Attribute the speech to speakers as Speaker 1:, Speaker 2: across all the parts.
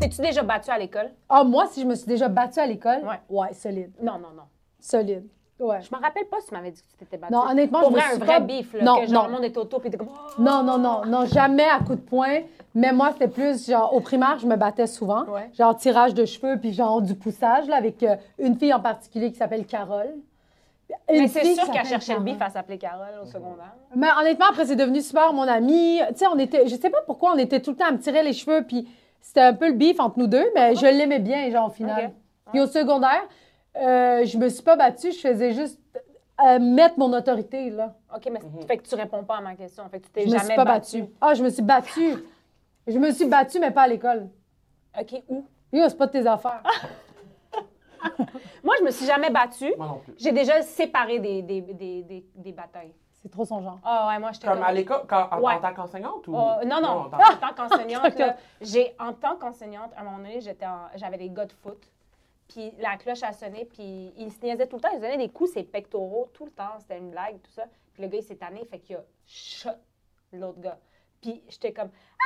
Speaker 1: t'es-tu déjà battue à l'école?
Speaker 2: Ah, moi, si je me suis déjà battue à l'école,
Speaker 1: Ouais.
Speaker 2: ouais. solide.
Speaker 1: Non, non, non.
Speaker 2: Solide. Ouais.
Speaker 1: Je me rappelle pas si tu m'avais dit que tu t'étais battue.
Speaker 2: Non, honnêtement,
Speaker 1: Pour
Speaker 2: je me
Speaker 1: vrai,
Speaker 2: suis
Speaker 1: un vrai
Speaker 2: pas-
Speaker 1: bif, là,
Speaker 2: Non,
Speaker 1: que genre
Speaker 2: non.
Speaker 1: le monde est autour, puis t'es comme... Oh!
Speaker 2: Non, non, non, non, jamais à coup de poing. Mais moi, c'était plus, genre, au primaire, je me battais souvent.
Speaker 1: Ouais.
Speaker 2: Genre, tirage de cheveux, puis genre, du poussage, là, avec euh, une fille en particulier qui s'appelle Carole. Une
Speaker 1: Mais c'est
Speaker 2: fille
Speaker 1: sûr
Speaker 2: qui
Speaker 1: qu'elle
Speaker 2: s'appelle Mhm.
Speaker 1: cherchait le bif,
Speaker 2: Carole.
Speaker 1: elle s'appelait Carole au secondaire.
Speaker 2: Mais honnêtement, après, c'est devenu super mon ami. Tu sais, on était, je sais pas pourquoi, on était tout le temps à me tirer les cheveux, puis c'était un peu le bif entre nous deux, mais je l'aimais bien, genre, au final.
Speaker 1: Ok.
Speaker 2: Puis au secondaire, euh, je me suis pas battue, je faisais juste euh, mettre mon autorité, là.
Speaker 1: OK, mais fait que tu réponds pas à ma question. Fait que tu t'es
Speaker 2: Mhm. Je me
Speaker 1: jamais
Speaker 2: suis pas battue. Ah, je me suis battue. Je me suis battue, mais pas à l'école.
Speaker 1: OK, où?
Speaker 2: Yo, c'est pas de tes affaires.
Speaker 1: Moi, je me suis jamais battue.
Speaker 3: Moi non plus.
Speaker 1: J'ai déjà séparé des, des, des, des, des batailles.
Speaker 2: C'est trop son genre.
Speaker 1: Ah ouais, moi, j'étais
Speaker 3: Comme à l'école, quand- en,
Speaker 1: Ouais.
Speaker 3: en tant qu'enseignante ou?
Speaker 1: Euh, non, non,
Speaker 3: en tant-
Speaker 1: en tant qu'enseignante,
Speaker 2: D'accord.
Speaker 1: là, j'ai, en tant qu'enseignante, à un moment donné, j'étais en- j'avais des gars de foot. Puis la cloche a sonné, puis ils se niaisaient tout le temps. Ils se donnaient des coups, ses pectoraux, tout le temps. C'était une blague, tout ça. Puis le gars, il s'est tanné, fait qu'il a shot l'autre gars. Puis j'étais comme... Ah!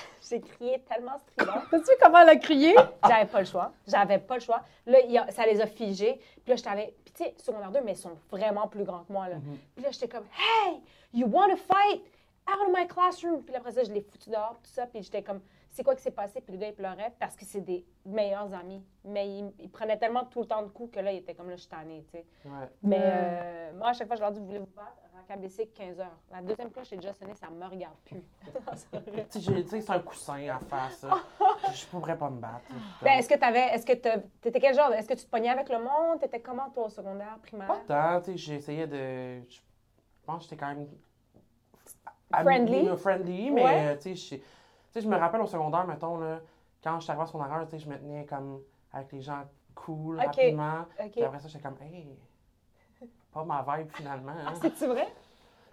Speaker 1: J'ai crié tellement strident.
Speaker 2: T'as vu comment elle a crié?
Speaker 1: J'avais pas le choix. J'avais pas le choix. Là, il y a- ça les a figés. Puis là, j'étais allée. Puis tu sais, secondaire 2, mais ils sont vraiment plus grands que moi. Là. Puis là, j'étais comme, hey, you want to fight out of my classroom. Puis là, après ça, je l'ai foutu dehors, tout ça. Puis j'étais comme, c'est quoi qui s'est passé? Puis le gars, il pleurait parce que c'est des meilleurs amis. Mais il, il prenait tellement tout le temps de coups que là, il était comme, là, je suis tannée, tu sais.
Speaker 3: Ouais.
Speaker 1: Mais
Speaker 2: Mm.
Speaker 1: euh, moi, à chaque fois, je leur dis, vous voulez vous battre? Racabaissé 15 heures. La deuxième cloche, j'ai déjà sonné, ça me regarde plus.
Speaker 3: Tu sais, j'ai- tu sais, c'est un coussin à faire ça. je pourrais pas me battre. tu sais, je suis
Speaker 1: Ben,
Speaker 3: comme-
Speaker 1: est-ce que t'avais, est-ce que t'as- t'étais quel genre? de- Est-ce que tu te pognais avec le monde? T'étais comment toi au secondaire, primaire?
Speaker 3: Pas tant, tu sais, j'essayais de. Je pense que j'étais quand même.
Speaker 1: Friendly?
Speaker 3: ami- friendly, mais
Speaker 1: Ouais.
Speaker 3: euh, tu sais, je- tu sais, je me rappelle au secondaire, mettons, là, quand j'étais arrivé au secondaire, tu sais, je me tenais comme avec les gens cool,
Speaker 1: Ok.
Speaker 3: rapidement.
Speaker 1: Ok.
Speaker 3: Puis après ça, j'étais comme, hey, pas ma vibe finalement. hein.
Speaker 1: Ah, c'est-tu vrai?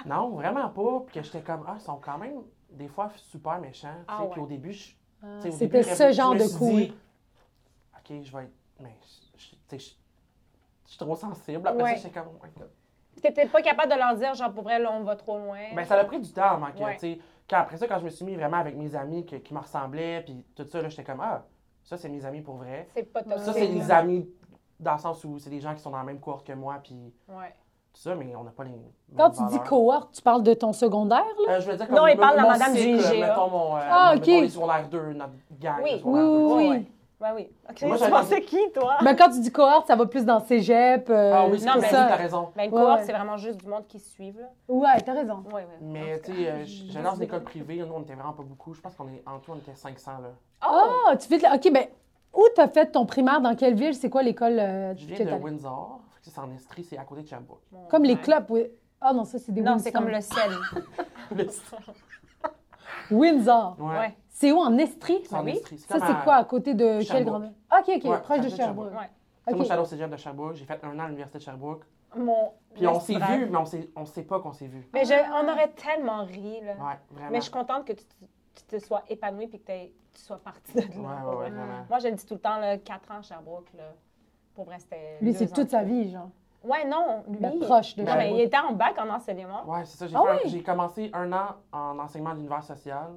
Speaker 3: non, vraiment pas. Puis que j'étais comme, ah, ils sont quand même des fois super méchants. tu sais.
Speaker 1: Ah ouais.
Speaker 3: Puis au début, je- tu sais, au début,
Speaker 2: Ah, C'était
Speaker 3: je-
Speaker 2: ce
Speaker 3: je
Speaker 2: genre
Speaker 3: me
Speaker 2: de
Speaker 3: suis
Speaker 2: coup.
Speaker 3: dit, Ok, je vais être. Mais, je- je- tu sais, je je suis trop sensible. Après
Speaker 1: Ouais.
Speaker 3: ça, j'étais comme, oh my God.
Speaker 1: Puis T'étais pas capable de leur dire genre pour vrai là on va trop loin.
Speaker 3: Ben, ça a pris du temps avant que,
Speaker 1: Ouais.
Speaker 3: tu sais, quand après ça, quand je me suis mis vraiment avec mes amis que- qui me ressemblaient, puis tout ça, là, j'étais comme, ah, ça, c'est mes amis pour vrai.
Speaker 1: c'est pas
Speaker 2: Ah,
Speaker 1: toxique.
Speaker 3: Ça, c'est
Speaker 1: là.
Speaker 3: des amis dans le sens où c'est des gens qui sont dans la même cohorte que moi, puis
Speaker 1: Ouais.
Speaker 3: tout ça, mais on n'a pas les.
Speaker 2: Quand
Speaker 3: mêmes
Speaker 2: tu dis
Speaker 3: valeurs.
Speaker 2: cohorte, tu parles de ton secondaire, là?
Speaker 3: Euh, je veux dire, comme
Speaker 1: Non, il
Speaker 3: mon-
Speaker 1: parle de la
Speaker 3: mon
Speaker 1: madame du
Speaker 3: cycle,
Speaker 1: IGA.
Speaker 3: Mettons mon. euh,
Speaker 2: Ah,
Speaker 3: mon-
Speaker 2: ok.
Speaker 3: mettons les secondaires 2, notre gang.
Speaker 1: Oui.
Speaker 3: les
Speaker 2: Oui,
Speaker 3: secondaires deux.
Speaker 2: oui,
Speaker 1: Ouais,
Speaker 2: oui.
Speaker 1: ouais. Ben oui. Ok.
Speaker 3: Moi,
Speaker 1: tu
Speaker 3: j'avais-
Speaker 1: pensais qui toi?
Speaker 2: Mais quand tu dis cohorte, ça va plus dans cégep. euh,
Speaker 3: Ah oui,
Speaker 2: c'est
Speaker 3: c'est
Speaker 1: Non,
Speaker 2: pour
Speaker 1: mais-
Speaker 3: possible,
Speaker 2: ça.
Speaker 3: t'as raison.
Speaker 1: Ben une
Speaker 2: Ouais,
Speaker 1: cohorte,
Speaker 2: ouais.
Speaker 1: c'est vraiment juste du monde qui se suivent là.
Speaker 2: Ouais, t'as raison.
Speaker 1: Ouais, ouais. En
Speaker 3: Mais,
Speaker 1: tout
Speaker 3: tu
Speaker 1: cas.
Speaker 3: sais, euh, j'allais dans une école privée, nous, on était vraiment pas beaucoup. Je pense qu'on est, en tout, on était 500, là.
Speaker 1: Oh!
Speaker 2: Ah, tu fais. de- OK, ben, où t'as fait ton primaire? Dans quelle ville? C'est quoi l'école euh,
Speaker 3: Je
Speaker 2: que
Speaker 3: viens de
Speaker 2: t'as-
Speaker 3: Windsor, Fait que c'est en Estrie, c'est à côté de Sherbrooke.
Speaker 1: Mon
Speaker 2: Comme les
Speaker 1: Dieu.
Speaker 2: clubs, oui. Ah non, ça, c'est des
Speaker 1: Non,
Speaker 2: Windsor.
Speaker 1: c'est comme le sel.
Speaker 2: Windsor.
Speaker 3: Ouais.
Speaker 1: ouais.
Speaker 2: C'est où? En Estrie?
Speaker 3: C'est en
Speaker 2: Oui.
Speaker 3: Estrie. C'est
Speaker 2: Ça,
Speaker 3: comme
Speaker 2: c'est
Speaker 3: à-
Speaker 2: quoi? À côté de quelle
Speaker 3: Sherbrooke.
Speaker 2: grande ville? OK, OK,
Speaker 3: Ouais,
Speaker 2: proche de
Speaker 3: ça fait
Speaker 2: Sherbrooke.
Speaker 1: Ouais.
Speaker 3: Moi,
Speaker 2: OK.
Speaker 3: j'étais allée au cégep de Sherbrooke, j'ai fait un an à l'université de Sherbrooke.
Speaker 1: Mon.
Speaker 3: Puis on s'est
Speaker 1: Bref.
Speaker 3: vus, mais on s'est, on sait pas qu'on s'est vus.
Speaker 1: Mais je- on aurait tellement ri là.
Speaker 3: Ouais, vraiment.
Speaker 1: Mais je suis contente que tu, tu te sois épanouie puis que t'aies- tu sois partie de là.
Speaker 3: Ouais, ouais, ouais, vraiment.
Speaker 1: Moi, je le dis tout le temps, là, 4 ans à Sherbrooke, là, pour vrai, c'était.
Speaker 2: Lui,
Speaker 1: deux
Speaker 2: c'est
Speaker 1: ans.
Speaker 2: toute sa vie, genre.
Speaker 1: Ouais, non, lui.
Speaker 2: Ben, proche de
Speaker 1: Non, mais
Speaker 2: Sherbrooke.
Speaker 1: il était en bac en enseignement.
Speaker 3: Ouais, c'est ça. J'ai,
Speaker 2: Ah
Speaker 3: fait un-
Speaker 2: oui?
Speaker 3: j'ai commencé un an en enseignement de l'univers social,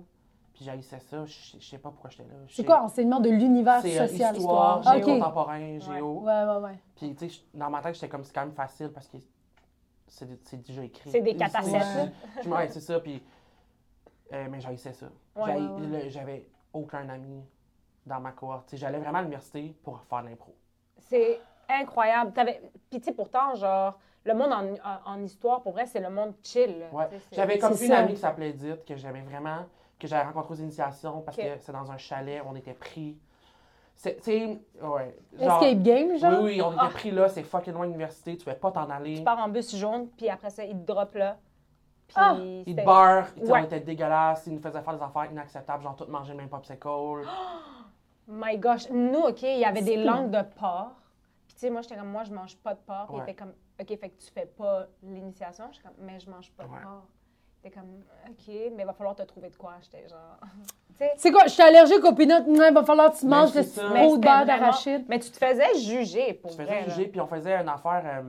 Speaker 3: puis j'haïssais ça. Je je sais pas pourquoi j'étais là. Je
Speaker 2: C'est
Speaker 3: sais-
Speaker 2: quoi, enseignement de l'univers
Speaker 3: C'est euh,
Speaker 2: social?
Speaker 3: histoire,
Speaker 2: Ah,
Speaker 3: géo
Speaker 2: OK. Ouais,
Speaker 3: contemporain, géo.
Speaker 2: ouais, ouais.
Speaker 3: Puis, tu sais, je- dans ma tête, j'étais comme, c'est quand même facile parce que c'est, des- c'est déjà écrit.
Speaker 1: C'est des
Speaker 3: L'histoire,
Speaker 1: catasettes,
Speaker 2: là.
Speaker 3: je- je- Ouais, c'est ça. Puis, euh, mais j'haïssais ça.
Speaker 1: Ouais,
Speaker 3: J'haï-
Speaker 2: ouais, ouais.
Speaker 3: le- j'avais aucun ami dans ma cohorte. Tu sais, j'allais vraiment à l'université pour faire de l'impro.
Speaker 1: C'est incroyable. T'avais... Puis, tu sais, pourtant, genre, le monde en, en- en histoire, pour vrai, c'est le monde chill. là.
Speaker 3: Ouais.
Speaker 1: Tu sais, c'est-
Speaker 3: J'avais comme
Speaker 2: c'est
Speaker 3: une
Speaker 2: ça.
Speaker 3: amie qui s'appelait Edith, que j'avais vraiment, que j'avais rencontrée aux initiations parce
Speaker 1: Ok.
Speaker 3: que c'est dans un chalet, on était pris. C'est, tu sais, ouais. genre-
Speaker 2: Escape game, genre?
Speaker 3: Oui, oui, on était
Speaker 1: Ah.
Speaker 3: pris là, c'est fucking loin de l'université, tu pouvais pas t'en aller.
Speaker 1: Tu pars en bus jaune, puis après ça, il te drop là. Puis,
Speaker 2: Ah!
Speaker 3: Ils te
Speaker 1: c'était-
Speaker 3: beurrent, ils te-
Speaker 1: Ouais.
Speaker 3: on oh, était dégueulasses, ils nous faisaient faire des affaires inacceptables, genre tout manger le même popsicle.
Speaker 1: Oh, My gosh, nous, OK, il y avait des
Speaker 2: C'est-
Speaker 1: langues de porc. Puis, tu sais, moi, j'étais comme, moi, je mange pas de porc. Puis, il
Speaker 3: Ouais.
Speaker 1: était comme, OK, fait que tu fais pas l'initiation. J'étais comme, mais je mange pas
Speaker 3: Ouais.
Speaker 1: de porc. T'es comme, OK, mais va falloir te trouver de quoi. J'étais genre, tu sais.
Speaker 2: C'est quoi? Je suis allergique aux peanuts. Il va falloir que tu
Speaker 3: Mais
Speaker 2: manges
Speaker 3: c'est
Speaker 2: le
Speaker 3: ça.
Speaker 2: petit
Speaker 3: Mais
Speaker 2: pot de
Speaker 1: c'était
Speaker 2: beurre
Speaker 1: vraiment-
Speaker 2: d'arachide.
Speaker 1: Mais tu te faisais juger, pour
Speaker 3: Tu faisais
Speaker 1: vrai. là.
Speaker 3: juger, puis on faisait une affaire, euh,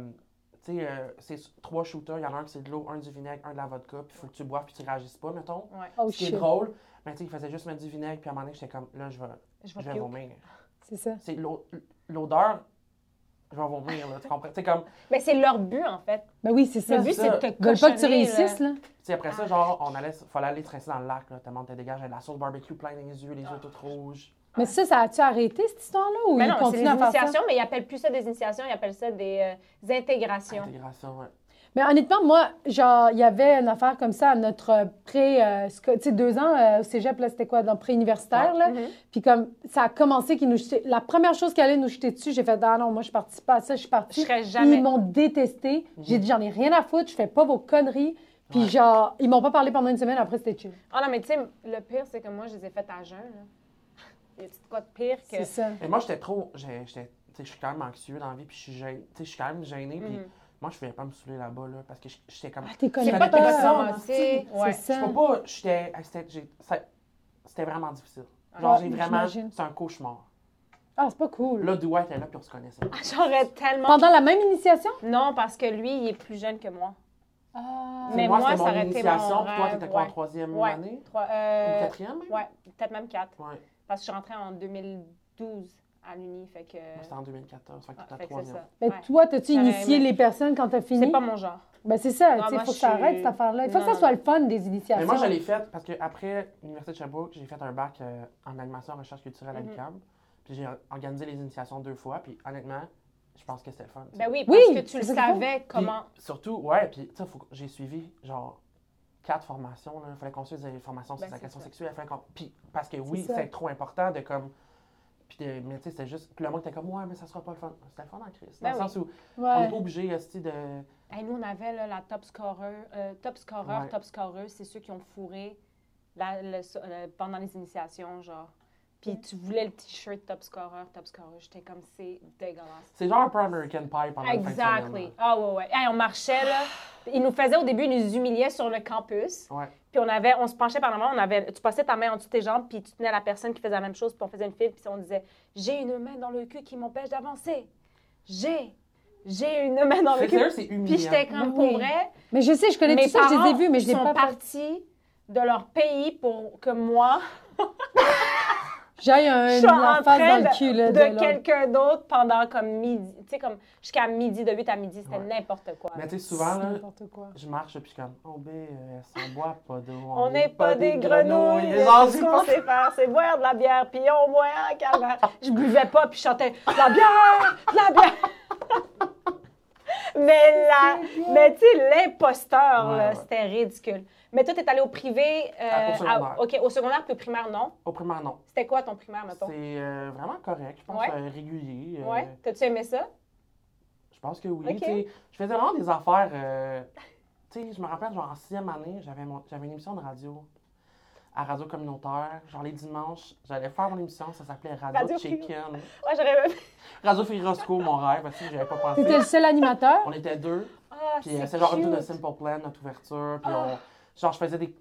Speaker 3: tu sais, tu sais, euh, c'est s- trois shooters, il y en a un qui c'est de l'eau, un du vinaigre, un de la vodka, puis faut que tu boives puis tu réagisses pas, mettons.
Speaker 1: Ouais.
Speaker 2: Oh
Speaker 3: Ce qui est
Speaker 2: shit.
Speaker 3: drôle, mais tu sais, il faisait juste mettre du vinaigre, puis à un moment donné, j'étais comme, là, je vais,
Speaker 1: Je
Speaker 3: je
Speaker 1: vais
Speaker 3: vais
Speaker 1: puke.
Speaker 3: vomir.
Speaker 2: C'est ça.
Speaker 3: C'est l'o- l'odeur, je vais vomir, là, tu comprends? Tu sais, comme, tu
Speaker 1: Mais c'est leur but, en fait.
Speaker 2: Ben oui, c'est ça.
Speaker 1: Le but,
Speaker 3: ça.
Speaker 1: c'est de te
Speaker 2: Ils veulent pas que tu
Speaker 1: cochonner, là.
Speaker 2: réussisses, là.
Speaker 3: sais, après
Speaker 1: Ah.
Speaker 3: ça, genre, on allait, fallait aller trincer dans le lac, là, tellement t'es dégagé, la sauce barbecue plein dans les yeux, les
Speaker 1: Ah.
Speaker 3: yeux tout rouges.
Speaker 2: Mais ça, ça a-tu arrêté, cette histoire-là, ou
Speaker 1: Mais
Speaker 2: ils
Speaker 1: non, c'est des
Speaker 2: continuent à faire ça?
Speaker 1: initiations, mais ils appellent plus ça des initiations, ils appellent ça des euh, intégrations.
Speaker 3: Intégration, ouais.
Speaker 2: Mais honnêtement, moi, genre, il y avait une affaire comme ça à notre euh, pré... euh, sco- tu sais, deux ans euh, au cégep, là, c'était quoi, dans pré-universitaire, là?
Speaker 1: Mhm.
Speaker 2: Puis comme, ça a commencé qu'ils nous jetaient... La première chose qu'elle allait nous jeter dessus, j'ai fait « Ah non, moi, je participe pas à ça, je suis
Speaker 1: Je
Speaker 2: partie.
Speaker 1: serais »
Speaker 2: Ils
Speaker 1: jamais.
Speaker 2: m'ont détesté. J'ai dit « J'en ai rien à foutre, je fais pas vos conneries. » Puis
Speaker 3: Ouais.
Speaker 2: genre, ils m'ont pas parlé pendant une semaine, après, c'était chill.
Speaker 1: Ah non, mais tu sais, le pire, c'est que moi, je les ai faites à jeun. Là. Y a-tu de quoi de pire que.
Speaker 2: C'est ça.
Speaker 3: Et moi, j'étais trop. j'ai- j'étais- tu sais, Je suis quand même anxieux dans la vie, puis je suis gênée. tu sais, Je suis quand même gênée, puis
Speaker 1: Mhm.
Speaker 3: moi, je ne pouvais pas me saouler là-bas, là, parce que je- j'étais comme.
Speaker 2: Ah, t'es
Speaker 3: Je
Speaker 1: C'est
Speaker 2: connue
Speaker 1: pas
Speaker 3: connais
Speaker 1: tes
Speaker 3: pas ça,
Speaker 1: ressentis. Ouais.
Speaker 2: C'est ça.
Speaker 3: Je peux pas. J'étais. ah, C'était j'ai- ça- c'était vraiment difficile. Genre,
Speaker 1: Ah,
Speaker 2: Ouais,
Speaker 3: j'ai vraiment.
Speaker 2: j'imagine.
Speaker 3: C'est un cauchemar.
Speaker 2: Ah, c'est pas cool.
Speaker 3: Là, Doua était là, puis on se connaissait.
Speaker 1: Ah, J'aurais tellement.
Speaker 2: Pendant la même initiation?
Speaker 1: Non, parce que lui, il est plus jeune que moi.
Speaker 2: Ah.
Speaker 1: Mais moi,
Speaker 3: c'était
Speaker 1: ça aurait été mon
Speaker 3: puis toi,
Speaker 1: rêve,
Speaker 3: t'étais quoi, en
Speaker 1: ouais.
Speaker 3: troisième
Speaker 1: Ouais.
Speaker 3: année?
Speaker 1: Trois,
Speaker 3: Ou
Speaker 1: euh,
Speaker 3: quatrième? même?
Speaker 1: ouais, peut-être même quatre.
Speaker 3: Ouais.
Speaker 1: Parce que je suis rentrée en 2012 à l'Uni, fait que.
Speaker 3: Moi, C'était en 2014, fait que
Speaker 1: Ah,
Speaker 3: t'étais en
Speaker 1: fait que c'est
Speaker 3: troisième.
Speaker 1: ça.
Speaker 2: Mais
Speaker 1: Ouais.
Speaker 2: toi, t'as-tu
Speaker 1: J'aurais
Speaker 2: initié
Speaker 1: aimé.
Speaker 2: les personnes quand t'as fini?
Speaker 1: C'est pas mon genre.
Speaker 2: Ben c'est ça,
Speaker 1: Ah,
Speaker 2: tu sais,
Speaker 1: moi,
Speaker 2: faut que
Speaker 1: je
Speaker 2: ça
Speaker 1: suis-
Speaker 2: arrête cette affaire-là. Il faut
Speaker 1: Non,
Speaker 2: que ça
Speaker 1: non,
Speaker 2: soit
Speaker 1: non.
Speaker 2: le fun des initiations.
Speaker 3: Mais moi, je l'ai faite parce qu'après l'Université de Sherbrooke, j'ai fait un bac euh, en animation recherche culturelle à
Speaker 1: Mhm.
Speaker 3: l'UQAM. Puis j'ai organisé les initiations deux fois. Puis honnêtement, je pense que c'était le fun. tu sais.
Speaker 1: Ben oui, parce
Speaker 2: Oui,
Speaker 1: que tu le
Speaker 2: c'est ça qu'il faut.
Speaker 1: savais
Speaker 3: Puis,
Speaker 1: comment.
Speaker 3: surtout, ouais, puis tu sais, faut que- j'ai suivi genre quatre formations. Il fallait qu'on suive des formations sur
Speaker 1: Ben,
Speaker 3: la
Speaker 1: c'est
Speaker 3: question
Speaker 1: ça.
Speaker 3: sexuelle. fallait qu'on- Puis parce que oui,
Speaker 2: ça.
Speaker 3: c'est trop important de comme. Puis de- mais tu sais, c'était juste. Puis le monde était comme, ouais, mais ça sera pas le fun. C'était le fun en crise. Dans
Speaker 1: Ben
Speaker 3: le sens où on
Speaker 2: Ouais.
Speaker 3: est obligé, hostie, de.
Speaker 1: Hey, nous, on avait là, la top scorer, euh, top scorer,
Speaker 3: Ouais.
Speaker 1: top scorer, c'est ceux qui ont fourré la- le- le- pendant les initiations, genre. Puis tu voulais le t-shirt top scorer, top scorer. J'étais comme, c'est dégueulasse.
Speaker 3: C'est genre un peu American Pie pendant le fin de semaine,
Speaker 1: Exactly. Ah ouais, ouais. Hey, on marchait, là. Ils nous faisaient au début, ils nous humiliaient sur le campus.
Speaker 3: là. Ouais.
Speaker 1: Puis on avait, on se penchait par la main, on avait, tu passais ta main en dessous de tes jambes, puis tu tenais la personne qui faisait la même chose, puis on faisait une file, puis on disait, j'ai une main dans le cul qui m'empêche d'avancer. J'ai, j'ai une main dans le
Speaker 3: C'est
Speaker 1: cul.
Speaker 3: sérieux, c'est humiliant.
Speaker 1: Puis j'étais comme,
Speaker 2: Oui.
Speaker 1: pour vrai,
Speaker 2: Mais je sais, je connais
Speaker 1: mes
Speaker 2: tout ça, je les ai
Speaker 1: parents
Speaker 2: vus, mais je les ai
Speaker 1: sont
Speaker 2: pas fait.
Speaker 1: partis de leur pays pour que moi,
Speaker 2: J'aille
Speaker 1: je
Speaker 2: un,
Speaker 1: sois en
Speaker 2: la face
Speaker 1: train
Speaker 2: dans
Speaker 1: de,
Speaker 2: le cul, là,
Speaker 1: de
Speaker 2: de, l'autre.
Speaker 1: quelqu'un d'autre pendant comme midi, tu sais, comme jusqu'à midi, de 8 à midi, c'était
Speaker 3: Ouais.
Speaker 1: n'importe quoi.
Speaker 3: Mais tu sais,
Speaker 2: C'est
Speaker 3: souvent, là,
Speaker 2: n'importe quoi.
Speaker 3: je marche, puis je suis comme, oh, BS, on boit pas d'eau.
Speaker 1: On
Speaker 3: n'est
Speaker 1: n'est pas, des, grenouilles.
Speaker 3: Les
Speaker 1: c'est
Speaker 3: gens,
Speaker 1: ce
Speaker 3: c'est
Speaker 1: qu'on
Speaker 3: pas
Speaker 1: sait faire, c'est boire de la bière, puis on boit en calmant. Je buvais pas, puis je chantais « de la bière, de la bière ». Mais la, mais tu sais, l'imposteur,
Speaker 3: Ouais,
Speaker 1: là,
Speaker 3: ouais.
Speaker 1: c'était ridicule. Mais toi, t'es allé au privé, euh,
Speaker 3: Ah, au secondaire.
Speaker 1: à- ok, au secondaire, puis au primaire, non.
Speaker 3: Au primaire, non.
Speaker 1: C'était quoi ton primaire, mettons?
Speaker 3: C'est euh, vraiment correct, je pense,
Speaker 1: Ouais.
Speaker 3: euh, régulier. euh,
Speaker 1: Ouais, t'as-tu aimé ça?
Speaker 3: Je pense que oui.
Speaker 1: Ok.
Speaker 3: tu sais, Je faisais vraiment des affaires. euh, tu sais, je me rappelle, genre en sixième année, j'avais mon- j'avais une émission de radio à Radio Communautaire. Genre les dimanches, j'allais faire mon émission, ça s'appelait Radio,
Speaker 1: Radio Free-
Speaker 3: Chicken.
Speaker 1: Ouais, j'aurais aimé.
Speaker 3: Radio Firosco, mon rêve, parce que j'avais pas pensé.
Speaker 2: T'étais le seul animateur?
Speaker 3: On était deux,
Speaker 1: Ah,
Speaker 3: puis euh,
Speaker 1: c'est
Speaker 3: c'est genre une tour de
Speaker 1: cute.
Speaker 3: Simple Plan, notre ouverture, puis
Speaker 1: Ah.
Speaker 3: on- genre je faisais des.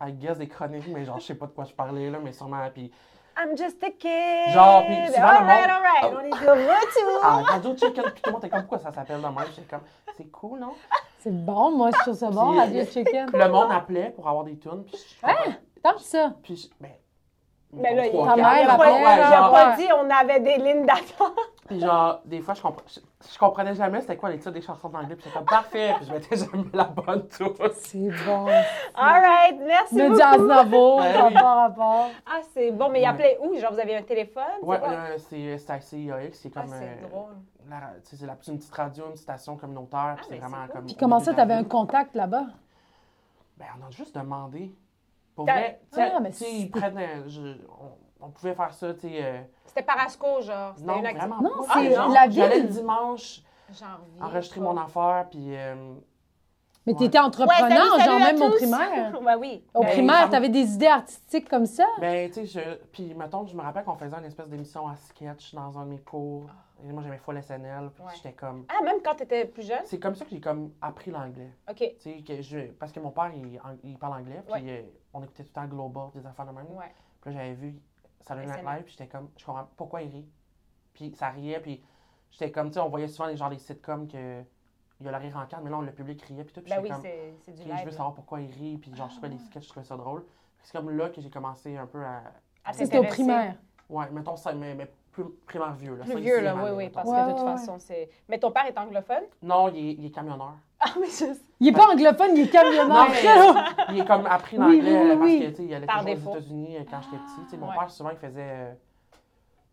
Speaker 3: I guess des chroniques, mais genre je sais pas de quoi je parlais là, mais sûrement. Puis
Speaker 1: I'm just a kid.
Speaker 3: Genre, puis souvent, le
Speaker 1: All right,
Speaker 3: monde-
Speaker 1: all right,
Speaker 3: Ah.
Speaker 1: on est de retour.
Speaker 3: à Radio Chicken, puis tout le monde était comme pourquoi ça s'appelle de même. J'étais comme, c'est cool, non?
Speaker 2: C'est bon, moi, je trouve ça bon,
Speaker 3: Puis-
Speaker 2: Radio Chicken.
Speaker 3: Le monde appelait pour avoir des tunes, puis je-
Speaker 2: Tant que ça.
Speaker 3: Puis, je- ben,
Speaker 1: Mais là, il
Speaker 3: trois,
Speaker 1: il a
Speaker 2: Ta
Speaker 3: quatre,
Speaker 2: mère
Speaker 1: pas,
Speaker 3: ouais,
Speaker 2: après,
Speaker 1: il a
Speaker 3: genre,
Speaker 1: pas dit on avait des lignes d'attente.
Speaker 3: Puis genre, des fois, je, compre- je, je comprenais jamais c'était quoi les titres des chansons d'anglais, puis j'étais comme parfait, puis je mettais jamais la bonne tune.
Speaker 2: C'est bon.
Speaker 1: All right, merci
Speaker 2: Le
Speaker 1: beaucoup.
Speaker 2: jazz Navo,
Speaker 3: Ben
Speaker 2: ça
Speaker 3: oui.
Speaker 2: n'a pas rapport.
Speaker 1: Ah, c'est bon, mais il
Speaker 3: Ouais.
Speaker 1: appelait où? Genre, vous avez un téléphone? c'est
Speaker 3: Ouais,
Speaker 1: quoi?
Speaker 3: euh, c'est c'est taxi IAX, c'est
Speaker 1: ah,
Speaker 3: comme.
Speaker 1: c'est
Speaker 3: euh,
Speaker 1: drôle.
Speaker 3: la ra- tu sais, c'est la- c'est une petite radio, une petite station communautaire, puis
Speaker 1: ben,
Speaker 3: c'est vraiment
Speaker 1: c'est cool.
Speaker 3: comme.
Speaker 2: Puis
Speaker 3: au
Speaker 2: comment
Speaker 3: milieu
Speaker 2: ça,
Speaker 3: de la
Speaker 2: t'avais un
Speaker 3: ville.
Speaker 2: contact là-bas?
Speaker 3: Ben, on a juste demandé. Pour
Speaker 1: T'as-
Speaker 3: vrai, tu sais,
Speaker 2: Ah, mais
Speaker 3: tu sais,
Speaker 2: c'est-
Speaker 3: ils prennent. un- je- on, on pouvait faire ça, tu sais. euh,
Speaker 1: C'était Parasco, genre. C'était
Speaker 3: non,
Speaker 1: une acti-
Speaker 3: vraiment.
Speaker 2: Non,
Speaker 3: pas.
Speaker 1: c'est
Speaker 3: Ah, genre,
Speaker 2: la
Speaker 3: J'allais
Speaker 2: ville.
Speaker 3: le dimanche
Speaker 1: J'en reviens
Speaker 3: enregistrer
Speaker 1: pas.
Speaker 3: mon affaire, puis. euh,
Speaker 2: Mais
Speaker 3: Ouais.
Speaker 2: t'étais
Speaker 1: Ouais, salut,
Speaker 2: entrepreneur,
Speaker 1: salut
Speaker 2: genre
Speaker 1: à
Speaker 2: même au
Speaker 1: tous.
Speaker 2: primaire.
Speaker 1: ben oui.
Speaker 2: Au
Speaker 3: Ben,
Speaker 2: primaire,
Speaker 3: ça me-
Speaker 2: t'avais des idées artistiques comme ça?
Speaker 3: Ben, tu sais, je... puis mettons, je me rappelle qu'on faisait une espèce d'émission à sketch dans un de mes cours. Et moi, j'aimais full SNL, puis
Speaker 1: Ah. Ouais.
Speaker 3: j'étais comme...
Speaker 1: Ah, même quand t'étais plus jeune?
Speaker 3: C'est comme ça que j'ai comme appris l'anglais.
Speaker 1: OK.
Speaker 3: Tu sais, que je... parce que mon père, il, en- il parle anglais, puis euh, on écoutait tout le temps Global, des affaires de même.
Speaker 1: Ouais.
Speaker 3: Puis là, j'avais vu Saturday Night
Speaker 1: SNL.
Speaker 3: Live, puis j'étais comme, je comprends pas pourquoi il rit. Puis ça riait, puis j'étais comme, tu sais, on voyait souvent les genre des sitcoms que... il y a le rire en canne, mais là, on- le public riait, puis tout. Puis
Speaker 1: Ben
Speaker 3: j'étais
Speaker 1: oui,
Speaker 3: comme,
Speaker 1: c'est c'est du Ah.
Speaker 3: Ok, je veux
Speaker 1: live.
Speaker 3: savoir pourquoi il rit, puis genre, je fais des sketchs, je trouvais ça drôle. C'est comme là que j'ai commencé un peu à.
Speaker 1: À
Speaker 2: C'était au
Speaker 1: t'intéresser.
Speaker 2: primaire.
Speaker 3: Ouais, mettons ça, mais, mais plus primaire vieux. Là,
Speaker 1: Plus
Speaker 3: cinquième
Speaker 1: vieux, là,
Speaker 3: année,
Speaker 1: oui, oui,
Speaker 3: mettons.
Speaker 1: parce
Speaker 2: Ouais,
Speaker 1: que de toute
Speaker 2: ouais, ouais.
Speaker 1: façon, c'est... Mais ton père est anglophone?
Speaker 3: Non, il est, il est camionneur.
Speaker 1: Ah, mais je
Speaker 2: Il est pas anglophone, il est
Speaker 3: Non,
Speaker 2: camionneur.
Speaker 3: mais il est comme appris
Speaker 2: Oui, oui, oui,
Speaker 3: l'anglais euh, parce
Speaker 2: oui.
Speaker 3: que, tu sais, il allait
Speaker 1: Par
Speaker 3: toujours
Speaker 1: défaut.
Speaker 3: aux États-Unis euh, quand j'étais petit. Tu sais, mon
Speaker 1: Ouais.
Speaker 3: père, souvent, il faisait euh,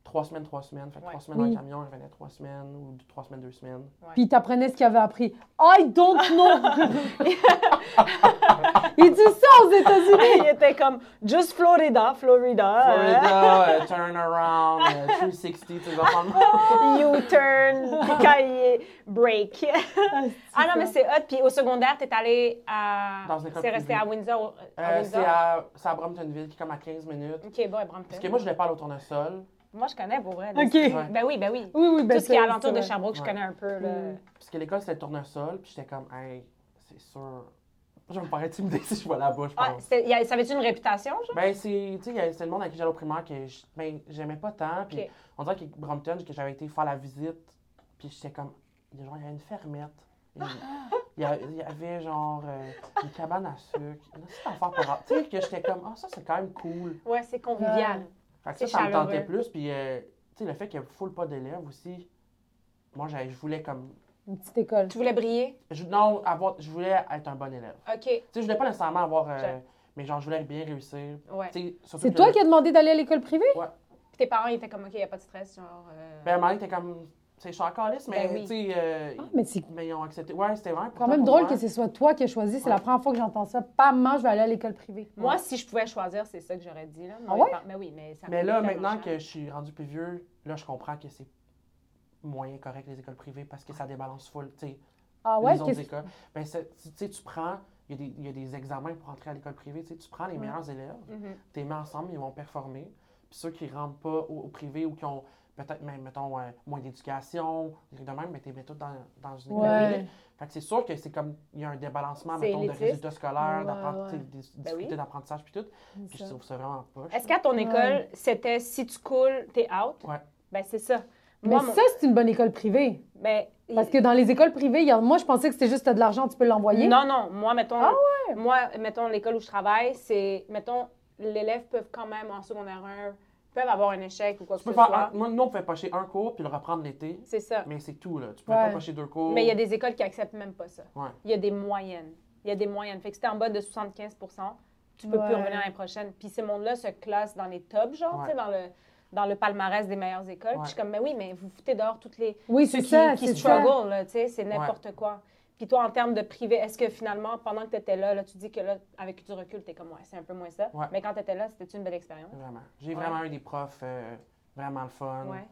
Speaker 3: trois semaines, trois semaines. Fait que
Speaker 1: Ouais.
Speaker 3: trois semaines
Speaker 2: Oui.
Speaker 3: en camion, il revenait trois semaines, ou deux- trois semaines, deux semaines.
Speaker 2: Puis il t'apprenait ce qu'il avait appris. I don't know. il dit ça aux États-Unis.
Speaker 1: il était comme Just Florida, Florida,
Speaker 3: Florida, euh, turn around, euh, 360, tu sais, genre,
Speaker 1: U-turn, cahier, break. Ah non, mais c'est hot. Puis au secondaire, t'es allé à.
Speaker 3: Dans une école
Speaker 1: C'est resté
Speaker 3: privée.
Speaker 1: à Windsor. à
Speaker 3: euh,
Speaker 1: Windsor?
Speaker 3: c'est à, c'est à Bromptonville, qui est comme à 15 minutes.
Speaker 1: Ok, bon, à Brampton.
Speaker 3: Parce que moi, je voulais pas aller au tournesol.
Speaker 1: Moi, je connais pour vrai. là.
Speaker 2: OK.
Speaker 3: Ouais.
Speaker 1: Ben oui, ben oui.
Speaker 2: Oui, oui, ben
Speaker 1: Tout ce qui
Speaker 2: c'est-
Speaker 1: est alentour
Speaker 2: c'est
Speaker 1: de
Speaker 2: vrai.
Speaker 1: Sherbrooke, je
Speaker 3: Ouais.
Speaker 1: connais un peu. Là.
Speaker 2: Mm.
Speaker 3: Parce que l'école, c'était le tournesol, puis j'étais comme, hey, c'est sûr. Je vais me paraître intimidée si je vais là-bas, je
Speaker 1: Ah,
Speaker 3: pense.
Speaker 1: c'était- il y a- ça avait-tu une réputation, genre?
Speaker 3: Ben, c'est, tu sais, il y a- c'est le monde avec qui j'allais au primaire que je- ben, j'aimais pas tant. Puis
Speaker 1: Ok.
Speaker 3: on dirait que Brompton, que j'avais été faire la visite, puis j'étais comme, il y a genre, il y a une fermette. Il il y, a- il y avait genre euh, une cabane à sucre. Une petite affaire pour Tu sais, que j'étais comme, ah, ça, c'est quand même cool.
Speaker 1: Ouais, c'est convivial.
Speaker 3: Fait que
Speaker 1: C'est
Speaker 3: ça, ça me tentait
Speaker 1: chaleureux.
Speaker 3: plus. Puis, euh, tu sais, le fait qu'il y ait full pas d'élèves aussi, moi, j'avais- je voulais comme.
Speaker 2: Une petite école.
Speaker 1: Tu voulais briller?
Speaker 3: je- non, avoir, je voulais être un bon élève.
Speaker 1: Ok,
Speaker 3: Tu sais, je voulais pas nécessairement avoir. euh,
Speaker 1: Je-
Speaker 3: mais genre, je voulais bien réussir.
Speaker 1: ouais. Puis
Speaker 3: Tu sais, surtout
Speaker 2: C'est
Speaker 3: que-
Speaker 2: toi qui as demandé d'aller à l'école privée?
Speaker 1: tes parents, ils étaient comme, ok, il n'y a pas de stress, genre. euh,
Speaker 3: Ben, à un moment donné, t'es comme. Tu sais, je suis encore lisse, mais
Speaker 1: Ben oui.
Speaker 3: tu sais. euh,
Speaker 2: Ah, mais c'est
Speaker 3: Mais ils ont accepté. Ouais, c'était vrai.
Speaker 2: quand même drôle que ce soit toi qui as choisi. C'est
Speaker 3: Ouais.
Speaker 2: la première fois que j'entends ça. Pas moi, je vais aller à l'école privée.
Speaker 1: Moi, si je pouvais choisir, c'est ça que j'aurais dit. Là.
Speaker 2: Ah
Speaker 1: Moi,
Speaker 2: ouais?
Speaker 1: mes parents- Ben oui, mais ça
Speaker 3: Mais
Speaker 1: coûte
Speaker 3: là,
Speaker 1: tellement
Speaker 3: maintenant
Speaker 1: cher.
Speaker 3: que je suis rendu plus vieux, là, je comprends que c'est moyen correct les écoles privées parce que ça débalance full. Tu sais,
Speaker 2: Ah ouais?
Speaker 3: les autres
Speaker 2: qu'est-ce-
Speaker 3: écoles. Ben, c'est- tu tu sais, tu prends, il y, a des- il y a des examens pour entrer à l'école privée, tu sais, tu prends les
Speaker 2: Ouais.
Speaker 3: meilleurs élèves,
Speaker 1: Mhm.
Speaker 3: tu les mets ensemble, ils vont performer. Puis ceux qui ne rentrent pas au, au privé ou qui ont peut-être même, mettons, euh, moins d'éducation, des trucs de même, mais tu les mets tous dans, dans une école
Speaker 2: Ouais.
Speaker 3: privée. Fait que c'est sûr que c'est comme, il y a un débalancement,
Speaker 1: C'est
Speaker 3: mettons, de
Speaker 1: élitiste.
Speaker 3: résultats scolaires,
Speaker 2: Ouais,
Speaker 3: d'apprenti-
Speaker 2: ouais.
Speaker 3: des difficultés
Speaker 1: Ben oui.
Speaker 3: d'apprentissage, puis tout. Puis je
Speaker 2: Ça.
Speaker 3: trouve ça vraiment poche.
Speaker 1: Est-ce qu'à ton
Speaker 2: Ouais.
Speaker 1: école, c'était si tu coules, t'es out?
Speaker 3: Ouais.
Speaker 1: Ben, c'est ça.
Speaker 2: Mais
Speaker 1: Moi, mon-
Speaker 2: ça, c'est une bonne école privée.
Speaker 1: ben, il-
Speaker 2: Parce que dans les écoles privées, il y a- moi, je pensais que c'était juste t'as de l'argent, tu peux l'envoyer.
Speaker 1: Non, non. Moi, mettons,
Speaker 2: Ah
Speaker 1: moi, mettons l'école où je travaille, c'est, mettons, l'élève peut quand même, en secondaire 1, peuvent avoir un échec ou quoi
Speaker 3: Tu
Speaker 1: que
Speaker 3: peux
Speaker 1: ce
Speaker 3: faire
Speaker 1: soit.
Speaker 3: un, moi, nous, on pouvait pocher un cours puis le reprendre l'été,
Speaker 1: C'est ça.
Speaker 3: mais c'est tout, là. Tu peux
Speaker 2: Ouais.
Speaker 3: pas pocher deux cours.
Speaker 1: Mais il y a des écoles qui acceptent même pas ça.
Speaker 3: Ouais.
Speaker 1: Il y a des moyennes. Il y a des moyennes. Fait que si t'es en bas de 75 tu peux plus
Speaker 2: Ouais.
Speaker 1: revenir l'année prochaine. Puis ces mondes-là se classent dans les tops, genre,
Speaker 3: Ouais.
Speaker 1: tu sais, dans le, dans le palmarès des meilleures écoles. Puis je suis comme, mais oui, mais vous foutez dehors toutes les,
Speaker 2: Oui,
Speaker 1: ceux
Speaker 2: c'est
Speaker 1: qui,
Speaker 2: ça.
Speaker 1: qui
Speaker 2: c'est ça.
Speaker 1: struggle, là, tu sais, c'est n'importe quoi. Puis toi, en termes de privé, est-ce que finalement, pendant que tu étais là, là, tu dis que là, avec du recul, t'es comme, ouais, c'est un peu moins ça.
Speaker 3: Ouais.
Speaker 1: Mais quand tu étais là, c'était une belle expérience.
Speaker 3: Vraiment. J'ai
Speaker 1: Ouais.
Speaker 3: vraiment eu des profs euh, vraiment le fun.
Speaker 1: Ouais.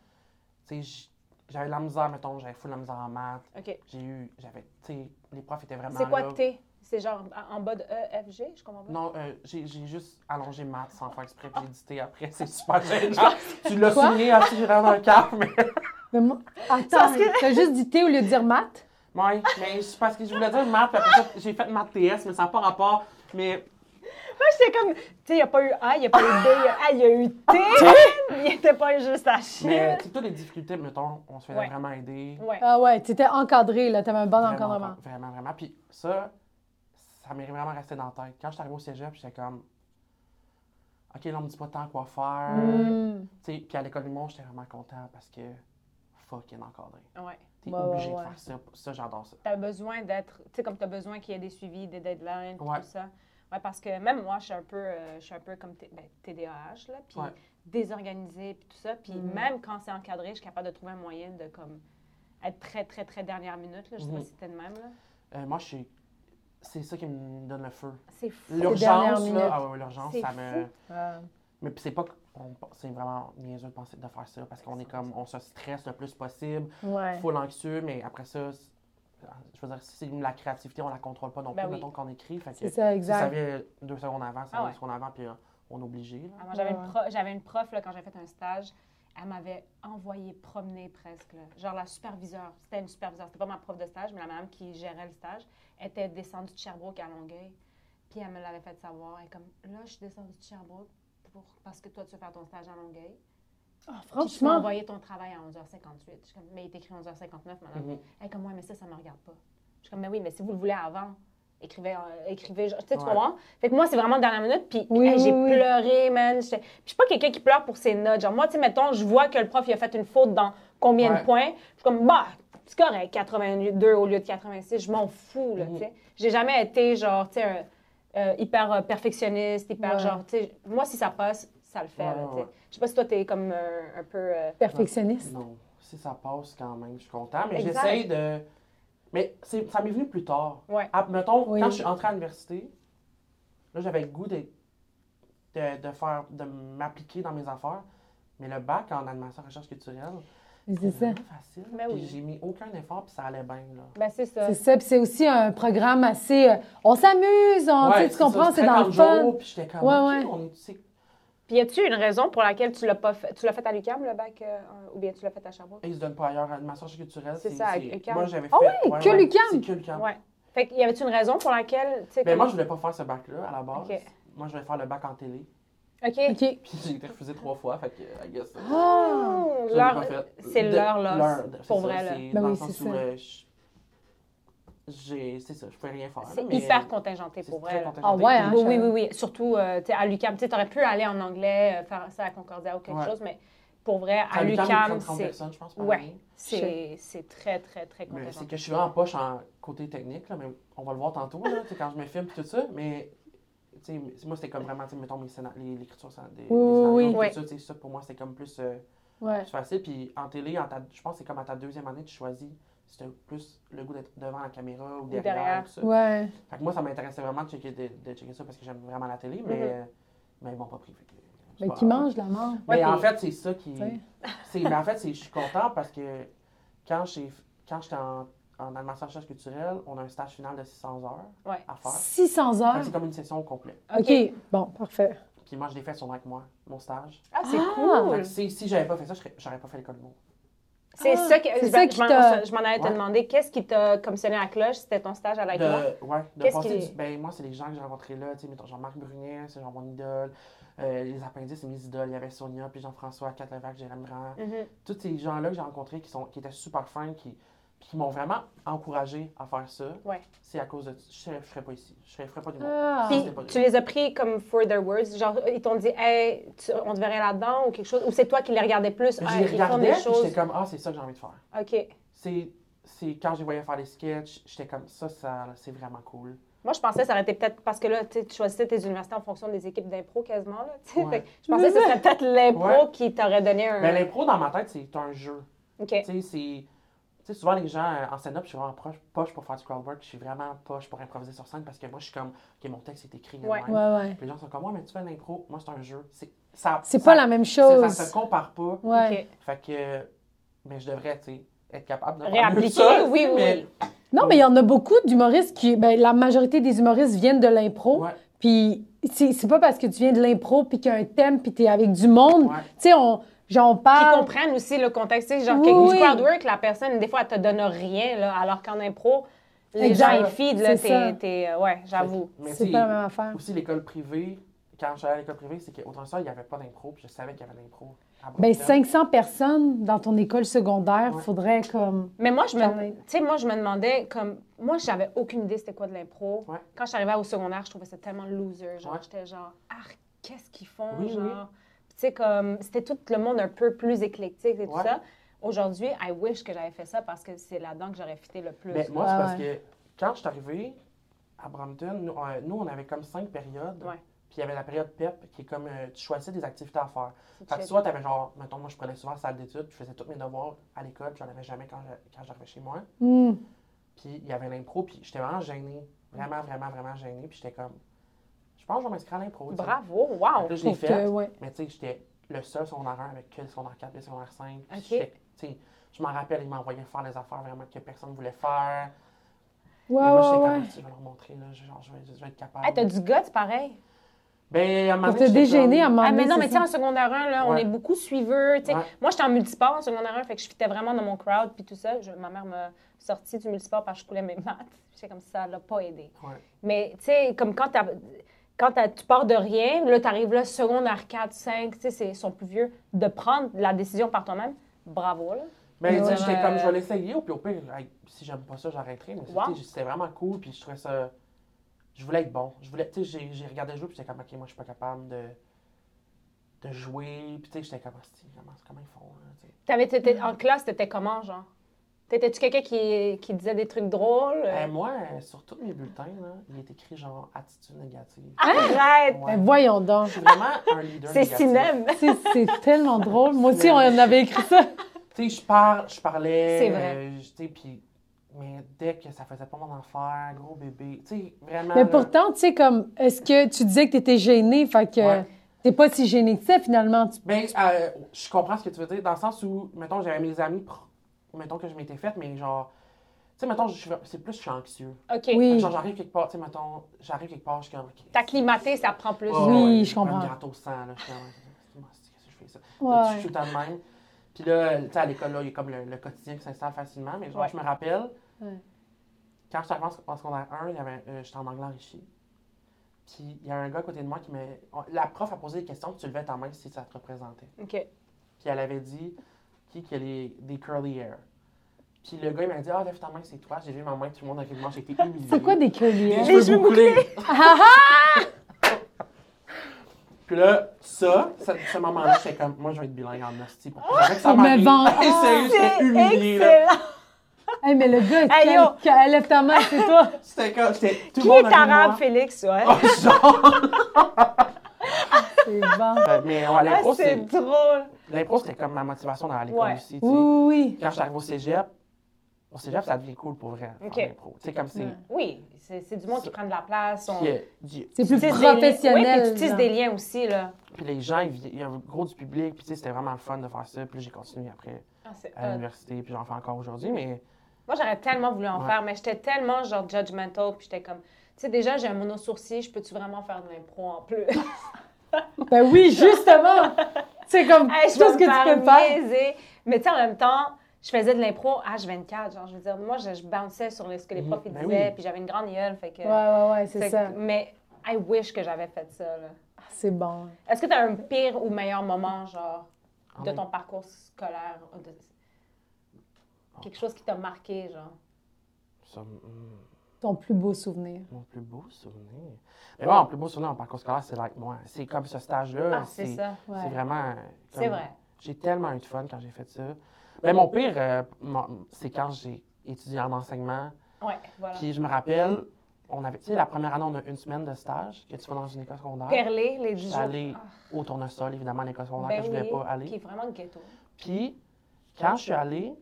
Speaker 3: Tu sais, j- j'avais de la misère, mettons, j'avais full de la misère en maths.
Speaker 1: OK.
Speaker 3: J'ai eu, j'avais, tu sais, les profs étaient vraiment
Speaker 1: C'est quoi
Speaker 3: là.
Speaker 1: que t'es? C'est genre en- en bas de E, F, G? Je comprends pas.
Speaker 3: Non, euh, j'ai j'ai juste allongé maths sans faire exprès, puis j'ai dit T'es après, c'est super gênant. tu l'as
Speaker 2: Quoi?
Speaker 3: souligné hein, assez gérant dans le cave, mais.
Speaker 2: Mais moi- Attends,
Speaker 1: Parce que-
Speaker 2: t'as juste dit thé au lieu de dire maths.
Speaker 3: Ouais, mais c'est parce que je voulais dire maths, puis après ça, j'ai fait maths TS, mais ça n'a pas rapport. Mais
Speaker 1: Moi, j'étais comme, tu sais, il n'y a pas eu A, il n'y a pas eu B, il y a- ah, il y a eu T. Il n'était pas juste à chier.
Speaker 3: Mais tu sais, toutes les difficultés, mettons, on se faisait
Speaker 1: Ouais.
Speaker 3: vraiment aider.
Speaker 1: Ouais.
Speaker 2: Ah ouais, t'étais encadré, là, t'avais un bon
Speaker 3: Vraiment,
Speaker 2: encadrement.
Speaker 3: Vraiment, vraiment. Puis ça, ça m'est vraiment resté dans la tête. Quand je suis arrivé au cégep, j'étais comme, OK, là, on me dit pas tant quoi faire.
Speaker 2: Hmm.
Speaker 3: Tu sais, puis à l'école du monde, j'étais vraiment content parce que fucking encadré.
Speaker 1: Ouais.
Speaker 3: T'es
Speaker 2: Ouais,
Speaker 3: obligé
Speaker 2: ouais, ouais.
Speaker 3: de faire ça. Ça, j'adore ça.
Speaker 1: T'as besoin d'être, tu sais, comme t'as besoin qu'il y ait des suivis, des deadlines, puis
Speaker 3: Ouais.
Speaker 1: tout ça. Ouais, parce que même moi, je suis un peu, euh, je suis un peu comme T- ben, TDAH, là, puis
Speaker 3: Ouais. Mm-hmm.
Speaker 1: désorganisée, puis tout ça. Puis
Speaker 2: Mhm.
Speaker 1: même quand c'est encadré, je suis capable de trouver un moyen de, comme, être très, très, très dernière minute, là. Je sais pas
Speaker 3: Mhm.
Speaker 1: si c'était de même, là.
Speaker 3: Euh, moi, je suis. C'est ça qui me donne le feu.
Speaker 1: C'est fou.
Speaker 2: dernières
Speaker 3: L'urgence,
Speaker 2: minutes.
Speaker 3: là. Ah ouais, ouais, l'urgence,
Speaker 1: C'est
Speaker 3: ça me.
Speaker 1: fou.
Speaker 3: Mais puis c'est pas. que- on- C'est vraiment niaiseux de penser de faire ça parce qu'on est comme. On se stresse le plus possible.
Speaker 2: Ouais.
Speaker 3: full anxieux, mais après ça, c'est- je veux dire, si c'est la créativité, on la contrôle pas non plus,
Speaker 1: Ben oui.
Speaker 3: mettons qu'on écrit. Fait que
Speaker 2: C'est ça,
Speaker 3: si ça
Speaker 2: exact.
Speaker 3: vient deux secondes avant, ça
Speaker 1: Ah
Speaker 3: vient
Speaker 1: ouais.
Speaker 3: deux secondes avant, puis euh, on est obligé. là.
Speaker 1: Ah, moi, j'avais
Speaker 2: Ouais,
Speaker 1: une,
Speaker 2: ouais.
Speaker 1: pro- j'avais une prof, là, quand j'avais fait un stage, elle m'avait envoyé promener presque. là. Genre la superviseure, c'était une superviseure, c'était pas ma prof de stage, mais la madame qui gérait le stage était descendue de Sherbrooke à Longueuil. Puis elle me l'avait fait savoir. Elle est comme, là, je suis descendue de Sherbrooke pour... parce que toi, tu vas faire ton stage à Longueuil.
Speaker 2: Ah,
Speaker 1: Puis tu m'as
Speaker 2: franchement,
Speaker 1: envoyé ton travail à 11h58. Je suis comme, mais il est écrit 11h59, madame.
Speaker 3: Mhm.
Speaker 1: Elle est comme, ouais, mais ça, ça me regarde pas. suis comme, mais oui, mais si vous le voulez avant, écrivez, euh, écrivez, genre, tu sais, tu
Speaker 3: Ouais.
Speaker 1: comprends? Fait que moi, c'est vraiment dernière minute, puis
Speaker 2: Oui,
Speaker 1: hey, j'ai
Speaker 2: oui, oui.
Speaker 1: pleuré, man. J'étais- Puis je suis pas quelqu'un qui pleure pour ses notes. Genre, moi, tu sais, mettons, je vois que le prof, il a fait une faute dans combien
Speaker 3: Ouais.
Speaker 1: de points. Je suis comme, bah, c'est correct, 82 au lieu de 86, je m'en fous, là,
Speaker 3: Mhm.
Speaker 1: tu sais. J'ai jamais été, genre, tu sais, un- euh, hyper euh, perfectionniste, hyper
Speaker 2: Ouais.
Speaker 1: genre, tu sais, moi, si ça passe, ça le fait,
Speaker 3: Ouais,
Speaker 1: là, tu
Speaker 3: ouais.
Speaker 1: sais. Je sais pas si toi, t'es comme euh, un peu... euh,
Speaker 2: Perfectionniste.
Speaker 3: Mhm. Non, si ça passe quand même, je suis content, mais
Speaker 1: Exact.
Speaker 3: j'essaie de. Mais c'est- ça m'est venu plus tard.
Speaker 1: Ouais.
Speaker 3: Ah, mettons,
Speaker 2: Oui.
Speaker 3: quand je suis entrée à l'université, là, j'avais le goût de, de, de faire, de m'appliquer dans mes affaires. Mais le bac en animation recherche culturelle,
Speaker 2: Mais C'est
Speaker 3: c'est
Speaker 2: ça.
Speaker 3: vraiment facile.
Speaker 1: Mais
Speaker 3: Puis
Speaker 1: Ben oui.
Speaker 3: j'ai mis aucun effort, puis ça allait bien, là.
Speaker 1: Ben, c'est ça.
Speaker 2: C'est ça, puis c'est aussi un programme assez. euh, on s'amuse, on, Ah, tu sais, tu
Speaker 3: c'est ça,
Speaker 2: comprends, c'est dans le
Speaker 3: 50
Speaker 2: fun.
Speaker 3: jours, puis j'étais comme,
Speaker 2: Ouais,
Speaker 3: OK,
Speaker 2: ouais.
Speaker 3: on est- c'est-
Speaker 1: Puis y a-tu une raison pour laquelle tu l'as pas fait? Tu l'as fait à l'UQAM, le bac, euh, en- ou bien tu l'as fait à Sherbrooke?
Speaker 3: Ils se donnent pas ailleurs. Animation culturelle,
Speaker 1: C'est ça, à l'UQAM.
Speaker 3: Moi, j'avais fait.
Speaker 2: Ah oui, que l'UQAM.
Speaker 3: C'est que l'UQAM.
Speaker 1: Ouais. Fait que y avait-tu une raison pour laquelle, tu sais,
Speaker 3: Ah. Mais
Speaker 1: comme-
Speaker 3: moi, je voulais pas faire ce bac-là à la base.
Speaker 1: Ok.
Speaker 3: Moi, je voulais faire le bac en télé.
Speaker 1: OK.
Speaker 2: OK.
Speaker 3: Puis j'ai été refusé trois fois, fait que, I guess. euh,
Speaker 2: Ah!
Speaker 1: Oh,
Speaker 3: je l'ai
Speaker 1: leur-
Speaker 3: pas fait.
Speaker 1: c'est
Speaker 3: De-
Speaker 1: leur loss,
Speaker 3: leur- de-
Speaker 1: pour
Speaker 3: c'est
Speaker 1: vrai,
Speaker 3: ça,
Speaker 1: là.
Speaker 3: c'est
Speaker 2: Ben
Speaker 3: dans
Speaker 2: oui,
Speaker 3: le sens
Speaker 2: c'est
Speaker 3: où,
Speaker 2: ça.
Speaker 3: euh, je- j'ai. C'est ça, je pouvais rien faire. là,
Speaker 1: C'est
Speaker 3: mais- euh,
Speaker 1: hyper contingenté
Speaker 3: c'est
Speaker 1: pour
Speaker 3: très
Speaker 1: vrai. là.
Speaker 3: contingenté.
Speaker 2: Ah ouais, hein?
Speaker 1: Oui, oui, oui, oui. Surtout euh, tu sais, à l'UCAM. Tu aurais pu aller en anglais, euh, faire ça à Concordia ou quelque
Speaker 3: Ouais.
Speaker 1: chose, mais pour vrai, à
Speaker 3: À l'UQAM, il y a
Speaker 1: l'UCAM,
Speaker 3: 30
Speaker 1: c'est
Speaker 3: personnes, je pense. par
Speaker 1: Ouais.
Speaker 3: année.
Speaker 1: c'est- c'est très, très, très
Speaker 3: Mais c'est
Speaker 1: contingenté.
Speaker 3: que je suis vraiment poche en côté technique, là, mais on va le voir tantôt, là, tu sais, quand je me filme et tout ça, mais tu sais, moi, c'était comme vraiment, tu sais, mettons, mes scénar- les- l'écriture scén- des, des
Speaker 2: Oui, oui,
Speaker 3: scénarios, tout
Speaker 1: oui.
Speaker 3: ça, tu sais, ça, pour moi, c'était comme plus, euh,
Speaker 2: Ouais.
Speaker 3: plus facile. Puis en télé, en ta- je pense que c'est comme à ta deuxième année, tu choisis, c'était plus le goût d'être devant la caméra ou derrière.
Speaker 1: derrière.
Speaker 3: tout ça.
Speaker 2: Ouais.
Speaker 3: Fait que moi, ça m'intéressait vraiment de checker, de, de checker ça parce que j'aime vraiment la télé, mais,
Speaker 1: Mhm.
Speaker 3: euh, mais ils m'ont pas pris. fait que c'est
Speaker 2: Mais
Speaker 3: pas
Speaker 2: Ben, qui
Speaker 3: grave.
Speaker 2: mange la mort.
Speaker 3: Mais
Speaker 1: Ouais,
Speaker 3: en
Speaker 1: puis-
Speaker 3: fait, c'est ça qui.
Speaker 2: T'sais.
Speaker 3: c'est- mais en fait, c'est- je suis content parce que quand j'ai- quand j'étais en, en animation recherche culturelle, on a un stage final de 600 heures
Speaker 1: Ouais.
Speaker 3: à faire.
Speaker 2: 600
Speaker 3: Fait que
Speaker 2: heures.
Speaker 3: C'est comme une session au complet.
Speaker 2: OK. Bon, parfait.
Speaker 3: Puis moi, je l'ai fait sur avec moi, mon stage.
Speaker 1: Ah, c'est
Speaker 2: Ah!
Speaker 1: cool!
Speaker 3: Fait que si, si j'avais pas fait ça, je serais- j'aurais pas fait l'école de mots.
Speaker 1: C'est
Speaker 2: Ah,
Speaker 1: ça que
Speaker 2: c'est
Speaker 1: je,
Speaker 2: ça
Speaker 1: je
Speaker 2: qui
Speaker 1: m'en-
Speaker 2: t'a-
Speaker 1: je m'en allais te
Speaker 3: Ouais.
Speaker 1: demander. Qu'est-ce qui t'a comme sonné à la cloche? C'était ton stage à la Guillaume?
Speaker 3: De, ouais, de
Speaker 1: Ben, Qu'est-ce
Speaker 3: passer
Speaker 1: qui-
Speaker 3: du- Ben, moi, c'est les gens que j'ai rencontrés là. Tu sais, mettons, Jean-Marc Brunet, c'est genre mon idole. Euh, les appendices, c'est mes idoles. Il y avait Sonia, puis Jean-François, Catlevac, Jérôme Grand.
Speaker 1: Mhm.
Speaker 3: tous ces gens-là que j'ai rencontrés qui, sont, qui étaient super fins, qui, puis qui m'ont vraiment encouragé à faire ça,
Speaker 1: Ouais.
Speaker 3: c'est à cause de. Je ne ferais pas ici. Je ne ferais pas du monde.
Speaker 2: Ah.
Speaker 1: Puis,
Speaker 3: c'était pas
Speaker 1: tu les as pris comme for their words, genre ils t'ont dit hey, tu- on te verrait là-dedans ou quelque chose, ou c'est toi qui les regardais plus,
Speaker 3: Mais
Speaker 1: Ah,
Speaker 3: je les
Speaker 1: ils font
Speaker 3: regardais,
Speaker 1: des
Speaker 3: puis j'étais
Speaker 1: choses.
Speaker 3: comme, ah, c'est ça que j'ai envie de faire.
Speaker 1: Ok.
Speaker 3: C'est, c'est quand je les voyais faire des sketchs, j'étais comme, ça, ça c'est vraiment cool.
Speaker 1: Moi, je pensais que ça aurait été peut-être parce que là, tu sais, tu choisissais tes universités en fonction des équipes d'impro quasiment. Là, tu sais.
Speaker 3: Ouais.
Speaker 1: Fait que je pensais que ce serait peut-être l'impro
Speaker 3: Ouais.
Speaker 1: qui t'aurait donné un.
Speaker 3: Mais Ben, l'impro, dans ma tête, c'est un jeu.
Speaker 1: OK.
Speaker 3: Tu sais, c'est. Tu sais, souvent, les gens euh, en stand-up, je suis vraiment proche, poche pour faire du crowd work, je suis vraiment poche pour improviser sur scène parce que moi, je suis comme, OK, mon texte est écrit. il y a
Speaker 1: Ouais.
Speaker 3: de
Speaker 2: Ouais,
Speaker 3: même.
Speaker 2: ouais.
Speaker 3: Puis les gens sont comme, ouais, mais tu fais de l'impro, moi, c'est un jeu. C'est, ça,
Speaker 2: C'est
Speaker 3: ça-
Speaker 2: pas la même
Speaker 3: Ça,
Speaker 2: chose.
Speaker 3: ça se compare pas.
Speaker 1: OK.
Speaker 2: Ouais.
Speaker 3: Fait que. Mais je devrais, tu sais, être capable de faire
Speaker 1: Réappliquer,
Speaker 3: ça,
Speaker 1: oui, oui,
Speaker 3: mais-
Speaker 1: oui.
Speaker 2: Non,
Speaker 3: Mm.
Speaker 2: mais il y en a beaucoup d'humoristes qui. Ben, la majorité des humoristes viennent de l'impro.
Speaker 3: Ouais,
Speaker 2: Puis c'est c'est pas parce que tu viens de l'impro, puis qu'il y a un thème, puis t'es avec du monde.
Speaker 3: ouais.
Speaker 2: Tu sais, on, genre, on
Speaker 1: Qu'ils
Speaker 2: parle.
Speaker 1: comprennent aussi le contexte. tu sais, Genre,
Speaker 2: Ah. Oui,
Speaker 1: que
Speaker 2: oui.
Speaker 1: du crowd work, la personne, des fois, elle te donne rien, là, alors qu'en impro, les
Speaker 2: Exact.
Speaker 1: gens, ils feed, là,
Speaker 2: C'est
Speaker 1: t'es-
Speaker 2: ça.
Speaker 1: t'es- euh, ouais, j'avoue.
Speaker 3: Mais
Speaker 2: C'est
Speaker 3: tu
Speaker 2: pas la
Speaker 3: sais,
Speaker 2: même affaire.
Speaker 3: aussi l'école privée, quand j'allais à l'école privée, c'est qu'autant ça, il n'y avait pas d'impro, puis je savais qu'il y avait de l'impro. à
Speaker 2: Ben,
Speaker 3: Brockton.
Speaker 2: 500 personnes dans ton école secondaire,
Speaker 3: Ouais.
Speaker 2: faudrait comme.
Speaker 1: Mais moi, je
Speaker 2: Quand même.
Speaker 1: me, tu sais, moi, je me demandais, comme, moi, j'avais aucune idée c'était quoi de l'impro.
Speaker 3: Ouais.
Speaker 1: Quand je suis arrivée au secondaire, je trouvais ça tellement loser. Genre,
Speaker 3: Ouais.
Speaker 1: j'étais genre, ah, qu'est-ce qu'ils font,
Speaker 3: Oui, oui.
Speaker 1: genre. Puis, Tu sais, comme, c'était tout le monde un peu plus éclectique et tout
Speaker 3: Ouais.
Speaker 1: ça. Aujourd'hui, I wish que j'avais fait ça parce que c'est là-dedans que j'aurais fité le plus.
Speaker 3: Mais Ben, moi,
Speaker 2: Ah
Speaker 3: c'est parce
Speaker 2: ouais.
Speaker 3: que quand je suis arrivée à Brampton, nous, euh, nous, on avait comme cinq périodes.
Speaker 1: Ouais.
Speaker 3: Puis il y avait la période PEP, qui est comme euh, tu choisissais des activités à faire.
Speaker 1: C'est
Speaker 3: Fait que
Speaker 1: chill.
Speaker 3: soit t'avais genre, mettons, moi je prenais souvent la salle d'études, puis je faisais tous mes devoirs à l'école, puis j'en avais jamais quand je- quand j'arrivais chez moi.
Speaker 2: hmm,
Speaker 3: Puis il y avait l'impro, puis j'étais vraiment gênée. Vraiment, vraiment, vraiment gênée. Puis j'étais comme, je pense que je vais m'inscrire à l'impro. tu sais.
Speaker 1: Bravo,
Speaker 3: Fait
Speaker 1: wow!
Speaker 3: que là, je l'ai
Speaker 2: pour
Speaker 3: fait.
Speaker 2: que, ouais.
Speaker 3: Mais tu sais, j'étais le seul secondaire 1 avec que le secondaire 4 et le secondaire 5. Puis
Speaker 1: Ok.
Speaker 3: j'étais- Tu sais, je m'en rappelle, ils m'envoyaient faire des affaires vraiment que personne ne voulait faire.
Speaker 2: Ouais,
Speaker 3: Mais moi, j'étais
Speaker 2: ouais,
Speaker 3: comme,
Speaker 2: ouais.
Speaker 3: je vais leur montrer, là, je, genre, je, vais, je vais être capable.
Speaker 1: Hey, Ah, t'as du guts, pareil.
Speaker 3: Ben, à un moment
Speaker 2: Pour
Speaker 3: donné,
Speaker 2: te
Speaker 3: j'étais
Speaker 2: dégêner à un
Speaker 3: comme-
Speaker 2: moment
Speaker 1: Ah, mais
Speaker 2: donné,
Speaker 1: non,
Speaker 2: c'est
Speaker 1: mais tu sais,
Speaker 2: ça.
Speaker 1: en secondaire 1, là, on
Speaker 3: Ouais.
Speaker 1: est beaucoup suiveux. tu sais.
Speaker 3: Ouais.
Speaker 1: Moi, j'étais en multisport en secondaire 1, fait que je fitais vraiment dans mon crowd puis tout ça. Je- ma mère m'a sortie du multisport parce que je coulais mes maths. J'étais comme ça, elle l'a pas aidé.
Speaker 3: Ouais.
Speaker 1: Mais tu sais, comme quand, t'as- quand t'as- tu pars de rien, là, tu arrives là, secondaire 4, 5, tu sais, c'est- ils sont plus vieux, de prendre la décision par toi-même, bravo, là.
Speaker 3: Mais
Speaker 2: Mais
Speaker 3: tu sais,
Speaker 2: ouais,
Speaker 3: j'étais
Speaker 2: ouais.
Speaker 3: comme, je vais l'essayer, puis au pire, hey, si j'aime pas ça, j'arrêterai. Mais
Speaker 1: Wow.
Speaker 3: c'était- c'était vraiment cool, puis je trouvais ça. Je voulais être bon. Je voulais, tu sais, j'ai- j'ai regardé le jeu, puis j'étais comme, ok, moi, je suis pas capable de, de jouer. Puis tu sais, j'étais comme, Asti, comment, comment ils font, là, tu sais.
Speaker 1: T'avais, t'étais- en classe, t'étais comment, genre? T'étais-tu quelqu'un qui, qui disait des trucs drôles?
Speaker 3: Euh, moi, euh, sur tous mes bulletins, là, il est écrit genre attitude négative.
Speaker 1: Arrête!
Speaker 3: ah! Ouais.
Speaker 2: Ben voyons donc.
Speaker 3: Je suis vraiment un leader
Speaker 1: Ah. C'est
Speaker 3: négatif.
Speaker 1: Sinem!
Speaker 2: C'est c'est tellement drôle. Moi aussi, on avait écrit ça.
Speaker 3: Ah, Tu sais, je parle, je parlais.
Speaker 1: C'est vrai.
Speaker 3: euh, je- tu sais, puis. Mais dès que ça faisait pas mon affaire, gros bébé. Tu sais, vraiment.
Speaker 2: Mais
Speaker 3: là,
Speaker 2: pourtant, tu sais, comme, est-ce que tu disais que tu étais gênée, fait que
Speaker 3: Ouais.
Speaker 2: t'es pas si gênée que ça, finalement. Tu-
Speaker 3: Ben, euh, je comprends ce que tu veux dire, dans le sens où, mettons, j'avais mes amis, pro- mettons que je m'étais faite, mais genre, tu sais, mettons, je suis- c'est plus je suis anxieux.
Speaker 1: OK.
Speaker 2: Oui.
Speaker 3: Genre, j'arrive quelque part, tu sais, mettons, j'arrive quelque part, je suis comme, ok.
Speaker 1: T'acclimater, ça prend plus.
Speaker 3: Ouais,
Speaker 1: de
Speaker 2: Oui,
Speaker 3: ouais,
Speaker 2: je comprends.
Speaker 3: Je me gratte au sang, là, je suis comme, c'est moi, c'est- qu'est-ce que je fais ça? Là, Je suis tout le temps de même. Puis là, tu sais, à l'école, là, il y a comme le, le quotidien qui s'installe facilement, mais genre,
Speaker 1: Ouais.
Speaker 3: je me rappelle,
Speaker 2: Ouais.
Speaker 3: quand je suis arrivé en sec- en secondaire 1, il y avait, euh, j'étais en anglais enrichi. Puis il y a un gars à côté de moi qui m'a. La prof a posé des questions, tu levais ta main si ça te représentait.
Speaker 1: OK.
Speaker 3: Puis elle avait dit qui qui a les- des curly hair. Puis le gars, il m'a dit Ah, lève ta main, c'est toi. J'ai vu ma main, tout le monde avec moi, j'ai été humilié.
Speaker 2: C'est quoi des colliers?
Speaker 1: Les cheveux
Speaker 3: bouclés.
Speaker 2: Ah, ah!
Speaker 3: Puis là, ça, ce, ce moment-là, j'étais comme Moi, je vais être bilingue en hostie. Pour que ça
Speaker 2: Oh,
Speaker 3: m'arrive.
Speaker 2: mais bon.
Speaker 3: Hey, sérieux, j'étais humilié. là.
Speaker 1: excellent!
Speaker 2: Hey, mais le gars,
Speaker 1: Hey, yo!
Speaker 2: quand- quand elle lève ta main, c'est toi.
Speaker 3: C'était comme. j'étais-
Speaker 1: Qui
Speaker 3: Tout le monde
Speaker 1: est
Speaker 3: avait
Speaker 1: arabe,
Speaker 3: moi.
Speaker 1: Félix? Ouais.
Speaker 3: Oh, genre.
Speaker 2: C'est bon.
Speaker 3: Euh, Mais ouais,
Speaker 1: Ah,
Speaker 3: l'impro,
Speaker 1: c'est
Speaker 3: c'est-
Speaker 1: drôle!
Speaker 3: l'impro, c'était comme ma motivation dans l'école
Speaker 1: Ouais.
Speaker 3: aussi. tu sais.
Speaker 2: Oui, oui,
Speaker 3: Quand j'arrive au cégep, au cégep, ça devient cool pour vrai.
Speaker 1: Ok.
Speaker 3: en impro. Tu sais, comme c'est.
Speaker 2: Ouais.
Speaker 1: Oui, c'est c'est du monde qui prend de la place. On...
Speaker 3: Puis, euh, du-
Speaker 2: C'est plus
Speaker 1: Tu tisses des-
Speaker 2: professionnel.
Speaker 1: Oui, puis tu tisses
Speaker 2: genre.
Speaker 1: des liens aussi, là.
Speaker 3: Puis les gens, ils vi- il y a un gros du public, puis tu sais, c'était vraiment le fun de faire ça. Puis j'ai continué après
Speaker 1: Ah, c'est
Speaker 3: à
Speaker 1: hot.
Speaker 3: l'université, puis j'en fais encore aujourd'hui, mais
Speaker 1: Moi, j'aurais tellement voulu en
Speaker 3: Ouais.
Speaker 1: faire, mais j'étais tellement genre judgmental, puis j'étais comme, tu sais, déjà, j'ai un monosourcil, je peux-tu vraiment faire de l'impro en plus?
Speaker 2: Ben oui, justement. C'est comme
Speaker 1: Hey,
Speaker 2: tout ce que tu peux faire.
Speaker 1: Mais tu sais, en même temps, je faisais de l'impro H24. Genre, je veux dire, moi, je, je bounçais sur les- ce que les
Speaker 3: Mhm,
Speaker 1: profs ils
Speaker 3: ben
Speaker 1: disaient,
Speaker 3: oui.
Speaker 1: puis j'avais une grande gueule. Fait que,
Speaker 2: Mm-hmm. Ouais, ouais, ouais, c'est
Speaker 1: fait que-
Speaker 2: ça.
Speaker 1: Mais I wish que j'avais fait ça. là.
Speaker 2: Ah, C'est bon.
Speaker 1: Est-ce que tu as un pire ou meilleur moment, genre,
Speaker 2: Ah
Speaker 3: en
Speaker 1: de
Speaker 3: même-
Speaker 1: ton parcours scolaire? ou de- Quelque chose qui t'a marqué, genre.
Speaker 3: ça, mm,
Speaker 2: Ton plus beau souvenir.
Speaker 3: mon plus beau souvenir. Mais bon, mon plus beau souvenir en parcours scolaire, c'est like moi. C'est comme ce stage-là.
Speaker 1: Ah, c'est ça.
Speaker 2: Ouais.
Speaker 3: C'est vraiment. euh,
Speaker 1: C'est
Speaker 3: comme-
Speaker 1: vrai.
Speaker 3: J'ai tellement eu de fun quand j'ai fait ça. Mais mon pire, euh, mon- c'est quand j'ai étudié en enseignement.
Speaker 1: Ouais, voilà.
Speaker 3: Puis je me rappelle, on avait, tu sais, la première année, on a une semaine de stage que tu vas dans une école secondaire.
Speaker 1: Perler, les 10 jours.
Speaker 3: J'allais au tournesol, évidemment, à l'école secondaire
Speaker 1: Ben
Speaker 3: que je voulais
Speaker 1: oui,
Speaker 3: pas aller.
Speaker 1: Qui est vraiment ghetto.
Speaker 3: Puis, quand je suis allée,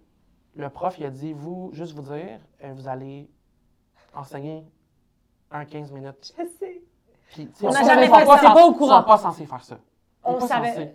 Speaker 3: le prof, il a dit, vous, juste vous dire, euh, vous allez enseigner en 15 minutes.
Speaker 1: Je sais.
Speaker 3: Puis, tu sais,
Speaker 1: On
Speaker 3: ils
Speaker 1: a
Speaker 3: sont-
Speaker 1: jamais
Speaker 3: ils sont
Speaker 1: fait ça.
Speaker 3: cens-
Speaker 2: Pas au courant.
Speaker 3: Ils sont pas censés faire ça. Ils
Speaker 1: on
Speaker 3: sont pas
Speaker 1: savait,
Speaker 3: censés.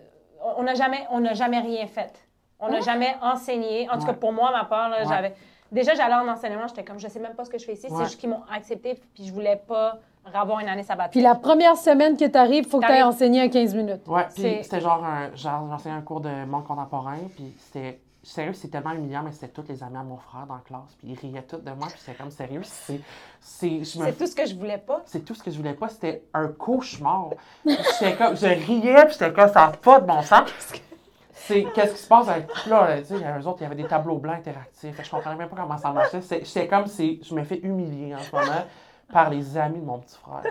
Speaker 1: on n'a jamais, on n'a jamais rien fait. On n'a jamais enseigné. En tout cas,
Speaker 3: Ouais.
Speaker 1: pour moi, ma part, là,
Speaker 3: Ouais.
Speaker 1: j'avais. Déjà, j'allais en enseignement, j'étais comme, je sais même pas ce que je fais ici. C'est
Speaker 3: Ouais.
Speaker 1: juste qu'ils m'ont accepté, puis je voulais pas avoir une année sabbatique.
Speaker 2: Puis la première semaine que t'arrives, faut que t'ailles
Speaker 1: T'arrives.
Speaker 2: enseigner en 15 minutes.
Speaker 3: Ouais,
Speaker 1: C'est-
Speaker 3: puis c'était genre un. genre, J'enseignais un cours de monde contemporain, puis c'était. Sérieux, c'était tellement humiliant, mais c'était tous les amis à mon frère dans la classe, puis ils riaient tous de moi, puis c'était comme sérieux, c'est. C'est. je me-
Speaker 1: C'est tout ce que je voulais pas.
Speaker 3: C'est tout ce que je voulais pas, c'était un cauchemar. J'étais comme. Je riais, puis j'étais comme, ça n'a pas de bon sens. C'est. Qu'est-ce qui se passe avec. Puis Là, tu sais, eux autres, il y avait des tableaux blancs interactifs, fait que je comprenais même pas comment ça marchait. C'est- J'étais comme, c'est. Je me fais humilier en ce moment par les amis de mon petit frère.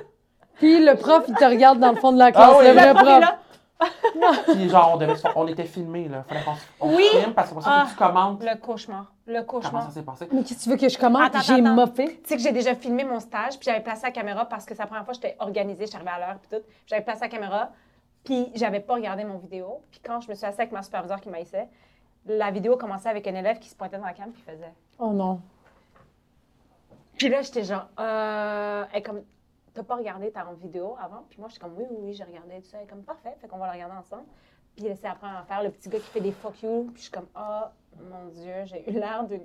Speaker 2: Puis le prof, il te regarde dans le fond de la classe,
Speaker 3: Ah oui,
Speaker 2: le
Speaker 3: le
Speaker 2: vrai
Speaker 1: prof est
Speaker 2: prof.
Speaker 1: là.
Speaker 3: Puis genre, on, devait se- on était filmé là. Fallait qu'on se on se
Speaker 1: Oui.
Speaker 3: filme parce que pour ça, faut que tu
Speaker 2: Ah,
Speaker 3: commentes
Speaker 1: Le cauchemar. Le
Speaker 3: comment
Speaker 1: cauchemar.
Speaker 3: ça s'est passé.
Speaker 2: Mais qu'est-ce que tu veux que je commente?
Speaker 1: Attends,
Speaker 2: J'ai
Speaker 1: attends.
Speaker 2: moppé.
Speaker 1: Tu sais que j'ai déjà filmé mon stage, puis j'avais placé la caméra parce que c'est la première fois que j'étais organisée, j'étais arrivée à l'heure, puis tout. Puis J'avais placé la caméra, puis j'avais pas regardé mon vidéo. Puis quand je me suis assise avec ma superviseure qui m'haïssait, la vidéo commençait avec un élève qui se pointait dans la cam, puis il faisait.
Speaker 2: Oh non.
Speaker 1: Puis là, j'étais genre, euh, elle est comme, t'as pas regardé ta vidéo avant? Puis moi, j'étais comme, oui, oui, oui, j'ai regardé tout ça. Elle est comme, parfait, fait qu'on va la regarder ensemble. Puis c'est après à faire, le petit gars qui fait des fuck you. Puis je suis comme, ah, mon Dieu, j'ai eu l'air d'une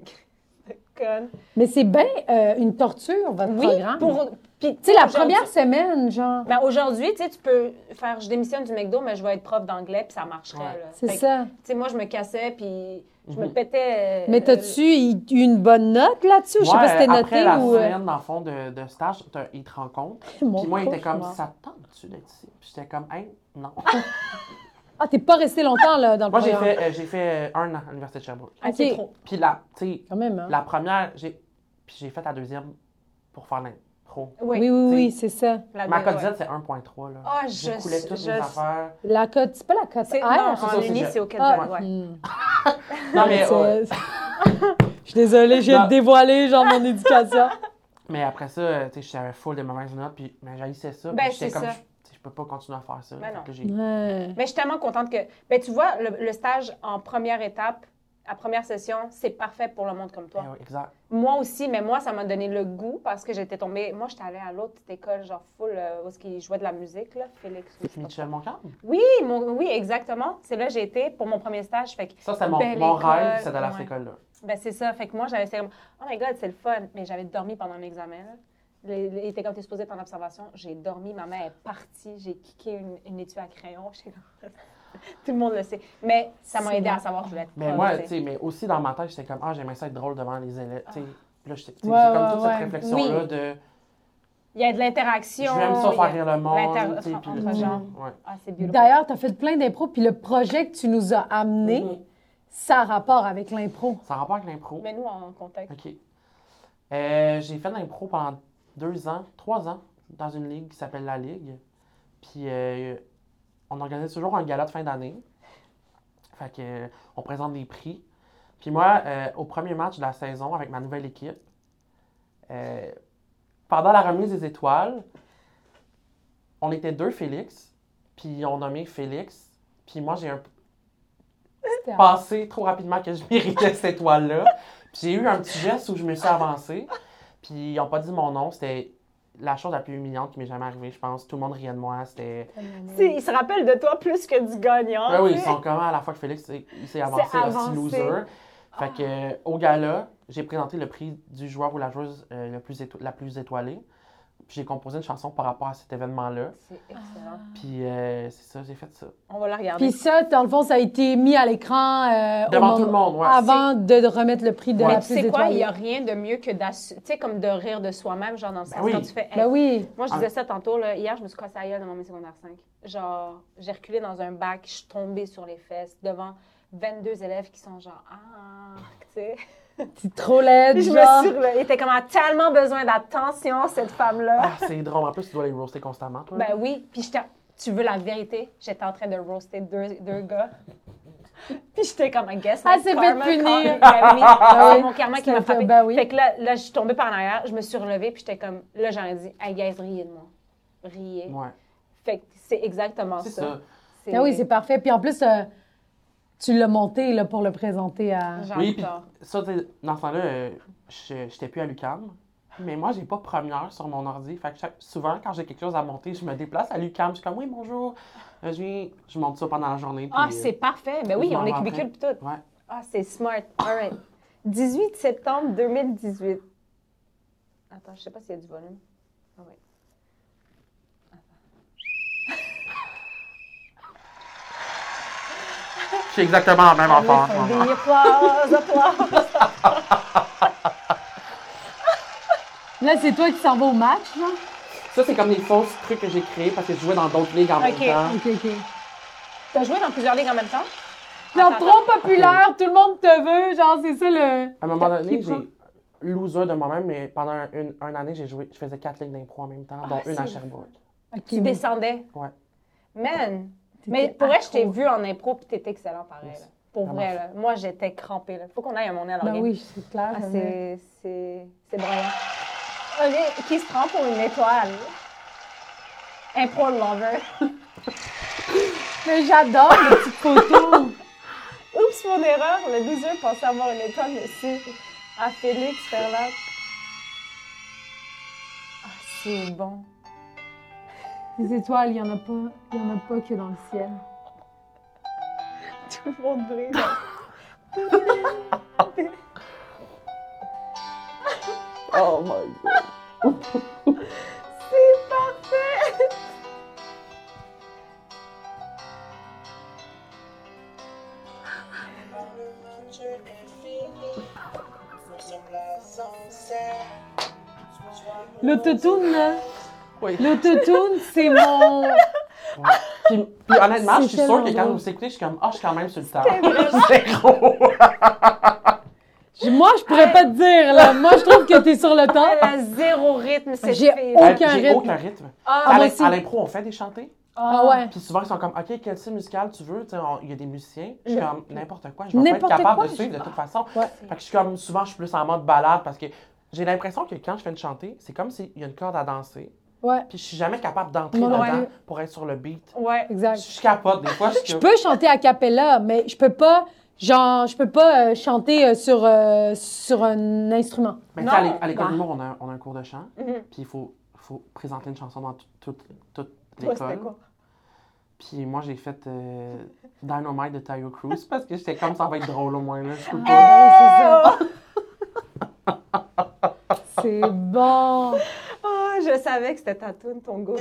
Speaker 1: de conne.
Speaker 2: Mais c'est bien euh, une torture, votre
Speaker 1: Oui,
Speaker 2: programme.
Speaker 1: pour. Puis,
Speaker 2: Tu sais, la première semaine, genre.
Speaker 1: Ben aujourd'hui, tu sais, tu peux faire, je démissionne du McDo, mais je vais être prof d'anglais, puis ça marcherait.
Speaker 3: Ouais.
Speaker 1: là.
Speaker 2: C'est
Speaker 1: Fait que,
Speaker 2: ça.
Speaker 1: Tu sais, moi, je me cassais, puis je me
Speaker 3: Mhm.
Speaker 1: pétais. euh,
Speaker 2: Mais t'as-tu eu une bonne note là-dessus? Je sais
Speaker 3: Moi,
Speaker 2: pas si t'es noté
Speaker 3: euh, après la
Speaker 2: ou. euh,
Speaker 3: semaine, dans le fond, de, de stage, t'as- ils te rencontrent.
Speaker 2: Mon
Speaker 3: Puis moi, il était comme,
Speaker 2: cauchemar.
Speaker 3: ça te tente-tu d'être ici? Puis j'étais comme, hein, non.
Speaker 2: Ah, t'es pas resté longtemps là, dans le
Speaker 3: Moi, j'ai
Speaker 2: programme.
Speaker 3: fait, euh, j'ai fait euh, un an à l'Université de Sherbrooke.
Speaker 1: Ah, c'est trop.
Speaker 3: Puis la, tu sais,
Speaker 2: Quand même, hein?
Speaker 3: la première, j'ai, puis j'ai fait la deuxième pour faire l'intro.
Speaker 1: Oui,
Speaker 2: Oui, oui, oui, c'est ça.
Speaker 1: la
Speaker 3: Ma
Speaker 1: deux,
Speaker 3: cotisation,
Speaker 1: ouais.
Speaker 3: c'est 1.3, là.
Speaker 1: Ah,
Speaker 3: je
Speaker 1: je-
Speaker 3: coulais toutes
Speaker 1: je-
Speaker 3: mes affaires.
Speaker 2: La cote, Ah, c'est pas la cote
Speaker 1: C'est-
Speaker 2: R.
Speaker 1: non,
Speaker 3: ça,
Speaker 1: en
Speaker 3: c'est
Speaker 1: uni,
Speaker 3: ça.
Speaker 1: c'est au Québec,
Speaker 2: Ah,
Speaker 1: ouais.
Speaker 2: hmm. Ah,
Speaker 3: Non, mais,
Speaker 2: C'est-
Speaker 3: ouais.
Speaker 2: Je suis désolée, je viens
Speaker 3: Non.
Speaker 2: de dévoiler genre mon éducation.
Speaker 3: mais après ça, euh, tu sais, j'avais full de mauvaises notes, puis mais j'haïssais ça.
Speaker 1: Ben,
Speaker 3: puis j'étais
Speaker 1: c'est
Speaker 3: comme,
Speaker 1: ça.
Speaker 3: je- tu sais, je peux pas continuer à faire ça.
Speaker 1: Ben
Speaker 3: Fait
Speaker 1: non.
Speaker 3: que là, j'ai-
Speaker 2: Ouais.
Speaker 1: Mais je suis tellement contente que. Ben, tu vois, le, le stage en première étape, à première session, c'est parfait pour le monde comme toi.
Speaker 3: Ben oui, exact.
Speaker 1: Moi aussi, mais moi, ça m'a donné le goût parce que j'étais tombée. Moi, j'étais allée à l'autre petite école, genre full, euh, où ils jouaient de la musique, là, Félix. ou je sais pas.
Speaker 3: Michel Moncalm.
Speaker 1: Oui, mon- oui, exactement. C'est là que j'ai été pour mon premier stage. Fait que,
Speaker 3: Ça, c'était mon,
Speaker 1: Belle
Speaker 3: mon
Speaker 1: école,
Speaker 3: rêve, c'est d'aller à cette
Speaker 1: ouais.
Speaker 3: école-là.
Speaker 1: ben, c'est ça. Fait que moi, j'avais, c'est comme, oh my god, c'est le fun. Mais j'avais dormi pendant l'examen, là. Les- les- Il était comme t'es supposé être en observation. J'ai dormi, ma mère est partie, j'ai kické une, une étui à crayon. J'étais comme- Tout le monde le sait. Mais ça m'a
Speaker 2: C'est
Speaker 1: aidé
Speaker 2: bon.
Speaker 1: à savoir que je voulais être
Speaker 3: Mais
Speaker 1: prof,
Speaker 3: moi,
Speaker 1: tu sais.
Speaker 3: tu sais, mais aussi dans ma tête, j'étais comme, ah, j'aimais ça être drôle devant les élèves.
Speaker 1: Ah.
Speaker 3: tu sais. Puis Là, j'étais- tu sais,
Speaker 2: Ouais,
Speaker 3: c'est comme
Speaker 2: ouais,
Speaker 3: toute
Speaker 2: ouais.
Speaker 3: cette réflexion-là
Speaker 1: Oui.
Speaker 3: de
Speaker 1: Il y a de
Speaker 3: je
Speaker 1: l'interaction.
Speaker 3: vais aimer ça
Speaker 1: il y a-
Speaker 3: faire rire le monde.
Speaker 1: l'inter-
Speaker 3: tu sais, puis
Speaker 1: entre
Speaker 3: là,
Speaker 1: gens.
Speaker 3: ouais.
Speaker 1: Ah, c'est beautiful.
Speaker 2: D'ailleurs, tu as fait plein d'impro, puis le projet que tu nous as amené,
Speaker 3: Mhm.
Speaker 2: ça a rapport avec l'impro.
Speaker 3: Ça a rapport avec l'impro.
Speaker 1: Mais nous, en contexte.
Speaker 3: OK. Euh, j'ai fait de l'impro pendant deux ans, trois ans, dans une ligue qui s'appelle La Ligue. Puis euh, on organise toujours un gala de fin d'année. Fait que, euh, on présente des prix. Puis moi, euh, au premier match de la saison avec ma nouvelle équipe, euh, pendant la remise des étoiles, on était deux Félix, puis ils ont nommé Félix. Puis moi, j'ai un
Speaker 2: C'était-
Speaker 3: passé trop rapidement que je méritais cette étoile-là. Puis j'ai eu un petit geste où je me suis avancée. Puis ils n'ont pas dit mon nom. C'était la chose la plus humiliante qui m'est jamais arrivée, je pense. Tout le monde riait de moi. C'était.
Speaker 1: Il se rappelle de toi plus que du gagnant.
Speaker 3: Ben oui,
Speaker 1: tu
Speaker 3: ils
Speaker 1: sais.
Speaker 3: sont comment à la fois que Félix s'est- il s'est avancé,
Speaker 1: C'est
Speaker 3: aussi
Speaker 1: avancé.
Speaker 3: loser. Fait que, euh, au gala, j'ai présenté le prix du joueur ou la joueuse euh, le plus éto- la plus étoilée. Puis j'ai composé une chanson par rapport à cet événement-là.
Speaker 1: C'est excellent.
Speaker 3: Puis euh, c'est ça, j'ai fait ça.
Speaker 1: On va la regarder.
Speaker 2: Puis ça, dans le fond, ça a été mis à l'écran euh, au
Speaker 3: Devant
Speaker 2: moment-
Speaker 3: tout le monde, ouais.
Speaker 2: avant de remettre le prix de
Speaker 3: Ouais.
Speaker 2: la
Speaker 1: Mais tu
Speaker 2: plus
Speaker 1: sais quoi, il
Speaker 2: étoilée.
Speaker 1: n'y a rien de mieux que d'assu- tu sais, comme de rire de soi-même, genre dans le sens
Speaker 3: Ben oui.
Speaker 1: quand tu fais. Hey,
Speaker 2: Ben oui.
Speaker 1: Moi, je disais ça tantôt, là, hier, je me suis cassée la gueule dans mon secondaire 5. Genre, j'ai reculé dans un bac, je suis tombée sur les fesses devant 22 élèves qui sont genre, ah, tu sais.
Speaker 2: C'est trop laide,
Speaker 1: Puis je
Speaker 2: genre.
Speaker 1: me suis relevée. Il était comme, elle a tellement besoin d'attention, cette femme-là.
Speaker 3: Ah, c'est drôle. En plus, tu dois les roaster constamment, toi.
Speaker 1: Ben oui, puis j'étais- tu veux la vérité, j'étais en train de roaster deux, deux gars. puis j'étais comme, I guess,
Speaker 2: Elle
Speaker 1: my
Speaker 2: s'est fait
Speaker 1: karma
Speaker 2: punir.
Speaker 1: called me. Ben oui,
Speaker 2: Ben
Speaker 1: c'est
Speaker 2: oui,
Speaker 1: mon karma qui
Speaker 2: c'est
Speaker 1: m'a
Speaker 2: ça,
Speaker 1: frappé.
Speaker 2: ben oui.
Speaker 1: Fait que là, là, je suis tombée par en arrière, je me suis relevée, puis j'étais comme, là, j'en ai dit, hey guys, riez de moi. Riez.
Speaker 3: Ouais.
Speaker 1: Fait que c'est exactement
Speaker 3: C'est
Speaker 1: ça.
Speaker 3: ça.
Speaker 2: Ben oui, c'est parfait. Puis en plus, euh, tu l'as monté là, pour le présenter à...
Speaker 1: J'en
Speaker 3: Oui,
Speaker 1: ai
Speaker 3: puis
Speaker 1: peur.
Speaker 3: ça, tu sais, dans ce temps-là, euh, je- j'étais plus à l'UCAM. Mais moi, j'ai pas première sur mon ordi. Fait que chaque- souvent, quand j'ai quelque chose à monter, je me déplace à l'UCAM. Je suis comme, oui, bonjour. Euh, je viens, je monte ça pendant la journée. puis,
Speaker 1: Ah,
Speaker 3: euh,
Speaker 1: c'est parfait. Ben oui,
Speaker 3: je m'en
Speaker 1: on est
Speaker 3: vais après.
Speaker 1: cubicule puis tout.
Speaker 3: Ouais.
Speaker 1: Ah, c'est smart. All right. 18 septembre 2018. Attends, je sais pas s'il y a du volume. Ah ouais.
Speaker 3: Je suis exactement la même enfant. en ce moment.
Speaker 1: Des applauses, applauses.
Speaker 2: Là, c'est toi qui s'en vas au match, là?
Speaker 3: Ça, c'est comme les fausses trucs que j'ai créés parce que je jouais dans d'autres ligues en
Speaker 1: Ok.
Speaker 3: même temps.
Speaker 2: OK, OK.
Speaker 1: T'as joué dans plusieurs ligues en même temps?
Speaker 2: Genre
Speaker 1: Attends,
Speaker 2: trop populaire, tout le monde te veut, genre c'est ça le...
Speaker 3: À un moment donné,
Speaker 2: Qui prend-
Speaker 3: j'ai loser de moi-même, mais pendant un- une, une année, j'ai joué, je faisais quatre ligues d'impro en même temps, dont une à
Speaker 1: Ah, c'est-
Speaker 3: Sherbrooke.
Speaker 2: Ok,
Speaker 1: Tu descendais.
Speaker 3: Ouais.
Speaker 1: Man!
Speaker 2: t'étais
Speaker 1: Mais pour vrai, je t'ai
Speaker 2: accro.
Speaker 1: vu en impro puis t'étais excellent pareil. là. Pour
Speaker 3: Vraiment.
Speaker 1: vrai, là. Moi, j'étais crampée. Là. Faut qu'on aille à mon nez à
Speaker 2: Ben
Speaker 1: l'organe.
Speaker 2: oui, c'est clair.
Speaker 1: Ah,
Speaker 2: mais-
Speaker 1: c'est, c'est, c'est brillant. Ok, qui se prend pour une étoile? Impro lover.
Speaker 2: Mais j'adore les petites photos.
Speaker 1: Oups, mon erreur. Le 12 heures pensait avoir une étoile aussi. À Félix Ferlat. Ah, c'est bon.
Speaker 2: Les étoiles, il n'y en a pas, il y en a pas que dans le ciel.
Speaker 1: Tout le monde brille.
Speaker 3: Oh my god.
Speaker 1: C'est parfait!
Speaker 2: L'autotune, là.
Speaker 3: Oui.
Speaker 2: L'autotune, c'est mon...
Speaker 3: Ouais. Puis, puis honnêtement,
Speaker 2: C'est
Speaker 3: je suis sûre
Speaker 2: tellement
Speaker 3: que quand
Speaker 2: drôle.
Speaker 3: vous s'écoutez, je suis comme, ah, je suis quand même sur le
Speaker 1: vrai.
Speaker 3: temps. Zéro.
Speaker 2: Je- Moi, je pourrais pas te dire, là. Moi, je trouve que t'es sur le temps.
Speaker 1: Elle a zéro rythme, cette
Speaker 2: J'ai
Speaker 1: fille.
Speaker 2: aucun
Speaker 3: J'ai
Speaker 2: rythme.
Speaker 3: aucun rythme.
Speaker 1: Ah,
Speaker 2: Ah,
Speaker 3: à
Speaker 2: moi
Speaker 3: l'im-
Speaker 2: aussi.
Speaker 3: à l'impro, on fait des chantés.
Speaker 2: Ah ouais.
Speaker 3: Puis souvent, ils sont comme, OK, quel style musical tu veux? Tu sais, on- Il y a des musiciens. Je suis
Speaker 2: Le-
Speaker 3: comme, n'importe quoi. Je vais pas être
Speaker 2: N'importe
Speaker 3: capable
Speaker 2: quoi,
Speaker 3: de suivre
Speaker 2: je-
Speaker 3: de toute façon.
Speaker 2: Ouais.
Speaker 3: Fait que je suis comme, souvent, je suis plus en mode balade parce que j'ai l'impression que quand je fais une chantée, c'est comme s'il y a une corde à danser.
Speaker 2: Ouais,
Speaker 3: Puis je suis jamais capable d'entrer
Speaker 2: Moi non
Speaker 3: dedans
Speaker 2: plus.
Speaker 3: pour être sur le beat.
Speaker 1: ouais.
Speaker 2: exact.
Speaker 3: Je capote des fois. Je suis
Speaker 2: Je
Speaker 3: comme-
Speaker 2: peux chanter a cappella, mais je peux pas, genre, je peux pas euh, chanter euh, sur, euh, sur un instrument.
Speaker 3: Mais tu sais, à
Speaker 1: Non.
Speaker 3: l'é- à l'école
Speaker 2: Bah.
Speaker 3: d'humour, on a, on a un cours de chant.
Speaker 1: Mhm.
Speaker 3: Puis il faut, faut présenter une chanson dans tout- toute toute
Speaker 1: Toi, c'était
Speaker 3: l'école.
Speaker 1: quoi?
Speaker 3: Puis moi, j'ai fait euh, Dynamite de Tayo Cruz parce que j'étais comme ça va être drôle au moins. Là. Je peux
Speaker 1: oh!
Speaker 2: Eh,
Speaker 3: pas-
Speaker 2: c'est ça. C'est bon.
Speaker 1: Ah, je savais que c'était ta tune, ton go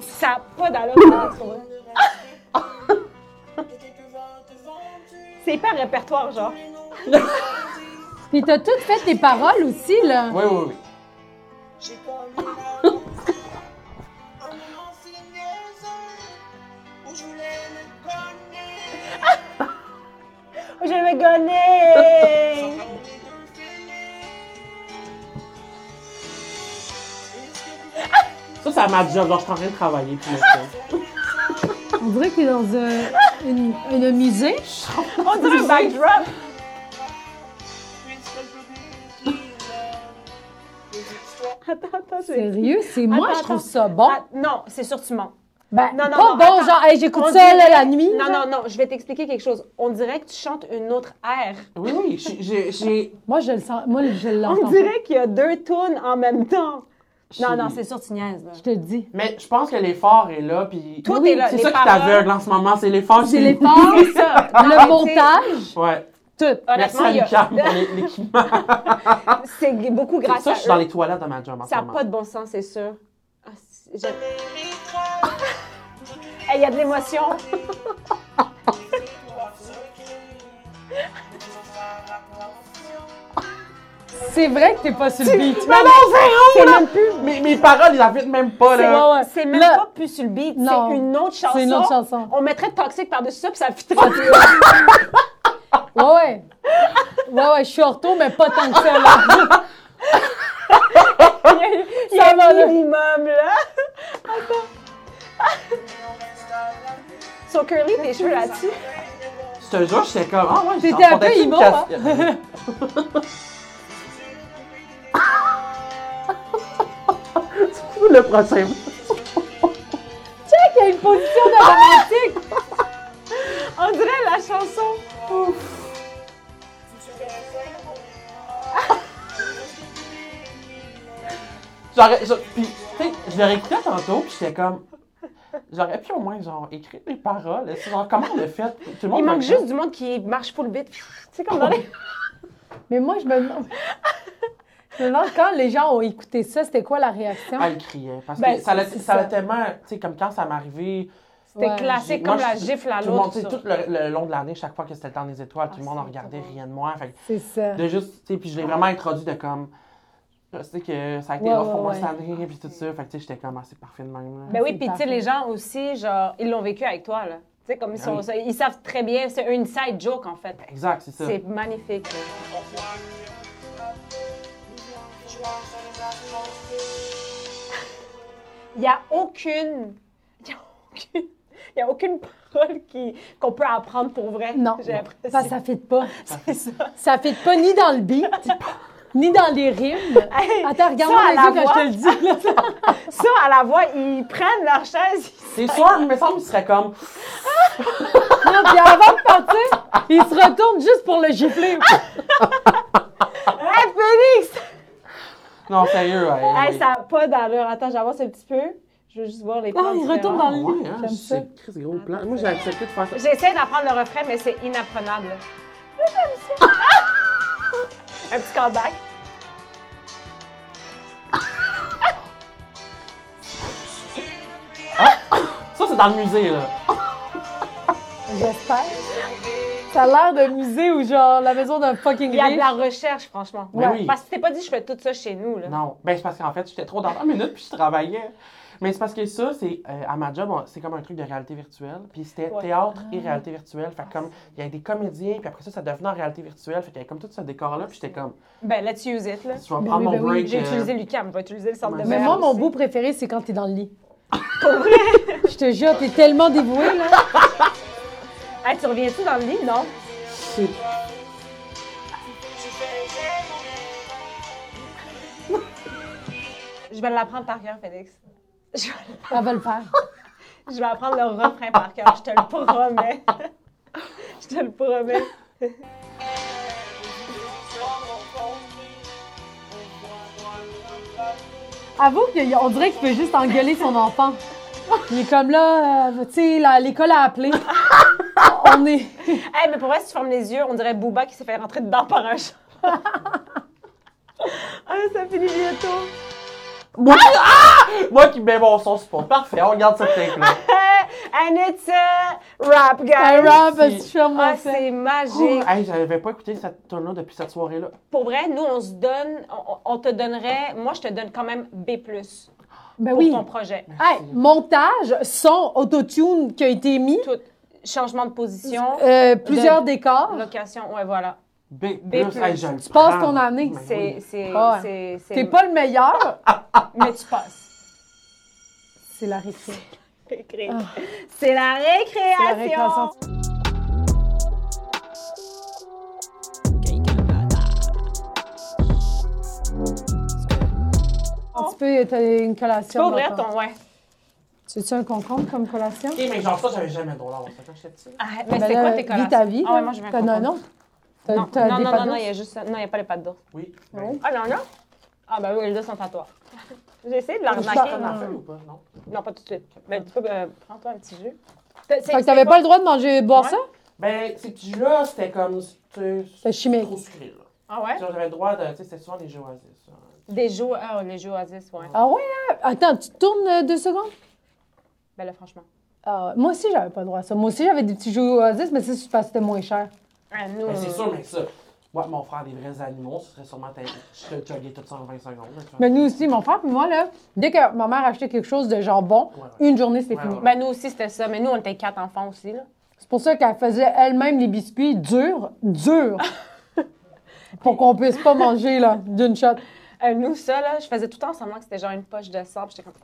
Speaker 1: Ça n'a pas d'allure hein. comment tu vois. C'est hyper répertoire, genre.
Speaker 2: Puis t'as toutes fait tes paroles aussi, là.
Speaker 3: Oui, oui, oui.
Speaker 1: Je me connais!
Speaker 3: Ça, c'est à ma job. Genre, je suis en train de travailler. Puis là, je-
Speaker 2: On dirait qu'il est dans un, une, une musée.
Speaker 1: On dirait un backdrop! Attends, attends, je vais-
Speaker 2: Sérieux, c'est moi,
Speaker 1: Attends,
Speaker 2: je trouve
Speaker 1: attends.
Speaker 2: ça bon.
Speaker 1: Ah, non, c'est sûr que tu mens.
Speaker 2: Ben,
Speaker 1: non, non,
Speaker 2: pas
Speaker 1: non,
Speaker 2: bon,
Speaker 1: attends.
Speaker 2: genre, hey, j'écoute
Speaker 1: On
Speaker 2: ça là,
Speaker 1: dirait-
Speaker 2: la nuit.
Speaker 1: Non,
Speaker 2: genre.
Speaker 1: non, non, je vais t'expliquer quelque chose. On dirait que tu chantes une autre air.
Speaker 3: Oui, oui. j'ai- j'ai- J'ai.
Speaker 2: Moi, je le sens, moi, je l'entends.
Speaker 1: On dirait qu'il y a deux tunes en même temps. Non,
Speaker 3: j'ai-
Speaker 1: non, c'est sûr, tu niaises. là.
Speaker 2: Je te le dis.
Speaker 3: Mais je pense que l'effort est là. Puis.
Speaker 1: Tout
Speaker 2: Oui,
Speaker 1: est là.
Speaker 3: C'est
Speaker 1: les
Speaker 3: ça qui
Speaker 1: paroles.
Speaker 3: t'aveugle en ce moment. C'est l'effort.
Speaker 2: C'est
Speaker 3: qui-
Speaker 2: l'effort, ça.
Speaker 1: mais
Speaker 2: Le
Speaker 1: tu-
Speaker 2: montage,
Speaker 3: Ouais.
Speaker 2: tout.
Speaker 3: Merci
Speaker 1: Honnêtement,
Speaker 3: à
Speaker 1: il y a-
Speaker 3: Lucam pour l'é- l'équipement.
Speaker 1: c'est beaucoup grâce
Speaker 3: Ça,
Speaker 1: à
Speaker 3: je suis dans
Speaker 1: eux.
Speaker 3: les toilettes de ma job en ce
Speaker 1: Ça n'a
Speaker 3: moment.
Speaker 1: pas de bon sens, c'est sûr. Ah, c'est- j'aime- Hey, Il y a de l'émotion.
Speaker 2: C'est vrai que t'es pas sur le beat.
Speaker 3: Mais non,
Speaker 1: C'est
Speaker 3: zéro, là!
Speaker 1: même plus.
Speaker 3: Mes, mes paroles, ils affûtent même pas,
Speaker 1: C'est
Speaker 3: là.
Speaker 2: ouais.
Speaker 1: c'est même
Speaker 2: Là-
Speaker 1: pas plus sur le beat.
Speaker 2: Non.
Speaker 1: C'est une autre chanson.
Speaker 2: C'est une autre chanson.
Speaker 1: On mettrait Toxic par-dessus ça, puis ça fitterait.
Speaker 2: Ouais, ouais. Ouais, ouais, je suis ortho, mais pas tant que ça, là.
Speaker 1: Il y a
Speaker 2: Ça va,
Speaker 1: un
Speaker 2: là.
Speaker 1: minimum, là. Attends. Son curly, tes cheveux là-dessus.
Speaker 3: Je te jure, j'étais comme. Ah ouais,
Speaker 2: T'étais
Speaker 3: j'en
Speaker 2: un peu
Speaker 3: portais-tu une
Speaker 2: immo,
Speaker 3: casquette?
Speaker 1: hein.
Speaker 3: le prochain.
Speaker 2: Il y a une position de romantique.
Speaker 1: On dirait la chanson. Ouf.
Speaker 3: J'aurais. je- Puis, tu sais, je le réécoutais tantôt, puis j'étais comme. J'aurais pu au moins, genre, écrire des paroles. C'est Genre, comment on l'a fait? Tout le monde
Speaker 1: Il
Speaker 3: m'a
Speaker 1: manque
Speaker 3: dit-
Speaker 1: juste du monde qui marche full beat. Tu sais, comme dans les.
Speaker 2: Mais moi, je me demande. Je me demande quand les gens ont écouté ça, c'était quoi la réaction?
Speaker 3: Ah, il criait. Parce que
Speaker 1: Ben,
Speaker 3: ça l'a
Speaker 2: c'est
Speaker 3: ça l'a
Speaker 2: ça.
Speaker 3: tellement. Tu sais, comme quand ça m'est arrivé.
Speaker 1: C'était
Speaker 2: Ouais.
Speaker 1: classique,
Speaker 3: J'ai-
Speaker 1: Ah, comme
Speaker 3: moi,
Speaker 1: la
Speaker 3: je-
Speaker 1: gifle à
Speaker 3: Tout le monde,
Speaker 1: l'autre.
Speaker 3: tu sais,
Speaker 1: ça.
Speaker 3: tout le, le long de l'année, chaque fois que c'était le temps des étoiles,
Speaker 1: Ah,
Speaker 3: tout le monde en
Speaker 1: c'est
Speaker 3: regardait,
Speaker 1: drôle.
Speaker 3: rien de moi. Fait que
Speaker 2: C'est ça.
Speaker 3: de juste, tu sais, puis je l'ai vraiment introduit de comme, je sais que ça a été
Speaker 2: Ouais,
Speaker 3: rough
Speaker 2: ouais,
Speaker 3: pour moi
Speaker 2: ouais.
Speaker 3: cette année, puis tout ça, fait que tu sais, j'étais comme, ah, c'est parfait de même, là.
Speaker 1: Ben oui,
Speaker 2: C'est
Speaker 1: puis tu sais,
Speaker 2: parfait.
Speaker 1: les gens aussi, genre, ils l'ont vécu avec toi, là. Tu sais, comme ils, sont,
Speaker 3: Ah
Speaker 1: ils savent très bien, c'est une side joke, en fait.
Speaker 3: Exact, c'est ça.
Speaker 1: C'est magnifique. là. Il n'y a aucune... Il n'y a aucune... Il y a aucune parole qui- qu'on peut apprendre pour vrai.
Speaker 2: Non.
Speaker 1: J'ai l'impression.
Speaker 2: Ça, ça fit pas.
Speaker 1: C'est ça.
Speaker 2: Ça fit pas ni dans le beat, ni dans les rimes.
Speaker 1: Hey,
Speaker 2: Attends,
Speaker 1: ça,
Speaker 2: regarde-moi
Speaker 1: à
Speaker 2: les
Speaker 1: la
Speaker 2: yeux quand
Speaker 1: voix.
Speaker 2: je te le dis. là.
Speaker 1: Ça, à la voix, ils prennent leur chaise.
Speaker 3: C'est sûr, mais il me semble qu'il serait comme,
Speaker 2: Non, puis avant de partir, il se retourne juste pour le gifler.
Speaker 1: Hey, Félix!
Speaker 3: non, sérieux, ouais.
Speaker 1: Hey,
Speaker 3: ouais.
Speaker 1: ça n'a pas d'allure. Attends, j'avance un petit peu. Je veux juste voir les plans
Speaker 2: Oh, il
Speaker 1: différents.
Speaker 2: retourne dans le-
Speaker 3: Ouais, hein,
Speaker 2: J'aime
Speaker 3: je
Speaker 2: ça.
Speaker 3: sais, Chris, gros plan. Moi, j'ai accepté de faire ça.
Speaker 1: J'essaie d'apprendre le refrain, mais c'est inapprenable. Un petit comeback.
Speaker 3: Ça, c'est dans le musée, là.
Speaker 2: J'espère. Ça a l'air d'un musée ou genre la maison d'un fucking
Speaker 1: Il y a de
Speaker 2: riche.
Speaker 1: la recherche, franchement.
Speaker 3: Ben oui.
Speaker 1: Parce que t'es pas dit, je fais tout ça chez nous. Là.
Speaker 3: Non, ben c'est parce qu'en fait, j'étais trop dans la minute, puis je travaillais. Mais c'est parce que ça, c'est euh, à ma job, on- c'est comme un truc de réalité virtuelle. Puis c'était
Speaker 1: Ouais.
Speaker 3: théâtre et réalité virtuelle. Fait que comme il y avait des comédiens, puis après ça, ça devenait en réalité virtuelle. Fait qu'il y avait comme tout ce décor-là. Puis j'étais comme,
Speaker 1: Ben, let's use it, là.
Speaker 3: tu vas
Speaker 2: Ben
Speaker 3: prendre
Speaker 2: oui,
Speaker 3: mon
Speaker 2: ben oui,
Speaker 3: break.
Speaker 1: J'ai
Speaker 3: euh,
Speaker 1: utilisé Lucam, on va utiliser le centre de
Speaker 3: Mais
Speaker 2: Mais
Speaker 1: verre
Speaker 2: moi, mon
Speaker 1: aussi.
Speaker 2: beau préféré, c'est quand t'es dans le lit. Je te jure, t'es tellement dévoué, là.
Speaker 1: Hey, tu reviens-tu dans le lit? Non.
Speaker 3: c'est-
Speaker 1: Je vais l'apprendre par cœur, Félix. Je vais,
Speaker 2: Elle va le faire.
Speaker 1: je vais apprendre le refrain par cœur, je te le promets. je te le promets.
Speaker 2: Avoue qu'on dirait qu'il peut juste engueuler son enfant. Il est comme là, euh, tu sais, la- l'école a appelé. On est.
Speaker 1: Hey, mais pour vrai, si tu fermes les yeux, on dirait Booba qui s'est fait rentrer dedans par un chat. ah, ça finit bientôt.
Speaker 3: Moi, ah! Moi qui mets mon son, c'est pas parfait. On regarde cette technique-là.
Speaker 1: And it's a rap,
Speaker 2: Un
Speaker 1: guys.
Speaker 2: rap, parce que je ferme mon
Speaker 1: Ah,
Speaker 2: sel.
Speaker 1: c'est magique.
Speaker 3: Ouh, Hey, j'avais pas écouté cette tune-là depuis cette soirée-là.
Speaker 1: Pour vrai, nous, on se donne, on, on te donnerait, moi, je te donne quand même B+, pour
Speaker 2: Ben oui.
Speaker 1: ton projet.
Speaker 2: Hey, montage, son, autotune qui a été mis,
Speaker 1: Tout. Changement de position,
Speaker 2: euh, plusieurs décors.
Speaker 1: location, ouais, voilà.
Speaker 3: B,
Speaker 1: B+.
Speaker 3: plus. Hey, je le
Speaker 2: Tu passes
Speaker 3: prends.
Speaker 2: ton année.
Speaker 3: Ben oui.
Speaker 1: C'est, c'est,
Speaker 2: Ah ouais.
Speaker 1: c'est, c'est-
Speaker 2: T'es pas le meilleur,
Speaker 1: Mais tu passes.
Speaker 2: c'est la récré.
Speaker 1: Récré. Ah. C'est la récréation.
Speaker 2: C'est la récréation. Tu peux, t'as une
Speaker 1: Tu peux
Speaker 2: collation.
Speaker 1: ouvrir
Speaker 2: maintenant.
Speaker 1: ton, ouais.
Speaker 2: Tu veux-tu un concombre comme collation?
Speaker 3: Ok, mais genre ça, j'avais jamais le droit d'avoir ça quand j'étais petite.
Speaker 1: Ah, mais
Speaker 2: Ben
Speaker 1: c'est
Speaker 2: là,
Speaker 1: quoi tes collations?
Speaker 2: Vis ta vie.
Speaker 1: Ah ouais,
Speaker 2: là.
Speaker 1: moi, je vais
Speaker 2: T'en as un autre? T'as-
Speaker 1: Non,
Speaker 2: euh, t'as
Speaker 1: non,
Speaker 2: des
Speaker 1: non, non,
Speaker 2: pattes
Speaker 1: non, il
Speaker 2: d'ours?
Speaker 1: y a juste ça. Non, il n'y a pas les pattes d'ours.
Speaker 3: Oui. Ben,
Speaker 2: Ouais.
Speaker 1: Ah, il y en a? Ah, ben oui, les deux sont à toi. J'ai essayé de l'arnaquer.
Speaker 2: pas-
Speaker 3: T'en
Speaker 1: Non.
Speaker 3: as fait ou pas? Non.
Speaker 1: non, pas tout de suite. Mais tu peux, euh, prends-toi un petit jus.
Speaker 2: Fait que t'avais pas le droit de manger, boire
Speaker 1: Ouais.
Speaker 2: ça?
Speaker 3: Ben, ces petits jeux-là, c'était comme. tu
Speaker 2: C'est
Speaker 3: sais,
Speaker 2: chimique.
Speaker 3: Trop sucré, là.
Speaker 1: Ah ouais?
Speaker 3: Genre, j'avais le droit de. Tu sais, c'était souvent des jeux oasis. ça.
Speaker 1: Des joues, ah, les joues Oasis, ouais.
Speaker 2: Ah ouais, hein? Attends, tu tournes euh, deux secondes?
Speaker 1: Ben là, franchement.
Speaker 2: Ah, moi aussi, j'avais pas le droit à ça. Moi aussi, j'avais des petits jouets Oasis, mais c'est parce que c'était moins cher.
Speaker 1: Ah, nous.
Speaker 3: Ben, c'est sûr, mais ça. Moi, mon frère, des vrais animaux, ce serait sûrement. ta- Je te joguais tout ça en 20 secondes. là, tu vois.
Speaker 2: Mais nous aussi, mon frère puis moi, là, dès que ma mère achetait quelque chose de genre bon,
Speaker 3: Ouais, ouais.
Speaker 2: une journée, c'était
Speaker 3: Ouais,
Speaker 2: fini.
Speaker 3: ouais.
Speaker 1: Ben nous aussi, c'était ça. Mais nous, on était quatre enfants aussi, là.
Speaker 2: C'est pour ça qu'elle faisait elle-même les biscuits durs, durs, pour qu'on puisse pas manger, là, d'une shot.
Speaker 1: Euh, nous, ça, là, je faisais tout le temps semblant que c'était genre une poche de sable. J'étais comme.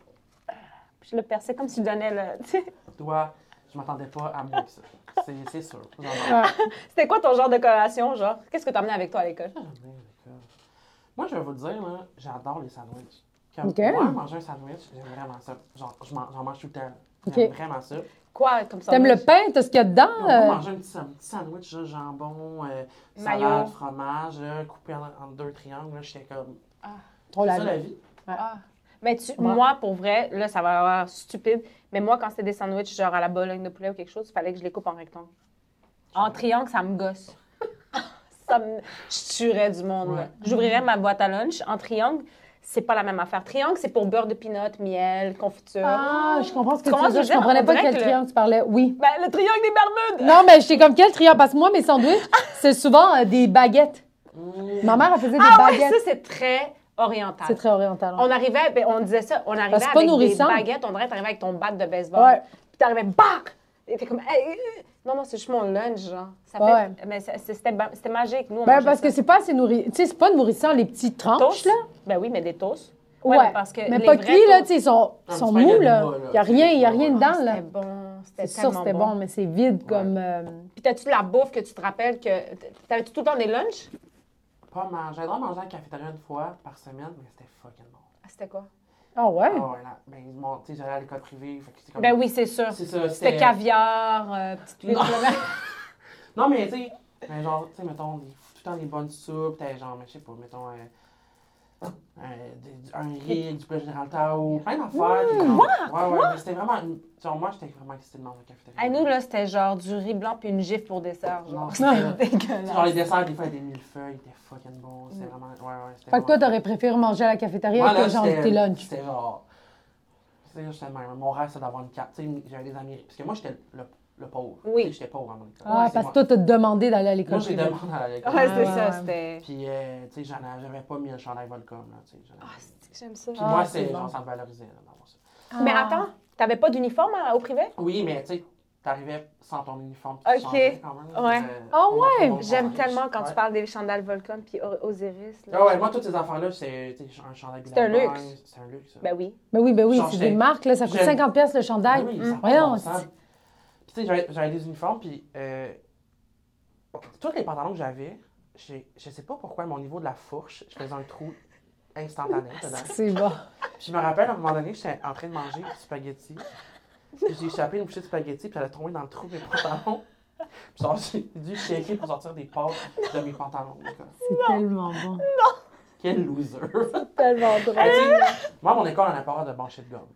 Speaker 1: ah, Puis je le perçais comme si tu donnais le. tu sais.
Speaker 3: Toi, je m'attendais pas à moins que ça. C'est- C'est sûr. J'en ai-
Speaker 1: Ah.
Speaker 2: Ouais.
Speaker 1: C'était quoi ton genre de collation, genre? Qu'est-ce que t'as amené avec toi à l'école?
Speaker 3: j'en ai, Ah, ben, d'accord. Moi, je vais vous le dire, là, j'adore les sandwichs. Comme,
Speaker 2: Ok.
Speaker 3: moi, manger un sandwich, j'aime vraiment ça. Genre, je m'en- j'en mange tout le temps. là. J'aime
Speaker 2: Ok.
Speaker 3: vraiment ça.
Speaker 1: Ah. Quoi, comme ça?
Speaker 2: T'aimes le pain, t'as ce qu'il y a dedans?
Speaker 3: On va manger un petit, un petit sandwich, là, jambon, euh,
Speaker 1: Mayo.
Speaker 3: salade, fromage, là, coupé en, en deux triangles. là, J'étais comme.
Speaker 2: euh, trop
Speaker 1: Oh
Speaker 3: C'est
Speaker 2: la
Speaker 3: ça la vie.
Speaker 1: Ah. Mais tu,
Speaker 2: Ouais.
Speaker 1: moi, pour vrai, là, ça va avoir l'air stupide, mais moi, quand c'était des sandwichs, genre à la bologne de poulet ou quelque chose, il fallait que je les coupe en rectangle. En triangle, ça me gosse. ça me... Je tuerais du monde. là.
Speaker 3: Ouais.
Speaker 1: J'ouvrirais ma boîte à lunch en triangle. C'est pas la même affaire. Triangle, c'est pour beurre de pinot, miel, confiture.
Speaker 2: Ah, je comprends ce que
Speaker 1: Tu
Speaker 2: tu
Speaker 1: comprends
Speaker 2: veux dire.
Speaker 1: ce
Speaker 2: Je
Speaker 1: que je veux dire?
Speaker 2: comprenais
Speaker 1: On
Speaker 2: pas
Speaker 1: dirait
Speaker 2: quel
Speaker 1: que le-
Speaker 2: triangle tu parlais. Oui.
Speaker 1: Ben, le triangle des Bermudes!
Speaker 2: Non, mais j'étais comme quel triangle? Parce que moi, mes sandwichs, c'est souvent euh, des baguettes.
Speaker 3: Mmh.
Speaker 2: Ma mère, elle faisait des
Speaker 1: Ah ouais,
Speaker 2: baguettes.
Speaker 1: ça, c'est très oriental.
Speaker 2: c'est très oriental. hein.
Speaker 1: On arrivait, ben, on disait ça, on arrivait
Speaker 2: c'est pas
Speaker 1: avec
Speaker 2: nourrissant.
Speaker 1: des baguettes, on dirait que t'arrivais avec ton bat de baseball.
Speaker 2: Ouais.
Speaker 1: Puis t'arrivais, bac! Et t'es comme, hey, euh, non, non, c'est juste mon lunch, genre. Ça
Speaker 2: Ouais.
Speaker 1: fait, mais ça- c'est- c'était ba- c'était magique, nous. on
Speaker 2: Ben,
Speaker 1: mangeait
Speaker 2: parce
Speaker 1: ça.
Speaker 2: que c'est pas assez nourri. Tu sais, c'est pas nourrissant, les petites tranches,
Speaker 1: toast,
Speaker 2: là.
Speaker 1: là? Ben oui, mais des toasts.
Speaker 2: Ouais.
Speaker 1: mais parce que
Speaker 2: mais
Speaker 1: les
Speaker 2: pas
Speaker 1: vrais
Speaker 2: cuits, là,
Speaker 1: toasts-
Speaker 2: tu sais, ils sont, ils
Speaker 3: Un
Speaker 2: sont
Speaker 3: petit pain
Speaker 2: mous,
Speaker 3: de
Speaker 2: là.
Speaker 3: bois, là.
Speaker 2: Il n'y a rien, il y a rien
Speaker 3: Ah,
Speaker 2: dedans, là.
Speaker 1: C'était bon, c'était
Speaker 2: C'est sûr,
Speaker 1: tellement
Speaker 2: c'était bon, mais c'est vide comme. euh,
Speaker 1: Puis t'as-tu de la bouffe que tu te rappelles que... T'avais-tu tout le temps des lunchs?
Speaker 3: Pas manger. J'adore manger à la cafétéria une fois par semaine, mais c'était fucking bon.
Speaker 1: Ah, c'était quoi?
Speaker 2: Ah ouais?
Speaker 3: Ah ouais, là, ben, bon, tu sais, j'allais à l'école privée. Fait que c'était comme. Ah,
Speaker 1: Ben oui, c'est sûr.
Speaker 3: C'est ça,
Speaker 1: C'était caviar, euh, petite huile.
Speaker 3: Non.
Speaker 1: de-
Speaker 3: Non, mais tu sais, ben, genre, tu sais, mettons, des- tout le temps des bonnes soupes, t'as genre, mais je sais pas, mettons, euh, euh, des- du- un riz, du plat général Tao, plein d'affaires. puis genre- ouais, ouais, mais c'était vraiment. une- Genre, moi, j'étais vraiment excitée de manger au cafétéria.
Speaker 1: Hey, nous, là, c'était genre du riz blanc puis une gifle pour dessert, genre.
Speaker 3: Non,
Speaker 1: C'était
Speaker 3: c'était-
Speaker 1: dégueulasse.
Speaker 3: Genre, les desserts, des fois, il y a des millefeuilles, ils étaient fucking bons. C'était vraiment. Ouais, ouais, c'était.
Speaker 2: Mm. Fait que toi, t'aurais préféré manger à la cafétéria que genre tes lunchs.
Speaker 3: C'était genre. Tu sais, j'étais le même. Mon rêve, c'est d'avoir une carte. Tu sais, j'avais des amis. Parce que moi, j'étais le, le pauvre.
Speaker 1: Oui.
Speaker 3: Tu sais, J'étais pauvre à mon école.
Speaker 2: Ah,
Speaker 3: C'est
Speaker 2: parce
Speaker 3: moi-
Speaker 2: que toi, t'as demandé d'aller à l'école.
Speaker 3: Moi, j'ai
Speaker 2: privée.
Speaker 3: demandé à l'école.
Speaker 1: Ouais,
Speaker 2: Ah,
Speaker 1: c'est
Speaker 2: ouais,
Speaker 1: ça,
Speaker 2: ouais.
Speaker 1: c'était...
Speaker 3: Puis, euh, tu sais, j'en avais- j'avais pas mis le chandail Volcom, là, tu sais. j'en avais-
Speaker 1: Ah, c'est- j'aime ça.
Speaker 3: Puis
Speaker 2: Ah,
Speaker 3: moi,
Speaker 2: c'est
Speaker 3: c'est
Speaker 2: bon.
Speaker 3: genre, ça me valorisait, là, d'avoir ça.
Speaker 1: Mais
Speaker 2: Ah.
Speaker 1: attends, t'avais pas d'uniforme hein, au privé?
Speaker 3: Oui, mais tu sais, t'arrivais sans ton uniforme.
Speaker 1: Ok.
Speaker 3: changeais quand même,
Speaker 1: Ouais.
Speaker 3: euh,
Speaker 2: Ah
Speaker 3: on-
Speaker 2: ouais,
Speaker 3: on- on-
Speaker 1: J'aime
Speaker 3: on-
Speaker 1: tellement quand
Speaker 3: ouais.
Speaker 1: tu parles des chandales Volcom puis O- Osiris. là.
Speaker 3: Ah ouais, moi, toutes ces affaires-là, c'est tu sais, un chandail
Speaker 1: C'est un
Speaker 3: Billabong,
Speaker 1: luxe.
Speaker 3: C'est un luxe. ça.
Speaker 1: Ben oui.
Speaker 2: Ben oui, ben oui,
Speaker 3: Genre,
Speaker 2: c'est
Speaker 3: j'ai-
Speaker 2: des marques, là, ça coûte
Speaker 3: j'ai-
Speaker 2: 50 pièces le
Speaker 3: Ah
Speaker 2: chandail.
Speaker 3: oui, ça
Speaker 1: Mm.
Speaker 3: a pas de
Speaker 2: Voyons,
Speaker 3: bon sens.
Speaker 2: c'est-
Speaker 3: Puis tu sais, j'avais- j'avais des uniformes, puis euh, tous les pantalons que j'avais, j'ai- je sais pas pourquoi, mon niveau de la fourche, je faisais un trou instantané
Speaker 1: Ah,
Speaker 3: dedans.
Speaker 2: C'est bon.
Speaker 3: Puis je me rappelle, à un moment donné, j'étais en train de manger du spaghetti. Puis j'ai échappé une bouchée de spaghetti, puis elle a tombé dans le trou de mes pantalons. Puis genre, j'ai dû shaker pour sortir des pâtes de mes pantalons. quoi.
Speaker 2: C'est tellement bon.
Speaker 3: Quel loser!
Speaker 2: Tellement
Speaker 3: Hey,
Speaker 2: drôle.
Speaker 3: tu sais, moi, à mon école, on n'a pas le droit de bancher de gomme.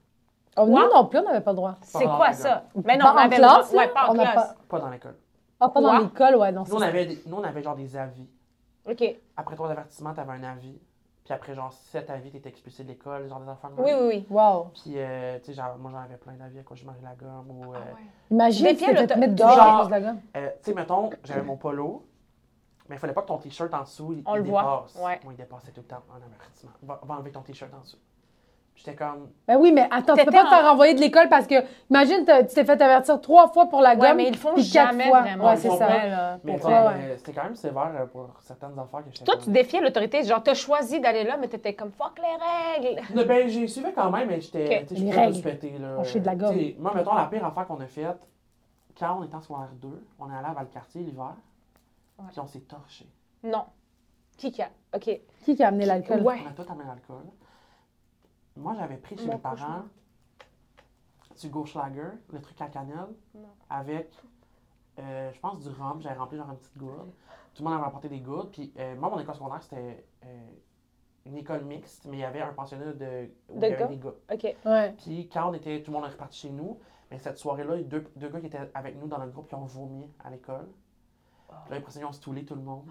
Speaker 2: Oh, Nous non plus, on n'avait pas le droit.
Speaker 1: C'est
Speaker 3: dans
Speaker 1: quoi
Speaker 3: la
Speaker 1: ça? Mais non,
Speaker 2: Pas
Speaker 1: on
Speaker 2: en
Speaker 1: avait le
Speaker 2: classe,
Speaker 1: droit- ouais,
Speaker 2: là?
Speaker 1: pas en
Speaker 2: On n'a
Speaker 1: classe.
Speaker 3: Pas dans l'école.
Speaker 2: Ah, pas dans
Speaker 1: Quoi?
Speaker 2: l'école, ouais, non,
Speaker 3: Nous, on
Speaker 2: c'est-
Speaker 3: avait, des- nous, on avait genre des avis.
Speaker 1: OK. Oui,
Speaker 3: Après trois avertissements, t'avais un avis. Puis après, genre, sept avis, t'étais expulsé de l'école, genre des enfants. de
Speaker 1: oui,
Speaker 3: même.
Speaker 1: oui.
Speaker 2: Wow.
Speaker 3: Puis, euh, tu sais, genre, moi, j'en avais plein d'avis à quoi je mangeais la gomme. Ou, euh,
Speaker 1: Ah
Speaker 2: Imagine
Speaker 1: Mais
Speaker 2: si
Speaker 1: Pierre,
Speaker 2: tu
Speaker 1: t'as-
Speaker 2: te mettre
Speaker 1: t'as-
Speaker 2: dehors à
Speaker 3: Genre-
Speaker 2: cause de la gomme.
Speaker 3: euh, tu sais, mettons, j'avais mon polo, mais il fallait pas que ton t-shirt en dessous, il,
Speaker 1: On
Speaker 3: il
Speaker 1: le voit,
Speaker 3: dépasse.
Speaker 1: ouais.
Speaker 3: Moi, il dépassait tout le temps en avertissement. Va, va enlever ton t-shirt en dessous. J'étais comme,
Speaker 2: Ben oui, mais attends, tu peux
Speaker 1: T'étais
Speaker 2: pas te faire
Speaker 1: en-
Speaker 2: renvoyer de l'école parce que, imagine, t'as- tu t'es fait avertir trois fois pour la gomme.
Speaker 1: Ouais, mais ils le font
Speaker 2: puis quatre
Speaker 1: jamais
Speaker 2: fois.
Speaker 1: vraiment.
Speaker 2: Ouais,
Speaker 1: ils
Speaker 2: c'est
Speaker 1: font
Speaker 2: ça.
Speaker 1: pas, là.
Speaker 3: mais
Speaker 2: Pourquoi,
Speaker 3: genre,
Speaker 2: ouais.
Speaker 3: euh, c'était quand même sévère euh, pour certaines affaires que j'étais
Speaker 1: Toi,
Speaker 3: comme-
Speaker 1: tu défiais l'autorité. Genre, t'as choisi d'aller là, mais t'étais comme fuck les règles.
Speaker 3: Non, ben, j'ai suivi quand même, mais j'étais.
Speaker 1: Ok.
Speaker 3: tu sais,
Speaker 2: Les
Speaker 3: Je peux
Speaker 2: règles.
Speaker 3: péter, là.
Speaker 2: On chie de la gomme.
Speaker 3: Tu sais, moi, mettons, la pire affaire qu'on a faite, quand on était en soirée 2, on est allé à Valcartier l'hiver,
Speaker 1: Ouais.
Speaker 3: puis on s'est torché.
Speaker 1: Non. Qui qui a? OK.
Speaker 2: Qui qui a amené l'alcool?
Speaker 1: Ouais.
Speaker 3: On a tout amené l'alcool. Moi, j'avais pris chez
Speaker 1: Mon
Speaker 3: mes parents
Speaker 1: cauchemar.
Speaker 3: du Gourschlager, le truc à cannelle,
Speaker 1: Non.
Speaker 3: avec, euh, je pense, du rhum. J'avais rempli genre une petite gourde. Tout le monde avait apporté des gourdes. Puis, euh, moi, mon école secondaire, c'était euh, une école mixte, mais il y avait un pensionnat de, où il y
Speaker 1: De
Speaker 3: avait
Speaker 1: gars?
Speaker 3: des gars.
Speaker 1: OK.
Speaker 2: Ouais.
Speaker 3: Puis quand on était, tout le monde est reparti chez nous, mais cette soirée-là, il y a deux, deux gars qui étaient avec nous dans notre groupe qui ont vomi à l'école. Là, après ça, ils ont stoulé tout le monde.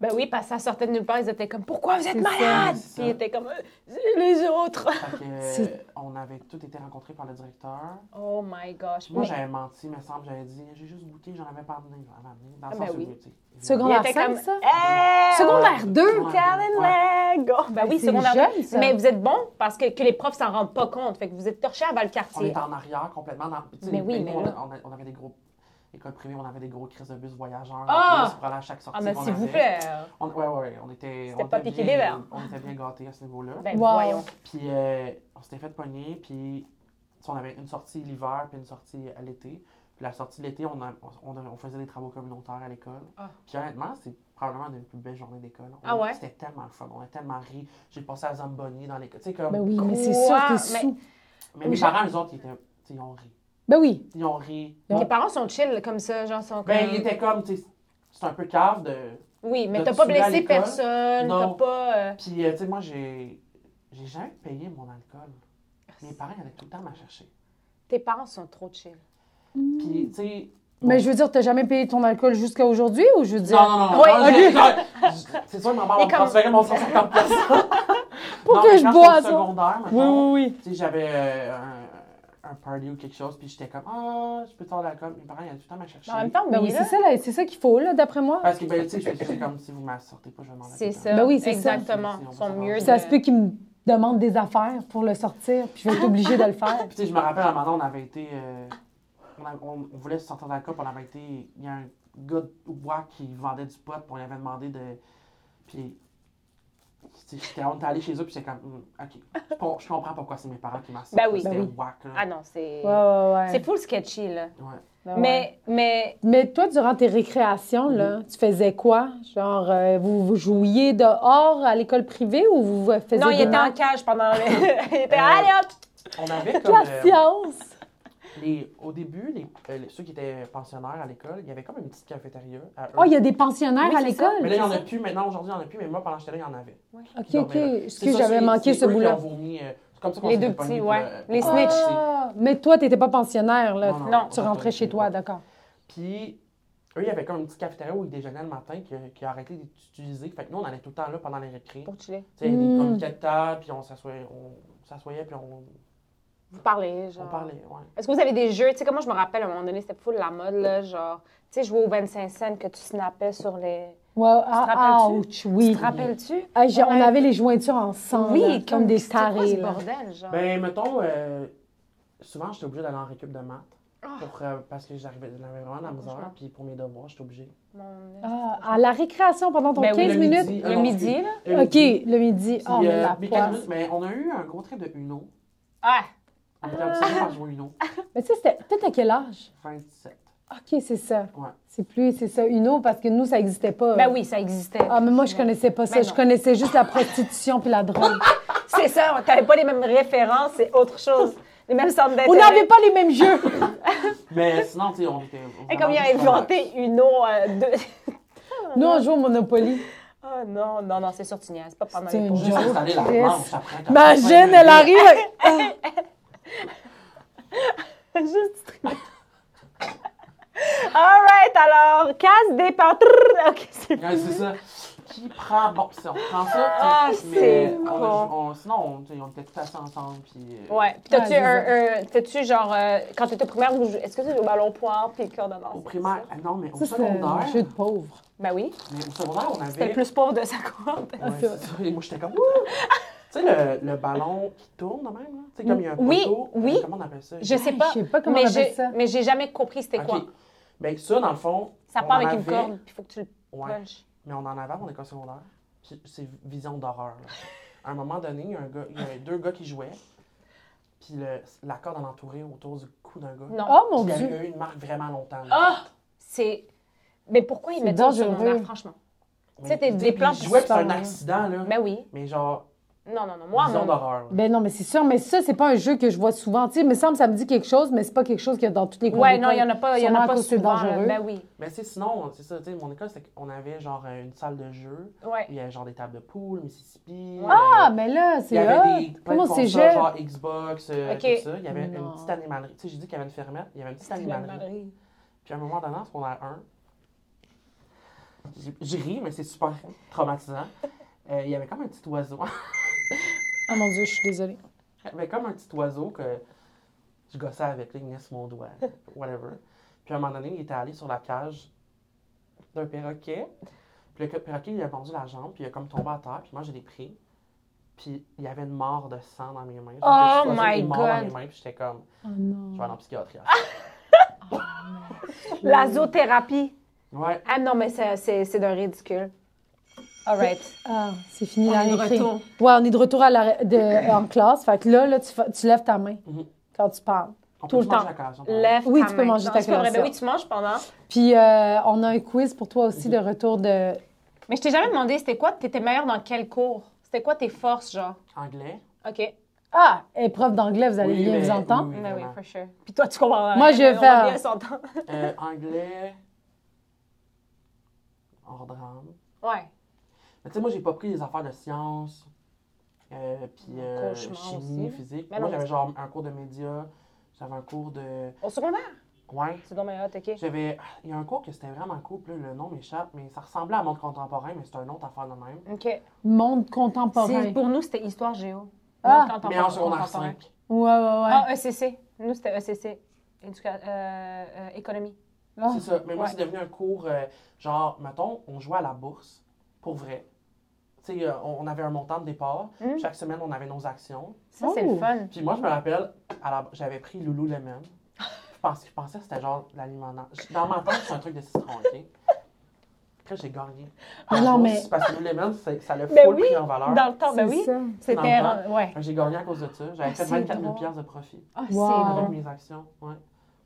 Speaker 1: Ben oui, parce que ça sortait de nulle part. Ils étaient comme pourquoi vous êtes
Speaker 2: C'est
Speaker 1: malade?
Speaker 3: ça.
Speaker 1: Puis ils étaient comme Euh, c'est les autres.
Speaker 3: Fait que, euh,
Speaker 2: C'est-
Speaker 3: on avait tous été rencontrés par le directeur.
Speaker 1: Oh my gosh.
Speaker 3: Moi, j'avais menti, mais semble, j'avais dit, j'ai juste goûté, j'en avais pas amené. J'en avais amené. Dans le
Speaker 1: Ah, ben
Speaker 3: sens où,
Speaker 1: oui.
Speaker 3: tu sais,
Speaker 2: Seconde-
Speaker 3: évidemment.
Speaker 1: Il
Speaker 2: Secondaire
Speaker 1: était
Speaker 2: cinq,
Speaker 1: comme,
Speaker 2: ça?
Speaker 1: Hey,
Speaker 2: Secondaire 2?
Speaker 3: Ouais.
Speaker 1: Karen Lego. Ben oui,
Speaker 2: C'est
Speaker 1: secondaire
Speaker 2: jeune, ça.
Speaker 1: Mais vous êtes bon parce que, que les profs s'en rendent pas compte. Fait que vous êtes torché à
Speaker 3: On
Speaker 1: Valcartier.
Speaker 3: était en arrière complètement. Dans, tu sais, ben,
Speaker 1: Mais oui,
Speaker 3: nous,
Speaker 1: mais
Speaker 3: on,
Speaker 1: là-
Speaker 3: on a- on avait des gros. École privée, on avait des gros crises de bus voyageurs.
Speaker 1: Ah!
Speaker 3: On se prenait à chaque sortie.
Speaker 1: Ah, mais
Speaker 3: qu'on
Speaker 1: s'il vous
Speaker 3: avait.
Speaker 1: plaît.
Speaker 3: On, ouais, ouais, on était.
Speaker 1: C'était
Speaker 3: on
Speaker 1: pas
Speaker 3: était
Speaker 1: piqué
Speaker 3: bien-
Speaker 1: des verres.
Speaker 3: On était bien gâtés à ce niveau-là.
Speaker 1: Ben
Speaker 2: Wow.
Speaker 1: voyons.
Speaker 3: Puis euh, on s'était fait pogner, puis tu sais, on avait une sortie l'hiver, puis une sortie à l'été. Puis la sortie de l'été, on, a- on, on faisait des travaux communautaires à l'école.
Speaker 1: Ah.
Speaker 3: Puis honnêtement, c'est probablement une des plus belles journées d'école. On-
Speaker 1: Ah ouais?
Speaker 3: C'était tellement le fun, on a tellement ri. J'ai passé à Zamboni dans l'école. Tu sais, comme.
Speaker 2: Ben oui, mais c'est sûr,
Speaker 1: Quoi?
Speaker 2: t'es
Speaker 1: Mais-
Speaker 2: sous.
Speaker 3: Mais mes
Speaker 1: Genre-
Speaker 3: parents, eux autres, ils, étaient, tu sais, ils ont ri.
Speaker 2: Ben oui.
Speaker 3: Ils ont ri.
Speaker 2: Bon.
Speaker 1: Tes parents sont chill comme ça, genre sont comme.
Speaker 3: Ben, ils étaient comme, tu sais, c'est un peu cave de.
Speaker 1: Oui, mais
Speaker 3: de
Speaker 1: t'as pas
Speaker 3: tuer à
Speaker 1: blessé
Speaker 3: l'école?
Speaker 1: personne, t'as
Speaker 3: Non.
Speaker 1: pas. euh,
Speaker 3: Puis, euh, tu sais, moi, j'ai. J'ai jamais payé mon alcool.
Speaker 1: Ah,
Speaker 3: Mes parents, ils allaient tout le temps me chercher.
Speaker 1: Tes parents sont trop chill.
Speaker 2: Mm.
Speaker 3: Puis, tu sais.
Speaker 2: Mais je veux dire, t'as jamais payé ton alcool jusqu'à aujourd'hui ou je veux dire.
Speaker 3: Non, non, non.
Speaker 1: Oui,
Speaker 3: non,
Speaker 2: ok.
Speaker 3: je- je- C'est sûr, maman
Speaker 1: Et comme-
Speaker 3: m'a transféré mon 150 pièces.
Speaker 2: Pour que je bois ça.
Speaker 3: secondaire, mettons,
Speaker 2: Oui, oui, oui.
Speaker 3: tu sais, j'avais euh, un, un party ou quelque chose, puis j'étais comme, ah, je peux te faire de l'alcool. Mes parents, ils allaient tout le temps me chercher.
Speaker 1: Mais en même temps,
Speaker 2: Ben
Speaker 1: oui,
Speaker 2: oui,
Speaker 1: là, Ah,
Speaker 2: c'est ça, là, c'est ça qu'il faut, là, d'après moi.
Speaker 3: Parce que, ben, tu sais, je- j'étais comme, si vous ne sortez pas, je vais m'en aller.
Speaker 1: c'est
Speaker 3: Puis,
Speaker 1: ça.
Speaker 2: Ben oui, c'est ça.
Speaker 1: Exactement.
Speaker 3: Si on
Speaker 1: Ils
Speaker 3: peut
Speaker 1: sont
Speaker 3: s'en
Speaker 1: mieux.
Speaker 3: rendre.
Speaker 2: Ça se
Speaker 1: de-
Speaker 2: peut qu'il me demande des affaires pour le sortir, puis je vais être obligée de le faire.
Speaker 3: tu sais, je me rappelle, à un moment donné, on avait été. euh, on, a- on- on voulait se sortir d'alcool, puis on avait été. Il y a un gars de bois qui vendait du pot, puis on lui avait demandé de. Puis. tu sais, j'étais- On était allé chez eux, puis j'étais comme, Hum, OK. Je, com- je comprends pourquoi c'est mes parents qui m'assurent.
Speaker 1: Ben oui.
Speaker 3: C'était
Speaker 2: Ben oui.
Speaker 3: whack, là.
Speaker 1: Ah non, c'est.
Speaker 2: Ouais, ouais, ouais.
Speaker 1: C'est full sketchy, là.
Speaker 3: Ouais.
Speaker 2: Ben ouais.
Speaker 1: Mais, mais.
Speaker 2: Mais toi, durant tes récréations, là, tu faisais quoi? Genre, euh, vous, vous jouiez dehors à l'école privée ou vous euh, faisiez
Speaker 1: Non, il
Speaker 2: des
Speaker 1: était en
Speaker 2: matchs?
Speaker 1: cage pendant. il était.
Speaker 3: Euh,
Speaker 1: Allez hop!
Speaker 3: On avait comme.
Speaker 2: La
Speaker 3: euh,
Speaker 2: science!
Speaker 3: les, au début, les, euh, les- ceux qui étaient pensionnaires à l'école, il y avait comme une petite cafétéria. à eux.
Speaker 2: Oh, il y a des pensionnaires
Speaker 1: Oui,
Speaker 2: à
Speaker 1: c'est ça.
Speaker 2: l'école?
Speaker 3: Mais là, il n'y en a plus. Maintenant, aujourd'hui, il n'y en a plus, mais moi, pendant que j'étais là, il y en avait.
Speaker 2: OK,
Speaker 3: Non,
Speaker 2: OK.
Speaker 3: mais C'est
Speaker 2: Excuse,
Speaker 3: ça,
Speaker 2: j'avais
Speaker 3: c'est-
Speaker 2: manqué
Speaker 3: c'est
Speaker 2: ce
Speaker 3: eux qui
Speaker 2: bout-là.
Speaker 3: ont vomi, euh, c'est comme ça qu'on
Speaker 1: Les
Speaker 3: s'était
Speaker 1: deux
Speaker 3: pogné
Speaker 1: petits,
Speaker 3: pour,
Speaker 1: ouais.
Speaker 3: euh,
Speaker 1: Les
Speaker 3: pour
Speaker 1: snitchs.
Speaker 3: passer.
Speaker 2: Ah, mais toi, t'étais pas pensionnaire, là.
Speaker 3: Non, non,
Speaker 1: Non.
Speaker 2: Tu
Speaker 3: on
Speaker 2: rentrais
Speaker 3: rentrait
Speaker 2: chez toi, d'accord.
Speaker 3: Puis, eux, il y avait comme une petite cafétéria où ils déjeunaient le matin qui, qui a arrêté d'utiliser. Fait que nous, on allait tout le temps là pendant les récré. Tu
Speaker 1: Pour chiller.
Speaker 3: sais, il y
Speaker 2: Mm.
Speaker 3: avait comme quatre tables, puis on s'assoyait, on s'assoyait, puis on,
Speaker 1: Vous parlez,
Speaker 3: on
Speaker 1: genre.
Speaker 3: parlait. Ouais.
Speaker 1: Est-ce que vous avez des jeux? Tu sais, comme moi, je me rappelle, à un moment donné, c'était full la mode, là, genre, tu sais, jouer au 25 cents que tu snappais sur les...
Speaker 2: Ouais, ah,
Speaker 1: rappelles-tu?
Speaker 2: ouch, oui.
Speaker 1: Tu te rappelles-tu?
Speaker 2: Ah, j'ai- On
Speaker 1: Ouais.
Speaker 2: avait les jointures ensemble, là,
Speaker 1: Oui,
Speaker 2: comme, des
Speaker 1: c'était quoi
Speaker 2: tarés.
Speaker 1: ce
Speaker 2: là.
Speaker 1: bordel, genre.
Speaker 3: Ben, mettons, euh, souvent, j'étais obligée d'aller en récup de maths.
Speaker 4: Ah.
Speaker 3: Pour, euh, parce que j'arrivais j'avais vraiment de la
Speaker 4: Oh,
Speaker 3: misère,
Speaker 4: cauchemar.
Speaker 3: puis pour mes devoirs, j'étais obligée.
Speaker 4: Mon-
Speaker 2: Ah, à la récréation pendant ton
Speaker 1: Ben oui,
Speaker 2: 15
Speaker 3: le
Speaker 2: minutes.
Speaker 3: midi,
Speaker 1: Le
Speaker 3: non,
Speaker 1: midi, là?
Speaker 3: excuse, le
Speaker 2: OK,
Speaker 3: midi.
Speaker 2: le midi.
Speaker 3: Euh, Puis,
Speaker 2: Oh, mais
Speaker 3: euh,
Speaker 2: la
Speaker 3: mes
Speaker 2: poisse.
Speaker 3: quatre minutes, mais on a eu un gros trait de Uno.
Speaker 1: Ah!
Speaker 3: On était obsédés par jouer Uno.
Speaker 2: Mais tu sais, c'était- peut-être à quel âge?
Speaker 3: 27.
Speaker 2: OK, c'est ça.
Speaker 3: Ouais.
Speaker 2: C'est plus, c'est ça, une eau, parce que nous, ça n'existait pas.
Speaker 1: Ben oui, ça existait.
Speaker 2: Ah, mais moi, je connaissais pas ça.
Speaker 1: Ben
Speaker 2: je
Speaker 1: non.
Speaker 2: connaissais juste la prostitution puis la drogue.
Speaker 1: C'est ça, t'avais pas les mêmes références, c'est autre chose. Les mêmes centres d'intérêt.
Speaker 2: On n'avait pas les mêmes jeux.
Speaker 3: Mais sinon, tu sais, on était.
Speaker 1: Et comme il a inventé une eau euh, de...
Speaker 2: Nous, on joue au Monopoly.
Speaker 1: Oh non, non, non, c'est sûr, tu niaises pas pendant
Speaker 2: C'est
Speaker 1: les
Speaker 2: une
Speaker 1: pauses.
Speaker 3: Juste installer la
Speaker 2: Yes.
Speaker 3: planche après. t'as
Speaker 2: Imagine,
Speaker 3: pas
Speaker 2: elle
Speaker 3: aimé.
Speaker 2: arrive.
Speaker 1: Juste. All right, alors, casse des pans. Trrr, OK, c'est
Speaker 3: Ouais, c'est ça. Qui prend. Bon, si on prend ça.
Speaker 1: Ah,
Speaker 3: tu sais,
Speaker 1: c'est
Speaker 3: mais on a-
Speaker 1: con.
Speaker 3: on- Sinon, on, tu sais, on était tout assis ensemble, puis. euh,
Speaker 1: Ouais. Puis t'as-tu
Speaker 2: Ouais,
Speaker 1: un, un- T'as-tu genre. euh, quand t'étais primaire, vous jou- est-ce que tu jouais au ballon poire puis
Speaker 3: Au
Speaker 1: coordonnance?
Speaker 3: primaire, ah non, mais au
Speaker 2: Ça, c'était un
Speaker 3: secondaire,
Speaker 2: jeu de pauvre.
Speaker 1: Ben oui.
Speaker 3: mais au secondaire, on
Speaker 1: C'était
Speaker 3: avait.
Speaker 1: le plus pauvre de sa cohorte.
Speaker 3: Ouais, c'est ça. Et moi, j'étais comme. Ouh! tu sais, le, le ballon qui tourne de même, là. Tu sais, comme il y a un
Speaker 1: Oui,
Speaker 3: poteau.
Speaker 1: oui.
Speaker 3: Comment on appelle ça?
Speaker 1: Je sais
Speaker 2: Hey,
Speaker 1: pas.
Speaker 2: Je sais pas comment on
Speaker 1: mais
Speaker 2: appelle
Speaker 1: j'ai,
Speaker 2: ça.
Speaker 1: mais j'ai jamais compris c'était
Speaker 3: Ok.
Speaker 1: quoi.
Speaker 3: Ben, ça, dans le fond.
Speaker 1: Ça
Speaker 3: on
Speaker 1: part
Speaker 3: en
Speaker 1: avec une
Speaker 3: avait-
Speaker 1: corde, puis il faut que tu le
Speaker 3: Ouais.
Speaker 1: punches.
Speaker 3: Mais on en avait à mon école secondaire. Puis C'est vision d'horreur. là. À un moment donné, il y a, un gars, il y a deux gars qui jouaient. Puis le, la corde en entourait autour du cou d'un gars.
Speaker 1: Non.
Speaker 2: Oh, mon
Speaker 3: Il y
Speaker 2: Dieu.
Speaker 3: avait eu une marque vraiment longtemps. là.
Speaker 1: Ah! C'est. Mais pourquoi ils
Speaker 2: C'est
Speaker 1: mettent ça au
Speaker 2: dangereux.
Speaker 1: secondaire, franchement?
Speaker 3: Mais,
Speaker 1: c'était
Speaker 3: tu sais,
Speaker 1: des
Speaker 3: puis
Speaker 1: plans
Speaker 3: Ils jouaient, puis c'était un
Speaker 2: super, là.
Speaker 3: accident, là.
Speaker 1: Ben oui.
Speaker 3: Mais genre,
Speaker 1: Non, non, non. Moi, hein.
Speaker 3: vision
Speaker 1: mon-
Speaker 3: d'horreur. là.
Speaker 2: Ben non, mais c'est sûr. Mais ça, c'est pas un jeu que je vois souvent. Tu sais, il me semble que ça me dit quelque chose, mais c'est pas quelque chose qu'il y a dans toutes les cours
Speaker 1: Ouais, non,
Speaker 2: d'école.
Speaker 1: il y en a pas, il y en
Speaker 2: Sûrement à
Speaker 1: a pas
Speaker 2: cause que c'est
Speaker 1: souvent. là.
Speaker 2: dangereux.
Speaker 1: Ben oui.
Speaker 3: Mais c'est sinon, c'est ça, tu sais, mon école, c'est qu'on avait genre euh, une salle de jeu.
Speaker 1: Ouais.
Speaker 3: Il y avait genre des tables de poule, Mississippi.
Speaker 2: Ah,
Speaker 3: euh,
Speaker 2: mais là,
Speaker 3: Il y
Speaker 2: c'est
Speaker 3: avait des
Speaker 2: hot.
Speaker 3: plein
Speaker 2: Comment
Speaker 3: de
Speaker 2: c'est
Speaker 3: consoles,
Speaker 2: jeune?
Speaker 3: genre Xbox, euh,
Speaker 1: Ok.
Speaker 3: tout ça. Il y avait
Speaker 2: Non.
Speaker 3: une petite animalerie. Tu sais, j'ai dit qu'il y avait une fermette, il y avait une petite animalerie. Puis à un moment donné, en secondaire 1, j'ai- j'ai ri, mais c'est super traumatisant. Euh, il y avait comme un petit oiseau.
Speaker 2: Ah mon Dieu, je suis désolée.
Speaker 3: il y avait comme un petit oiseau que je gossais avec, là, il venait sur mon doigt, whatever. Puis à un moment donné, il était allé sur la cage d'un perroquet. Puis le perroquet, il a mordu la jambe, puis il a comme tombé à terre, puis moi, je l'ai pris. Puis il y avait une mort de sang dans mes mains.
Speaker 1: Oh
Speaker 3: le petit oiseau
Speaker 1: my
Speaker 3: est mort dans
Speaker 1: God. Ah!
Speaker 3: mes mains, puis j'étais comme,
Speaker 2: Oh
Speaker 3: je
Speaker 2: non.
Speaker 3: vais aller en psychiatrie.
Speaker 1: La zoothérapie.
Speaker 3: Ouais.
Speaker 1: Ah non, mais c'est, c'est, c'est d'un ridicule. All right.
Speaker 2: Ah, c'est fini
Speaker 1: On
Speaker 2: la
Speaker 1: est de
Speaker 2: récré.
Speaker 1: retour.
Speaker 2: Ouais, on est de retour à la ré- de- en classe. Fait que là, là tu, fa- tu lèves ta main
Speaker 3: Mhm.
Speaker 2: quand tu parles.
Speaker 3: On
Speaker 1: Tout le
Speaker 3: peut manger
Speaker 1: temps.
Speaker 3: la cage. on peut-
Speaker 1: Lève
Speaker 2: Oui,
Speaker 1: ta
Speaker 2: tu peux
Speaker 1: main.
Speaker 2: manger
Speaker 1: Non,
Speaker 2: ta
Speaker 1: c'est pas vrai.
Speaker 2: collation.
Speaker 1: Ben oui, tu manges pendant.
Speaker 2: Puis euh, on a un quiz pour toi aussi de retour de.
Speaker 1: Mais je t'ai jamais demandé, c'était quoi, t'étais meilleure dans quel cours? C'était quoi tes forces, genre?
Speaker 3: Anglais.
Speaker 1: OK.
Speaker 2: Ah, épreuve d'anglais, vous allez
Speaker 3: Oui,
Speaker 2: bien
Speaker 3: mais-
Speaker 2: vous entendre.
Speaker 3: oui,
Speaker 1: Ben oui,
Speaker 3: vraiment.
Speaker 1: for sure. Puis toi, tu comprends.
Speaker 2: Moi, je vais
Speaker 1: On
Speaker 2: faire-
Speaker 1: va bien s'entendre.
Speaker 3: Euh, anglais. Hors drame.
Speaker 1: Ouais.
Speaker 3: Mais tu sais, moi, j'ai pas pris les affaires de sciences, euh, puis euh,
Speaker 1: Cauchemar
Speaker 3: chimie,
Speaker 1: aussi.
Speaker 3: physique.
Speaker 1: Mais
Speaker 3: moi,
Speaker 1: non,
Speaker 3: j'avais
Speaker 1: mais-
Speaker 3: genre un cours de médias, j'avais un cours de.
Speaker 1: Au secondaire?
Speaker 3: Ouais.
Speaker 1: C'est donc meilleur, OK.
Speaker 3: J'avais. Il y a un cours que c'était vraiment cool, puis là, le nom m'échappe, mais ça ressemblait à monde contemporain, mais c'était une autre affaire de même.
Speaker 1: OK.
Speaker 2: Monde contemporain.
Speaker 1: C'est- Pour nous, c'était histoire géo.
Speaker 2: Ah.
Speaker 1: Quand on
Speaker 3: Mais
Speaker 1: parle
Speaker 3: en secondaire
Speaker 1: contemporain.
Speaker 3: 5.
Speaker 2: Ouais, ouais, ouais.
Speaker 1: Ah, ECC. Nous, c'était ECC. Éduca- euh, euh, économie.
Speaker 2: Ah.
Speaker 3: C'est ça. Mais moi,
Speaker 1: Ouais.
Speaker 3: c'est devenu un cours, euh, genre, mettons, on jouait à la bourse, pour vrai. Tu sais, euh, on on avait un montant de départ.
Speaker 1: Mm.
Speaker 3: Chaque semaine, on avait nos actions.
Speaker 1: Ça, c'est
Speaker 2: Oh.
Speaker 1: le fun.
Speaker 3: Puis moi, je me rappelle, à la- j'avais pris Lululemon. Je pensais, je pensais que c'était genre de l'aliment. Dans ma tête, c'est un truc de citron, OK? Après, j'ai gagné.
Speaker 2: Ah
Speaker 3: À
Speaker 2: non,
Speaker 3: cause-
Speaker 2: mais-
Speaker 3: Parce que Lululemon, c'est- ça l'a
Speaker 1: Ben
Speaker 3: full
Speaker 1: oui,
Speaker 3: pris en valeur.
Speaker 1: Dans le temps, ben
Speaker 2: C'est
Speaker 1: oui.
Speaker 2: ça.
Speaker 1: C'était.
Speaker 3: Dans le
Speaker 1: Ouais.
Speaker 3: Fait que J'ai gagné à cause de ça. J'avais
Speaker 1: Ah,
Speaker 3: fait
Speaker 1: c'est
Speaker 3: 24 000
Speaker 1: drôle.
Speaker 3: piastres de profit
Speaker 1: Ah,
Speaker 2: Wow.
Speaker 1: c'est
Speaker 3: avec
Speaker 1: drôle.
Speaker 3: mes actions. Ouais.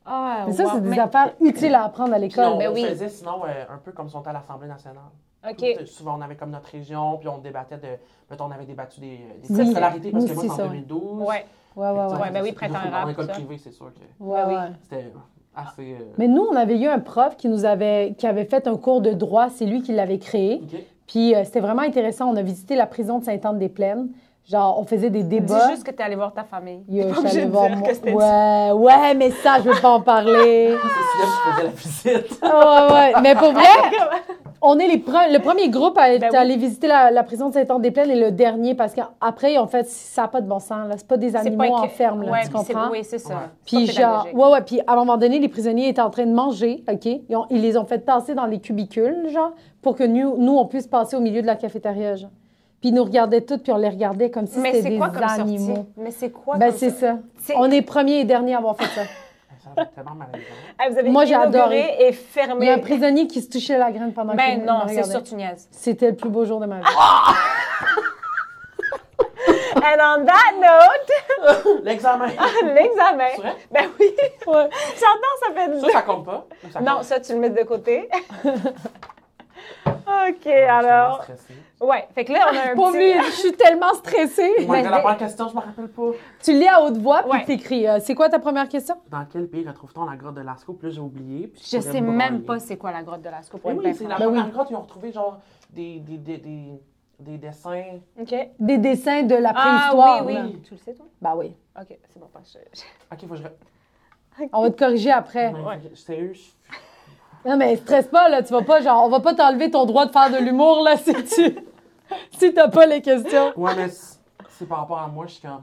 Speaker 1: Ah,
Speaker 2: Mais ça,
Speaker 1: wow.
Speaker 2: c'est des
Speaker 1: Mais-
Speaker 2: affaires utiles à apprendre à
Speaker 3: Puis on,
Speaker 2: l'école.
Speaker 1: ben
Speaker 3: on
Speaker 1: oui.
Speaker 3: faisait sinon euh, un peu comme si on était à l'Assemblée nationale.
Speaker 1: OK.
Speaker 3: Tout- souvent, on avait comme notre région, puis on débattait de. Mettons, on avait débattu des, des
Speaker 2: Oui.
Speaker 3: petites scolarités, parce
Speaker 2: Nous
Speaker 3: que moi,
Speaker 2: aussi,
Speaker 3: c'est
Speaker 2: ça,
Speaker 3: en
Speaker 2: ouais.
Speaker 3: 2012.
Speaker 1: Ouais.
Speaker 2: Ouais, ouais, ouais.
Speaker 1: Ouais, ben oui,
Speaker 3: prêt
Speaker 1: prêtant un rap,
Speaker 3: En école
Speaker 1: ça.
Speaker 3: privée, c'est sûr que
Speaker 2: Ouais,
Speaker 1: oui.
Speaker 2: ouais.
Speaker 3: c'était assez. euh,
Speaker 2: Mais nous, on avait eu un prof qui nous avait, qui avait fait un cours de droit. C'est lui qui l'avait créé.
Speaker 3: OK.
Speaker 2: Puis euh, c'était vraiment intéressant. On a visité la prison de Sainte-Anne-des-Plaines. Genre, on faisait des débats.
Speaker 1: Dis juste que t'es allé voir ta famille.
Speaker 2: Yo,
Speaker 1: T'es
Speaker 2: je
Speaker 1: pas
Speaker 2: suis
Speaker 1: obligé
Speaker 2: allée
Speaker 1: de
Speaker 2: voir
Speaker 1: dire
Speaker 2: mon-
Speaker 1: que c'était-
Speaker 2: Ouais, ouais, mais ça, je veux pas en parler.
Speaker 3: C'est celui qui faisait la visite.
Speaker 2: Ah ouais, ouais. Mais pour vrai, On est les pre- le premier groupe à être
Speaker 1: Ben oui.
Speaker 2: allé visiter la, la prison de Saint-Anne-des-Plaines et le dernier parce qu'après, en fait, ça n'a pas de bon sens. là. C'est pas des animaux en
Speaker 5: que-
Speaker 2: ferme, là,
Speaker 5: Ouais,
Speaker 2: tu
Speaker 5: puis c'est-
Speaker 2: comprends?
Speaker 5: Oui, c'est ça.
Speaker 3: Ouais.
Speaker 5: C'est
Speaker 2: Puis
Speaker 5: pas
Speaker 2: genre,
Speaker 5: pédagogique.
Speaker 2: ouais, ouais, puis à un moment donné, les prisonniers étaient en train de manger, OK? Ils, ont- ils les ont fait passer dans les cubicules, genre, pour que nous, nous, on puisse passer au milieu de la cafétéria, genre. Puis ils nous regardaient toutes, puis on les regardait comme si
Speaker 5: Mais
Speaker 2: c'était
Speaker 5: c'est
Speaker 2: des
Speaker 5: quoi comme
Speaker 2: animaux.
Speaker 5: sortie? Mais c'est quoi
Speaker 2: Ben
Speaker 5: comme
Speaker 2: c'est
Speaker 5: sortie?
Speaker 2: ça.
Speaker 5: C'est-
Speaker 2: On est premiers et derniers à avoir fait ça.
Speaker 3: Ça va être tellement malaisant.
Speaker 1: Ah, vous avez
Speaker 2: Moi, j'ai
Speaker 1: inauguré
Speaker 2: adoré.
Speaker 1: et
Speaker 2: Il y a un
Speaker 1: fermé.
Speaker 2: prisonnier qui se touchait la graine pendant
Speaker 5: Ben
Speaker 2: qu'il
Speaker 5: non,
Speaker 2: me
Speaker 5: c'est Ah,
Speaker 2: regardait.
Speaker 5: sûr, tu niaises.
Speaker 2: C'était le plus beau jour de ma vie.
Speaker 1: And on that note,
Speaker 3: L'examen!
Speaker 1: l'examen.
Speaker 3: C'est vrai?
Speaker 1: Ben oui. Ouais. J'adore, ça fait
Speaker 3: Ça, ça compte pas? Ou ça
Speaker 1: Non,
Speaker 3: compte?
Speaker 1: ça, tu le mets de côté. OK,
Speaker 3: Ah, Je suis tellement
Speaker 1: alors.
Speaker 3: stressée.
Speaker 1: Ouais, fait que là, on a un
Speaker 2: Pour lui,
Speaker 1: petit...
Speaker 2: je suis tellement stressée. Ben,
Speaker 3: Moi,
Speaker 1: Mais-
Speaker 3: la première question, je me rappelle pas.
Speaker 2: Tu lis à haute voix, puis
Speaker 1: Ouais.
Speaker 2: t'écris. euh, c'est quoi ta première question?
Speaker 3: Dans quel pays retrouve-t-on la grotte de Lascaux? Puis là, j'ai oublié. Puis
Speaker 5: Je
Speaker 3: pourrais
Speaker 5: sais
Speaker 3: me
Speaker 5: même
Speaker 3: branler.
Speaker 5: pas c'est quoi la grotte de Lascaux. pour
Speaker 3: Eh
Speaker 5: être
Speaker 3: Oui, oui,
Speaker 5: bien
Speaker 3: c'est
Speaker 5: franche.
Speaker 3: la
Speaker 2: Ben
Speaker 3: première
Speaker 2: oui.
Speaker 3: grotte. Ils ont retrouvé genre des, des, des, des, des dessins.
Speaker 1: OK.
Speaker 2: Des dessins de la
Speaker 5: Ah,
Speaker 2: préhistoire.
Speaker 5: oui,
Speaker 2: là.
Speaker 5: oui.
Speaker 1: Tu le sais, toi?
Speaker 2: Bah oui.
Speaker 1: OK, c'est bon. parce que je- je-
Speaker 3: Ok, faut que je.
Speaker 2: On va te corriger
Speaker 1: Eh,
Speaker 2: après.
Speaker 3: Ouais. Sérieux, je-
Speaker 2: Non, mais stresse pas, là. Tu vas pas, genre, on va pas t'enlever ton droit de faire de l'humour, là, si tu. si t'as pas les questions.
Speaker 3: Ouais, mais c'est c'est par rapport à moi, je suis comme.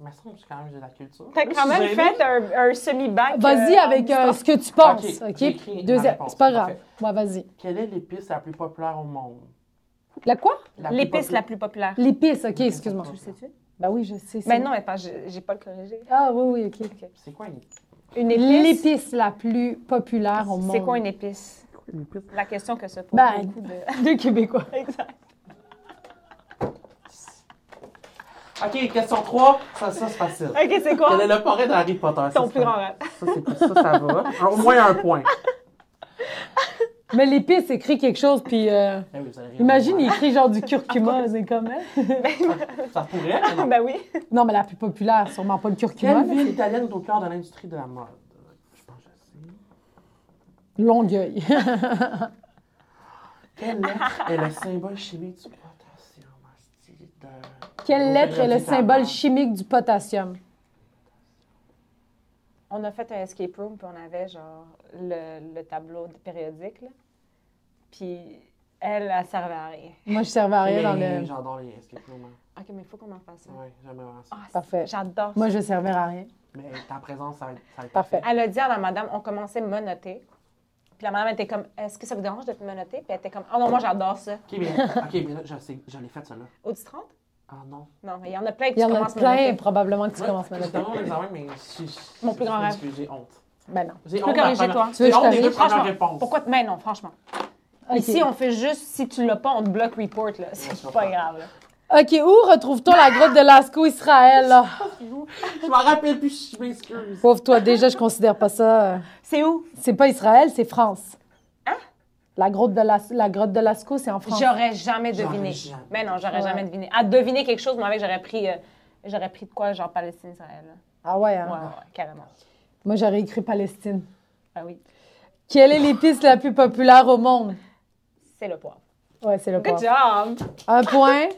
Speaker 3: Mais ça, je suis quand même de la culture.
Speaker 1: T'as
Speaker 3: Je
Speaker 1: quand
Speaker 3: suis
Speaker 1: même
Speaker 3: gênée.
Speaker 1: fait un, un semi-bac.
Speaker 2: Vas-y
Speaker 1: euh,
Speaker 2: avec
Speaker 1: en
Speaker 2: euh,
Speaker 1: histoire.
Speaker 2: ce que tu penses,
Speaker 3: Ok,
Speaker 2: OK?
Speaker 3: j'ai écrit ma
Speaker 2: Deuxième.
Speaker 3: réponse,
Speaker 2: C'est pas grave.
Speaker 3: parfait.
Speaker 2: Moi, vas-y.
Speaker 3: Quelle est l'épice la plus populaire au monde?
Speaker 2: La quoi?
Speaker 3: La plus
Speaker 1: L'épice la
Speaker 3: populaire-
Speaker 1: plus populaire.
Speaker 2: L'épice, OK, excuse-moi.
Speaker 1: Tu le sais-tu?
Speaker 2: Bah oui, je sais. c'est-
Speaker 1: Ben non, mais pas, j'ai j'ai pas le corrigé.
Speaker 2: Ah oui, oui, OK.
Speaker 3: C'est quoi une épice?
Speaker 1: Une épice.
Speaker 2: L'épice la plus populaire Ah, au monde.
Speaker 1: C'est quoi une épice?
Speaker 3: Une épice?
Speaker 1: La question que se pose
Speaker 2: Ben.
Speaker 1: beaucoup de.
Speaker 2: Deux Québécois.
Speaker 1: Exact.
Speaker 3: Ok, question 3. Ça, ça c'est facile.
Speaker 1: OK, c'est
Speaker 3: Quel est
Speaker 1: quoi
Speaker 3: le parrain d'Harry Potter? Ça,
Speaker 1: ton
Speaker 3: c'est
Speaker 1: plus grand rêve?
Speaker 3: Ça, c'est plus ça, ça va. Au moins un point.
Speaker 2: Mais l'épice écrit quelque chose, puis. euh,
Speaker 3: Eh oui, vous allez rire.
Speaker 2: Imagine, il écrit genre du curcuma, c'est quand même.
Speaker 3: Ça pourrait, mais non.
Speaker 1: Ben oui.
Speaker 2: Non, mais la plus populaire, sûrement pas le curcuma.
Speaker 3: Quelle ville italienne est au cœur de l'industrie de la mode? Je pense que je sais.
Speaker 2: Longueuil.
Speaker 3: Quelle lettre est le symbole chimique du potassium? Asti de-
Speaker 2: Quelle
Speaker 3: Longueuil,
Speaker 2: lettre est le
Speaker 3: Longueuil,
Speaker 2: symbole
Speaker 3: Longueuil.
Speaker 2: chimique du potassium?
Speaker 1: On a fait un escape room, puis on avait genre le, le tableau de périodique, là. Puis elle, elle servait à rien.
Speaker 2: Moi, je servais à rien dans
Speaker 3: Mais
Speaker 2: le.
Speaker 3: J'adore les escape rooms. hein.
Speaker 1: OK, mais il faut qu'on en fasse un.
Speaker 3: Ouais, j'aime vraiment ça.
Speaker 1: Ah, c'est-
Speaker 2: Parfait.
Speaker 1: J'adore ça.
Speaker 2: Moi, je servais à rien.
Speaker 3: Mais ta présence, ça va être, ça va être
Speaker 2: Parfait.
Speaker 1: Elle a dit à la madame, on commençait monoter. Puis la madame était comme, est-ce que ça vous dérange de te monoter? Puis elle était comme, oh non, moi j'adore ça.
Speaker 3: OK, mais, OK, mais là, je sais, je l'ai fait, ça, là.
Speaker 1: Au 30?
Speaker 3: Ah non.
Speaker 1: Non, mais il y en a plein qui
Speaker 2: Il y en a
Speaker 1: commencent
Speaker 2: plein,
Speaker 1: monoter.
Speaker 2: probablement, que tu commences
Speaker 3: J'ai
Speaker 2: maintenant.
Speaker 3: tellement l'examen, mais je- je-
Speaker 1: Mon plus grand
Speaker 3: parce que J'ai honte.
Speaker 2: Ben non.
Speaker 3: J'ai
Speaker 1: peux
Speaker 3: de la
Speaker 1: corriger,
Speaker 3: première-
Speaker 1: toi.
Speaker 2: Tu veux que
Speaker 3: J'ai
Speaker 2: je
Speaker 3: honte des
Speaker 2: corrige?
Speaker 3: deux
Speaker 1: Franchement,
Speaker 3: premières réponses.
Speaker 1: Pourquoi? t- Mais non, franchement.
Speaker 2: OK.
Speaker 1: Ici, on fait juste, si tu l'as pas, on te bloque report, là.
Speaker 3: Ouais,
Speaker 1: C'est
Speaker 3: je comprends.
Speaker 1: pas grave, là.
Speaker 2: OK, où retrouve-t-on la grotte de Lascaux, Israël? là?
Speaker 3: Je m'en rappelle plus, je m'excuse.
Speaker 2: Pauvre toi, déjà, je considère pas ça. euh,
Speaker 1: C'est où?
Speaker 2: C'est pas Israël, c'est France. La grotte de, Las- la grotte de Lascaux, c'est en France.
Speaker 1: J'aurais jamais
Speaker 3: J'aurais
Speaker 1: deviné.
Speaker 3: jamais.
Speaker 1: Mais non, j'aurais
Speaker 2: Ouais.
Speaker 1: jamais deviné. À deviner quelque chose, moi, avec, j'aurais pris, euh, j'aurais pris de quoi, genre Palestine, Israël. là.
Speaker 2: Ah ouais, hein?
Speaker 1: Ouais, ouais, ouais, carrément.
Speaker 2: Moi, j'aurais écrit Palestine.
Speaker 1: Ah oui,
Speaker 2: Quelle est l'épice la plus populaire au monde?
Speaker 1: c'est le poivre.
Speaker 2: Ouais, c'est le
Speaker 1: Good
Speaker 2: poivre.
Speaker 1: job!
Speaker 2: Un point.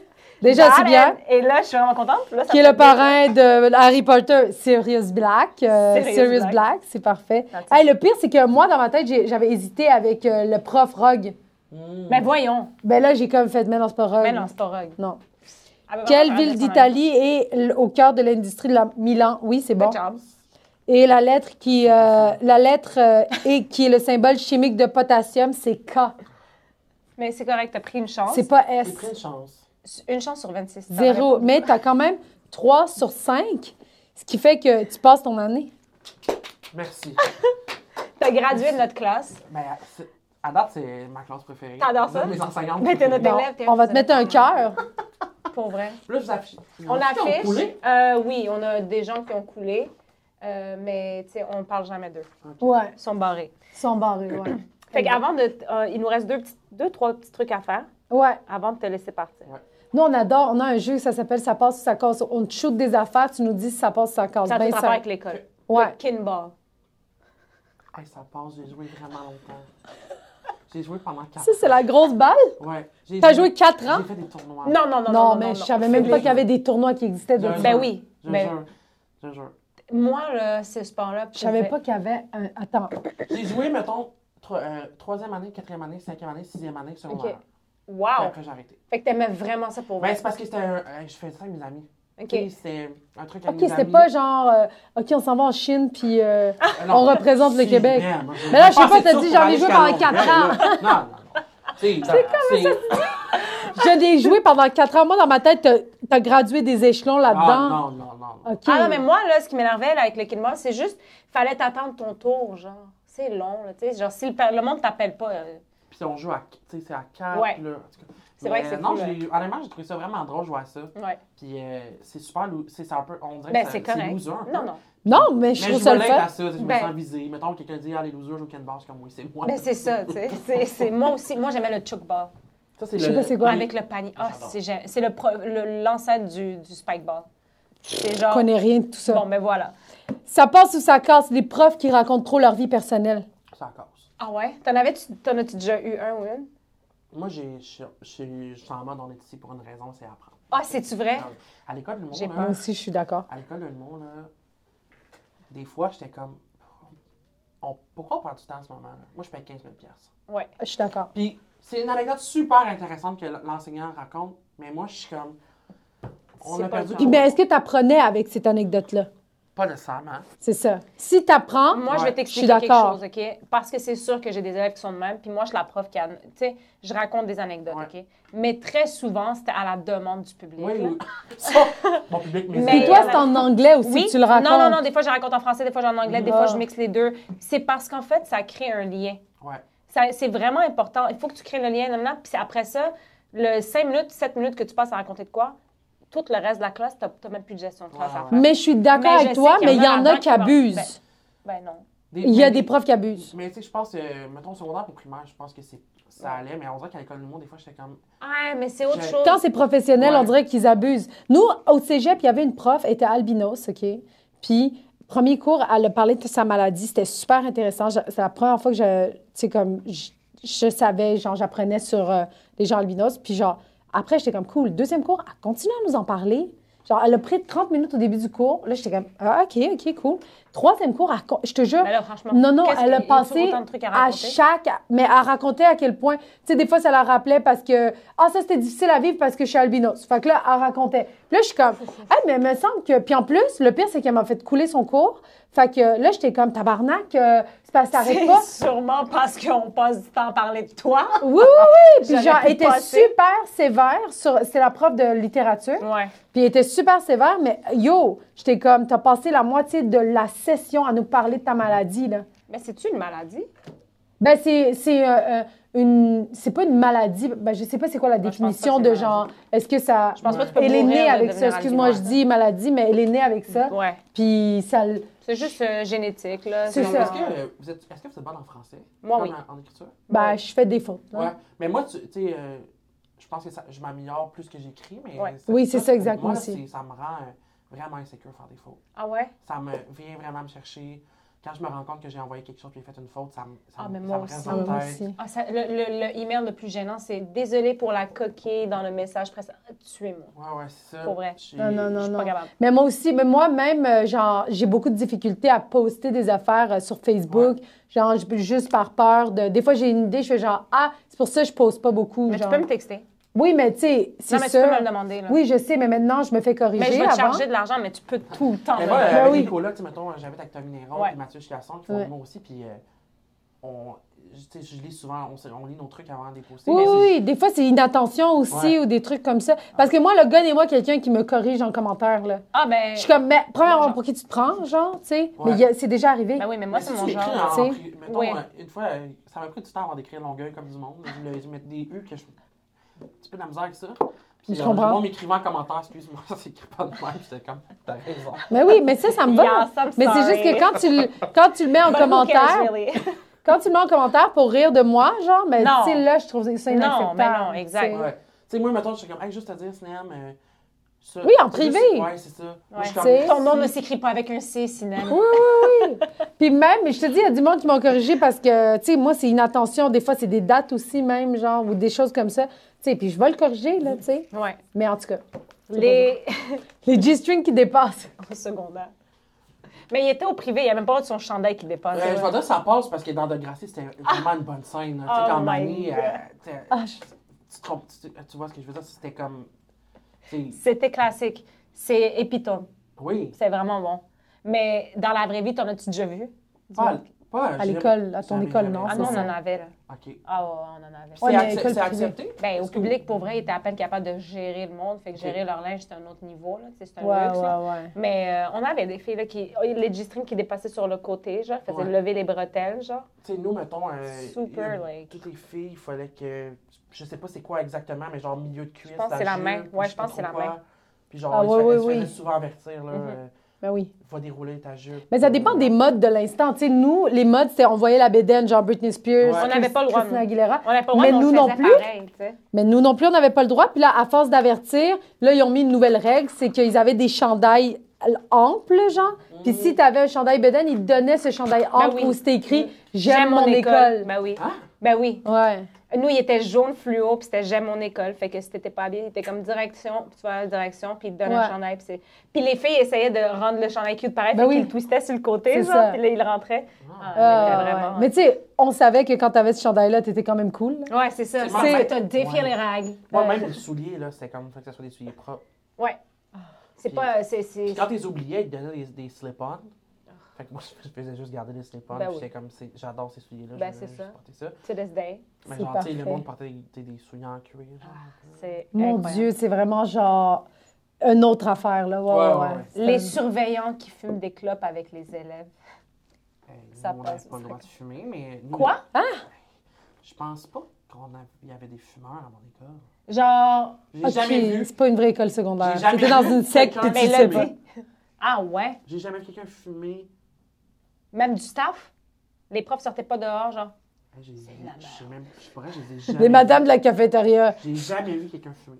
Speaker 2: Déjà, c'est
Speaker 1: Got
Speaker 2: bien.
Speaker 1: it. Et là, je suis vraiment contente. Là, ça
Speaker 2: Qui est
Speaker 1: fait
Speaker 2: le parrain de Harry Potter? Sirius Black. Euh,
Speaker 1: Sirius
Speaker 2: Sirius,
Speaker 1: Black.
Speaker 2: Black, c'est parfait.
Speaker 1: That's it.
Speaker 2: Hey, le pire, c'est que moi, dans ma tête, j'ai- j'avais hésité avec euh, le prof Rogue.
Speaker 3: Hmm.
Speaker 1: Mais voyons!
Speaker 2: Ben là, j'ai comme fait, mais non, c'est pas Rogue.
Speaker 1: Mais non, c'est pas Rogue. Ah, ben,
Speaker 2: Non.
Speaker 1: Elle veut
Speaker 2: Quelle
Speaker 1: vraiment faire
Speaker 2: ville
Speaker 1: un dessin
Speaker 2: d'Italie est l- au cœur de l'industrie de la Milan? Oui, c'est bon.
Speaker 1: animé. Good job.
Speaker 2: Et la lettre qui, euh, la lettre euh, et qui est le symbole chimique de potassium, c'est K.
Speaker 1: Mais c'est correct, t'as pris une chance.
Speaker 2: C'est pas S.
Speaker 3: J'ai pris une chance.
Speaker 1: Une chance sur 26. ça
Speaker 2: Zéro.
Speaker 1: aurait
Speaker 2: Mais tu as quand même 3 sur 5, ce qui fait que tu passes ton année.
Speaker 3: Merci.
Speaker 1: pas- T'as gradué de notre classe.
Speaker 3: Mais à- Ben, c'est- à date, c'est ma classe préférée.
Speaker 1: T'adores ça?
Speaker 3: Mes enseignantes.
Speaker 1: Mais t'es
Speaker 3: préférées.
Speaker 1: notre
Speaker 2: Bon,
Speaker 1: élève, t'es
Speaker 2: on va te mettre un cœur.
Speaker 1: Pour vrai.
Speaker 3: Là, je vous affiche.
Speaker 1: On
Speaker 3: Ils ont
Speaker 1: affiche.
Speaker 3: coulé.
Speaker 1: Euh, oui, on a des gens qui ont coulé. euh, mais tu sais, on parle jamais d'eux.
Speaker 2: Ouais,
Speaker 1: Ils sont barrés.
Speaker 2: ils sont barrés, ouais.
Speaker 1: Fait qu'avant de. t- euh, il nous reste deux, petits- deux, trois petits trucs à faire
Speaker 2: Ouais.
Speaker 1: avant de te laisser partir.
Speaker 2: Nous, on adore, on a un jeu, ça s'appelle Ça passe ou ça casse. On te shoot des affaires, tu nous dis si ça passe ou ça casse.
Speaker 1: Ça a
Speaker 2: Ben,
Speaker 1: tout rapport avec l'école.
Speaker 2: Ouais.
Speaker 1: Le kinball.
Speaker 3: Hey, ça passe, j'ai joué vraiment longtemps. J'ai joué pendant 4
Speaker 2: Ça, c'est la grosse balle.
Speaker 3: Ouais. J'ai
Speaker 2: T'as
Speaker 3: joué-
Speaker 2: joué 4 ans?
Speaker 3: J'ai fait des tournois.
Speaker 1: Non, non, non, non.
Speaker 2: Non,
Speaker 1: Non,
Speaker 2: mais
Speaker 1: non,
Speaker 2: je
Speaker 1: non.
Speaker 2: savais même
Speaker 3: C'est
Speaker 2: pas
Speaker 3: les-
Speaker 2: qu'il y avait des tournois qui existaient. de-
Speaker 3: Ben
Speaker 1: Ben oui.
Speaker 3: Je
Speaker 1: Ben,
Speaker 3: jure. Je jure.
Speaker 1: moi, là, ce sport-là.
Speaker 2: Je savais pas qu'il y avait un. Attends.
Speaker 3: J'ai joué, mettons, tro- euh, troisième année, quatrième année, cinquième année, sixième année, secondaire. Puis
Speaker 1: Wow!
Speaker 3: Après, j'ai arrêté.
Speaker 1: Fait que t'aimais vraiment ça pour
Speaker 3: Ben,
Speaker 1: vrai.
Speaker 3: c'est parce que c'était un- euh, je faisais ça avec mes amis.
Speaker 1: OK.
Speaker 3: Tu sais, C'était un truc avec
Speaker 2: OK,
Speaker 3: mes
Speaker 2: c'était
Speaker 3: amis.
Speaker 2: pas genre, euh, OK, on s'en va en Chine, puis euh,
Speaker 3: Euh,
Speaker 2: on
Speaker 3: non.
Speaker 2: représente le
Speaker 3: Si,
Speaker 2: Québec.
Speaker 3: man, j'ai
Speaker 2: Mais là, je sais pas,
Speaker 3: assez de
Speaker 2: t'as
Speaker 3: sous
Speaker 2: dit,
Speaker 3: pour
Speaker 2: j'en ai
Speaker 3: aller
Speaker 2: joué
Speaker 3: jusqu'à
Speaker 2: pendant
Speaker 3: Londres.
Speaker 2: quatre
Speaker 3: Non, non, non. C'est comme ça.
Speaker 2: Je l'ai joué pendant quatre ans. Moi, dans ma tête, t'as- t'as gradué des échelons là-dedans.
Speaker 3: Ah, non, non, non. non.
Speaker 2: OK.
Speaker 1: Ah non, mais moi, là, ce qui m'énervait là, avec le Kid Mall, c'est juste, fallait t'attendre ton tour, genre. C'est long, là, tu sais. Genre, si le, pa- le monde t'appelle pas, euh,
Speaker 3: Puis on joue à, tu sais, c'est à quatre,
Speaker 1: Ouais.
Speaker 3: là. En tout cas.
Speaker 1: C'est vrai
Speaker 3: Mais
Speaker 1: que c'est
Speaker 3: Non,
Speaker 1: cool,
Speaker 3: j'ai- honnêtement, j'ai trouvé ça vraiment drôle de jouer à ça.
Speaker 1: ouais.
Speaker 3: Puis euh, c'est super, lou- c'est c'est un peu, on dirait
Speaker 1: Ben,
Speaker 3: que
Speaker 1: c'est
Speaker 3: ça- c'est
Speaker 1: correct.
Speaker 3: loser. un peu.
Speaker 1: Non, non.
Speaker 2: Non, mais je
Speaker 3: Mais
Speaker 2: trouve
Speaker 3: je
Speaker 2: ça le
Speaker 3: relate
Speaker 2: fait.
Speaker 3: à ça, je me
Speaker 1: Ben.
Speaker 3: sens visée. Mettons que quelqu'un dit, ah, les losers jouent au Canvas comme moi, c'est moi.
Speaker 1: Ben, c'est ça, tu sais. C'est- C'est moi aussi. Moi, j'aimais le chuck ball.
Speaker 3: Ça, c'est
Speaker 2: Je sais pas c'est quoi.
Speaker 1: Avec le panier. Ah,
Speaker 3: J'adore.
Speaker 1: c'est gê- c'est le pro- le- l'ancêtre du, du spike ball. C'est genre.
Speaker 2: Je connais rien de tout ça.
Speaker 1: Bon, ben voilà.
Speaker 2: Ça passe ou ça casse. Les profs qui racontent trop leur vie personnelle.
Speaker 3: Ça casse.
Speaker 1: Ah ouais? T'en avais-tu t'en as-tu déjà eu un ou une?
Speaker 3: Moi, j'ai- je suis je suis en mode, on est ici pour une raison, c'est apprendre.
Speaker 1: Ah, c'est-tu vrai?
Speaker 3: Alors, À l'école hein, de l'humour,
Speaker 1: J'ai
Speaker 3: là,
Speaker 2: Moi aussi, je suis d'accord.
Speaker 3: à l'école de l'humour, là, des fois, j'étais comme, on- pourquoi on perd du temps en ce moment? Là? Moi, je paye 15 000 piastres.
Speaker 1: Ouais.
Speaker 2: Je suis d'accord.
Speaker 3: Puis, c'est une anecdote super intéressante que l- l'enseignant raconte, mais moi, je suis comme, on
Speaker 1: C'est
Speaker 3: a
Speaker 1: pas le
Speaker 3: perdu du
Speaker 1: temps.
Speaker 2: Puis,
Speaker 3: temps.
Speaker 2: mais est-ce que tu apprenais avec cette anecdote-là?
Speaker 3: Pas nécessairement.
Speaker 2: C'est ça. Si tu apprends,
Speaker 1: Ah, Moi, je
Speaker 3: Ouais.
Speaker 1: vais
Speaker 2: Je
Speaker 1: t'expliquer
Speaker 2: suis
Speaker 1: quelque
Speaker 2: d'accord.
Speaker 1: chose, OK? Parce que c'est sûr que j'ai des élèves qui sont de même, puis moi, je suis la prof qui a... Tu sais, je raconte des anecdotes,
Speaker 3: Ouais.
Speaker 1: OK? Mais très souvent, c'était à la demande du public.
Speaker 3: Oui,
Speaker 1: là.
Speaker 3: oui. Mon public, mes
Speaker 1: Mais- euh,
Speaker 2: puis
Speaker 3: élèves.
Speaker 2: toi, c'est en anglais aussi
Speaker 1: Oui.
Speaker 2: que tu le racontes.
Speaker 1: Non, non, non. Des fois, je raconte en français, des fois, j'en anglais, des
Speaker 2: Ah.
Speaker 1: fois, je mixe les deux. C'est parce qu'en fait, ça crée un lien.
Speaker 3: Ouais.
Speaker 1: Ça- C'est vraiment important. Il faut que tu crées le lien maintenant. Puis c'est après ça, le 5 minutes, 7 minutes que tu passes à raconter de quoi, tout le reste de la classe, t'as t'as même plus de gestion de classe à
Speaker 3: Ouais,
Speaker 1: faire.
Speaker 2: Mais je suis d'accord
Speaker 1: Mais je
Speaker 2: avec
Speaker 1: sais
Speaker 2: toi,
Speaker 1: qu'il y
Speaker 2: mais
Speaker 1: en
Speaker 2: il y
Speaker 1: a
Speaker 2: en
Speaker 1: là-dedans
Speaker 2: a
Speaker 1: qui
Speaker 2: qui
Speaker 1: pensent-
Speaker 2: abusent.
Speaker 1: Ben non.
Speaker 3: Des-
Speaker 2: Il y a
Speaker 3: mais
Speaker 2: des profs qui abusent.
Speaker 3: Mais tu sais, je pense, euh, mettons, secondaire pour primaire, je pense que c'est ça allait, mais on dirait qu'à l'école du monde, des fois, j'étais comme.
Speaker 1: Ah, mais c'est autre
Speaker 3: J'ai-
Speaker 1: chose.
Speaker 2: Quand c'est professionnel,
Speaker 3: Ouais.
Speaker 2: on dirait qu'ils abusent. Nous, au cégep, il y avait une prof, elle était albinos, OK? Puis, premier cours, elle a parlé de sa maladie. C'était super intéressant. Je- C'est la première fois que je, tu sais, comme, je, je savais, genre, j'apprenais sur euh, les gens albinos. Puis, genre, après, j'étais comme, cool. Deuxième cours, elle continue à nous en parler. Genre, elle a pris 30 minutes au début du cours. Là, j'étais comme, ah, OK, OK, cool. Troisième cours, elle con- je te jure,
Speaker 1: Mais Ben là, franchement,
Speaker 2: Non, non,
Speaker 1: qu'est-ce
Speaker 2: elle a
Speaker 1: qu'il y a-tu
Speaker 2: passé
Speaker 1: autant de trucs à
Speaker 2: à
Speaker 1: raconter?
Speaker 2: chaque, mais à raconter à quel point, tu sais, des fois, ça la rappelait parce que, ah, ça, c'était difficile à vivre parce que je suis albinos. Fait que là, elle racontait. Puis là, je suis comme, ah, mais il me semble que, puis en plus, le pire, c'est qu'elle m'a fait couler son cours. Fait que là, j'étais comme, tabarnak, euh, c'est parce que t'arrêtes pas.
Speaker 1: C'est sûrement parce qu'on passe du temps à parler de toi.
Speaker 2: Oui, oui, oui. Puis
Speaker 1: J'aurais
Speaker 2: genre,
Speaker 1: pu
Speaker 2: elle était
Speaker 1: passer.
Speaker 2: super sévère sur, c'est la prof de littérature.
Speaker 1: Ouais.
Speaker 2: Puis elle était super sévère, mais yo, j'étais comme, t'as passé la moitié de la session à nous parler de ta maladie, là.
Speaker 1: Mais c'est-tu une maladie?
Speaker 2: Ben, c'est, c'est, euh, euh, une. C'est pas une maladie. Ben, je sais pas c'est quoi la
Speaker 1: Ben, je pense pas
Speaker 2: définition
Speaker 1: que c'est
Speaker 2: de
Speaker 1: une
Speaker 2: genre. Est-ce que ça.
Speaker 1: Je pense pas que tu peux
Speaker 2: Elle est
Speaker 1: mourir
Speaker 2: née
Speaker 1: de
Speaker 2: avec ça.
Speaker 1: devenir
Speaker 2: Excuse-moi, je
Speaker 1: albinos.
Speaker 2: dis maladie, mais elle est née avec ça.
Speaker 1: Ouais.
Speaker 2: Puis ça. l-
Speaker 1: C'est juste euh, génétique, là.
Speaker 2: C'est
Speaker 3: Mais
Speaker 2: ça.
Speaker 3: Est-ce que, euh, vous êtes, est-ce que vous êtes bonne en français?
Speaker 1: Moi,
Speaker 3: Comme
Speaker 1: oui.
Speaker 3: En, en écriture?
Speaker 2: Ben,
Speaker 1: Ouais.
Speaker 2: je fais des fautes. là.
Speaker 3: Ouais. Mais moi, tu tu sais, euh, je pense que ça, je m'améliore plus que j'écris, mais.
Speaker 1: Ouais.
Speaker 2: Oui, c'est ça, exact,
Speaker 3: Moi,
Speaker 2: moi aussi.
Speaker 3: c'est- ça me rend euh, vraiment insécure faire des fautes.
Speaker 1: Ah ouais?
Speaker 3: Ça me vient vraiment me chercher. Quand je me rends compte que j'ai envoyé quelque chose et j'ai fait une faute, ça me. Ça
Speaker 1: Ah, mais
Speaker 3: me- ça
Speaker 1: moi
Speaker 3: me reste
Speaker 1: aussi.
Speaker 2: Ah,
Speaker 3: dans la
Speaker 2: moi
Speaker 3: tête.
Speaker 2: aussi.
Speaker 1: Ah, ça- le, le- le email le plus gênant, c'est désolé pour la coquille dans le message presse. Ah, Tuez-moi.
Speaker 3: Ouais, ouais, c'est ça.
Speaker 1: Pour vrai.
Speaker 3: Je suis-
Speaker 2: Non, non, non,
Speaker 1: Je suis
Speaker 2: non.
Speaker 1: pas capable.
Speaker 2: Mais moi aussi, mais moi-même, euh, genre, j'ai beaucoup de difficultés à poster des affaires euh, sur Facebook. Genre, je- juste par peur de. Des fois, j'ai une idée, je fais genre, ah, c'est pour ça que je poste pas beaucoup.
Speaker 1: Mais tu
Speaker 2: genre.
Speaker 1: peux me texter.
Speaker 2: Oui, mais tu sais, c'est
Speaker 1: Non, mais tu peux
Speaker 2: sûr.
Speaker 1: me le demander, là.
Speaker 2: Oui, je sais, mais maintenant, je me fais corriger.
Speaker 1: Mais je vais te
Speaker 2: avant.
Speaker 1: charger de l'argent, mais tu peux tout le temps.
Speaker 3: Mais
Speaker 1: me
Speaker 3: moi,
Speaker 1: le
Speaker 3: euh,
Speaker 1: demander.
Speaker 2: Ben
Speaker 3: avec
Speaker 2: oui.
Speaker 3: les colas, tu sais, mettons, j'habite avec Tommy Néron
Speaker 1: Ouais.
Speaker 3: et Mathieu Chiasson qui font
Speaker 2: Ouais.
Speaker 3: nous aussi, puis euh, on, je- tu sais, je lis souvent, on, se- on lit nos trucs avant de les poster.
Speaker 2: Oui,
Speaker 3: mais c'est-
Speaker 2: oui, des fois, c'est inattention aussi
Speaker 3: Ouais.
Speaker 2: ou des trucs comme ça. Parce que moi, le gars et moi, quelqu'un qui me corrige en commentaire, là.
Speaker 1: Ah, ben.
Speaker 2: Je suis comme, mais premièrement,
Speaker 1: genre.
Speaker 2: pour qui tu te prends, genre, tu sais? Mais
Speaker 3: Ouais.
Speaker 2: il y a- c'est déjà arrivé.
Speaker 1: Ben oui, mais moi, c'est
Speaker 3: si
Speaker 1: mon
Speaker 3: tu m'écris
Speaker 1: genre.
Speaker 3: en-
Speaker 2: tu
Speaker 3: pri- mettons,
Speaker 1: Ouais.
Speaker 3: euh, une fois, euh, ça m'a pris du temps avant d'écrire Longueuil comme du monde. Je voulais mettre des U que je. Un petit peu de la misère avec ça. Puis,
Speaker 2: Je
Speaker 3: euh,
Speaker 2: comprends.
Speaker 3: Le monde m'écrivait en commentaire, excuse-moi, ça s'écrit pas de même. J'étais comme, t'as raison.
Speaker 2: Mais oui, mais ça, ça me va.
Speaker 1: Yes, I'm
Speaker 2: mais c'est juste que
Speaker 1: sorry.
Speaker 2: quand tu, le- quand tu le mets en
Speaker 1: But who cares,
Speaker 2: commentaire,
Speaker 1: really?
Speaker 2: quand tu le mets en commentaire pour rire de moi, genre, mais tu
Speaker 1: Non.
Speaker 2: sais, là, je trouve ça
Speaker 1: Non,
Speaker 2: inacceptable.
Speaker 1: mais non, exact.
Speaker 2: tu sais.
Speaker 3: Ouais. Tu sais, moi, mettons, je suis comme, hey, juste à dire, Sinem. euh, ça-
Speaker 2: Oui, en
Speaker 3: c'est juste-
Speaker 2: privé.
Speaker 3: Ouais, c'est ça.
Speaker 1: Ouais.
Speaker 3: Moi, je suis comme,
Speaker 2: Tu sais.
Speaker 1: Ton nom ne s'écrit pas avec un C, Sinem.
Speaker 2: Oui, oui, oui. Puis même, je te dis, il y a du monde qui m'ont corrigé parce que, tu sais, moi, c'est inattention. Des fois, c'est des dates aussi, même, genre, ou des choses comme ça. Tu sais, puis je vais le corriger, là, tu sais.
Speaker 1: Ouais.
Speaker 2: Mais en tout cas,
Speaker 1: Les.
Speaker 2: les G-strings qui dépassent.
Speaker 1: Au secondaire. Mais il était au privé, il n'y a même pas de son chandail qui dépasse.
Speaker 3: Euh, je vais dire, ça passe parce que dans Degrassi, c'était vraiment une bonne scène. là. Tu sais,
Speaker 1: Oh
Speaker 3: quand
Speaker 1: my
Speaker 3: Manny,
Speaker 1: God.
Speaker 3: euh, tu sais,
Speaker 2: Ah, je-
Speaker 3: tu, te trompes- tu- tu vois ce que je veux dire? C'était comme. tu sais,
Speaker 1: C'était classique. C'est épitome.
Speaker 3: Oui.
Speaker 1: C'est vraiment bon. Mais dans la vraie vie, t'en as-tu déjà vu?
Speaker 3: Pas, pas
Speaker 2: à l'école, à ton
Speaker 3: Jamais,
Speaker 2: école,
Speaker 3: jamais.
Speaker 2: non?
Speaker 1: Ah
Speaker 2: c'est
Speaker 1: non, on
Speaker 2: ça.
Speaker 1: en avait, là.
Speaker 3: OK.
Speaker 1: Ah ouais, ouais, on en avait.
Speaker 2: Ouais,
Speaker 3: C'est
Speaker 2: mais
Speaker 3: accep-
Speaker 2: école
Speaker 3: c'est
Speaker 2: privée.
Speaker 3: accepté?
Speaker 1: Ben, au
Speaker 3: Est-ce que-
Speaker 1: public, pour vrai, ils étaient à peine capables de gérer le monde. Fait que gérer leur linge, c'est un autre niveau. Là. Tu sais, C'est un
Speaker 2: Ouais,
Speaker 1: luxe.
Speaker 2: ouais,
Speaker 1: là.
Speaker 2: ouais.
Speaker 1: Mais euh, on avait des filles là, qui. Les G-strings qui dépassaient sur le côté, genre, faisaient
Speaker 3: Ouais.
Speaker 1: lever les bretelles, genre.
Speaker 3: Tu sais, nous, mettons, euh,
Speaker 1: Super,
Speaker 3: il y a-
Speaker 1: like.
Speaker 3: toutes les filles, il fallait que, je sais pas c'est quoi exactement, mais genre milieu de cuisse,
Speaker 1: pense que c'est la
Speaker 3: jupe,
Speaker 1: main.
Speaker 3: puis
Speaker 1: Ouais,
Speaker 3: je
Speaker 1: je
Speaker 3: sais
Speaker 1: pense que
Speaker 3: pas
Speaker 1: c'est
Speaker 3: trop
Speaker 1: la
Speaker 3: quoi.
Speaker 1: main.
Speaker 3: Puis genre,
Speaker 2: Ah,
Speaker 3: ils
Speaker 2: ouais,
Speaker 3: se
Speaker 2: ouais,
Speaker 3: faisaient- ils se
Speaker 2: oui.
Speaker 3: faisaient souvent avertir, là,
Speaker 1: Mhm.
Speaker 3: euh,
Speaker 2: Ben oui.
Speaker 3: va dérouler ta jupe.
Speaker 2: Mais ça dépend des modes de l'instant. Tu sais, nous, les modes, c'était on voyait la bédaine, genre Britney Spears,
Speaker 3: Ouais.
Speaker 2: Christ-
Speaker 1: On n'avait pas le droit,
Speaker 2: Christina
Speaker 1: nous.
Speaker 2: Aguilera.
Speaker 1: On n'avait pas le droit,
Speaker 2: Mais
Speaker 1: on
Speaker 2: nous
Speaker 1: le
Speaker 2: non
Speaker 1: faisait
Speaker 2: plus.
Speaker 1: pareil, tu sais.
Speaker 2: Mais nous non plus, on n'avait pas le droit. Puis là, à force d'avertir, là, ils ont mis une nouvelle règle, c'est qu'ils avaient des chandails amples, genre. Puis si tu avais un chandail bédaine, ils te donnaient ce chandail ample
Speaker 1: oui.
Speaker 2: où c'était écrit J'aime mon école.
Speaker 1: Ben oui.
Speaker 3: Hein?
Speaker 1: Ben oui.
Speaker 2: Ouais.
Speaker 1: Nous, il était jaune fluo, puis c'était j'aime mon école. Fait que si t'étais pas habillé, il était comme direction, puis tu vas à la direction, puis il te donne
Speaker 2: Ouais.
Speaker 1: un chandail. Puis, c'est- puis les filles essayaient de rendre le chandail cute pareil,
Speaker 2: Ben
Speaker 1: fait
Speaker 2: oui.
Speaker 1: qu'ils le twistaient sur le côté,
Speaker 2: C'est
Speaker 1: genre,
Speaker 2: ça.
Speaker 1: puis là, il rentrait. Ah,
Speaker 3: Ah.
Speaker 1: il
Speaker 2: Ah,
Speaker 1: était
Speaker 2: ouais.
Speaker 1: vraiment-
Speaker 2: Mais tu sais, on savait que quand tu avais ce chandail-là, tu étais quand même cool. là.
Speaker 1: Ouais, c'est ça.
Speaker 3: C'est
Speaker 1: C'est-
Speaker 3: marrant.
Speaker 5: Tu as défié
Speaker 3: Ouais.
Speaker 5: les règles.
Speaker 3: Moi,
Speaker 1: Euh, ben,
Speaker 3: même les souliers, là, c'était comme, faut que ça soit des souliers propres.
Speaker 1: Ouais. C'est pas. C'est, c'est...
Speaker 3: Puis quand ils oubliaient, ils donnaient des, des slip-on. Fait que moi, je faisais juste garder les slip-on.
Speaker 1: Ah. Ben
Speaker 3: puis
Speaker 1: oui.
Speaker 3: j'étais comme, c'est- j'adore ces souliers-là.
Speaker 1: Ben,
Speaker 3: je veux
Speaker 1: c'est
Speaker 3: juste
Speaker 1: ça.
Speaker 3: porter ça.
Speaker 1: To this day.
Speaker 3: Mais
Speaker 2: C'est
Speaker 3: genre, tu sais, le
Speaker 2: parfait.
Speaker 3: monde portait des, des- des souliers en cuir. genre.
Speaker 1: C'est
Speaker 2: Mon
Speaker 1: incroyable.
Speaker 2: Dieu, c'est vraiment genre une autre affaire, là. Ouais,
Speaker 3: Ouais,
Speaker 2: ouais,
Speaker 3: ouais,
Speaker 2: ouais.
Speaker 3: ouais.
Speaker 2: C'est
Speaker 5: Les
Speaker 2: un-
Speaker 5: surveillants qui fument des clopes avec les élèves.
Speaker 3: Hey, nous,
Speaker 5: Ça
Speaker 3: on n'avait
Speaker 5: passe,
Speaker 3: pas le
Speaker 5: ça.
Speaker 3: droit de fumer, mais. nous,
Speaker 5: Quoi?
Speaker 1: Ah!
Speaker 3: Je pense pas qu'on a- il y avait des fumeurs à mon école.
Speaker 5: Genre,
Speaker 3: J'ai
Speaker 2: Ok,
Speaker 3: jamais vu.
Speaker 2: C'est pas une vraie école secondaire.
Speaker 3: J'ai jamais
Speaker 2: C'était dans
Speaker 3: vu
Speaker 2: une secte,
Speaker 3: quelqu'un
Speaker 2: tu
Speaker 5: mais
Speaker 3: qui
Speaker 2: sais
Speaker 5: le
Speaker 3: fume.
Speaker 2: pas.
Speaker 5: dit. Ah ouais?
Speaker 3: J'ai jamais vu quelqu'un fumer.
Speaker 5: Même du staff?
Speaker 1: Les profs sortaient pas dehors, genre.
Speaker 3: Hey, j'ai- Je sais même. Je pourrais, je les ai jamais.
Speaker 2: Les
Speaker 3: vus.
Speaker 2: madames de la cafétéria.
Speaker 3: J'ai jamais vu quelqu'un fumer.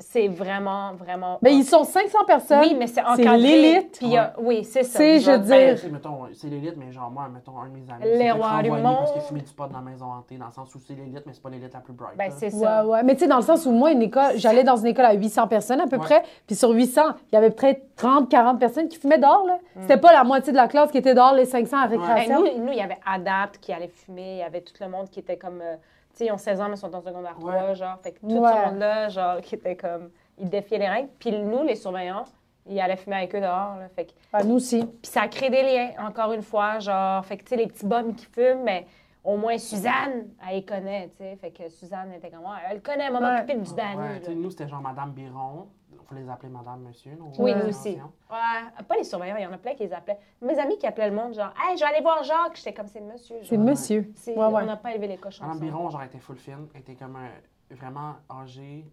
Speaker 1: C'est vraiment, vraiment.
Speaker 2: Mais Ben, ils sont 500 personnes.
Speaker 1: Oui, mais c'est encadré.
Speaker 2: l'élite.
Speaker 1: Puis il y a- Oui, c'est ça.
Speaker 2: C'est- Et je
Speaker 3: Genre,
Speaker 2: veux
Speaker 3: ben,
Speaker 2: dire-
Speaker 3: c'est, mettons, c'est l'élite, mais genre moi, mettons, un de mes amis.
Speaker 1: Les
Speaker 3: s'est fait
Speaker 1: rois du
Speaker 3: renvoyer
Speaker 1: monde.
Speaker 3: Parce qu'il fumait du pot dans la maison hantée, dans le sens où c'est l'élite, mais c'est pas l'élite la plus bright.
Speaker 1: Ben,
Speaker 3: là.
Speaker 1: c'est
Speaker 2: Ouais,
Speaker 1: ça.
Speaker 2: ouais. Mais tu sais, dans le sens où moi, une école, j'allais dans une école à 800 personnes à peu
Speaker 3: Ouais.
Speaker 2: près, puis sur 800, il y avait peut-être 30, 40 personnes qui fumaient dehors, là.
Speaker 3: Mm.
Speaker 2: C'était pas la moitié de la classe qui était dehors, les 500 à
Speaker 1: Ben,
Speaker 2: récréation.
Speaker 1: nous, nous, il y avait Adapt qui allait fumer, il y avait tout le monde qui était comme. euh, tu sais, ils ont 16 ans, mais ils sont en secondaire 3,
Speaker 3: Ouais.
Speaker 1: genre. Fait que tout
Speaker 2: Ouais.
Speaker 1: ce monde-là, genre, qui était comme. Ils défiaient les règles. Puis nous, les surveillants, ils allaient fumer avec eux dehors, là. Fait que.
Speaker 2: Ben, nous aussi.
Speaker 1: Puis ça crée des liens, encore une fois, genre, fait que, tu sais, les petits bums qui fument, mais au moins Suzanne, elle les connaît, tu sais. Fait que Suzanne était comme, Ah, elle le connaît, elle m'a
Speaker 2: Ouais.
Speaker 1: occupé du banni.
Speaker 3: Ouais,
Speaker 1: là.
Speaker 3: tu sais, nous, c'était genre Madame Biron. On faut les appeler Madame, Monsieur. nos- euh,
Speaker 1: Oui,
Speaker 3: nos
Speaker 1: nous aussi.
Speaker 3: anciens.
Speaker 1: Ouais, pas les surveillants, il y en a plein qui les appelaient. Mes amis qui appelaient le monde, genre, hey, je vais aller voir Jacques. J'étais comme, c'est monsieur.
Speaker 2: C'est
Speaker 1: Genre.
Speaker 2: monsieur.
Speaker 1: C'est-
Speaker 2: Ouais, ouais.
Speaker 1: On n'a pas élevé les cochons.
Speaker 3: Madame
Speaker 1: ensemble.
Speaker 3: Biron, genre, elle était full fine. Elle était comme un- vraiment âgée.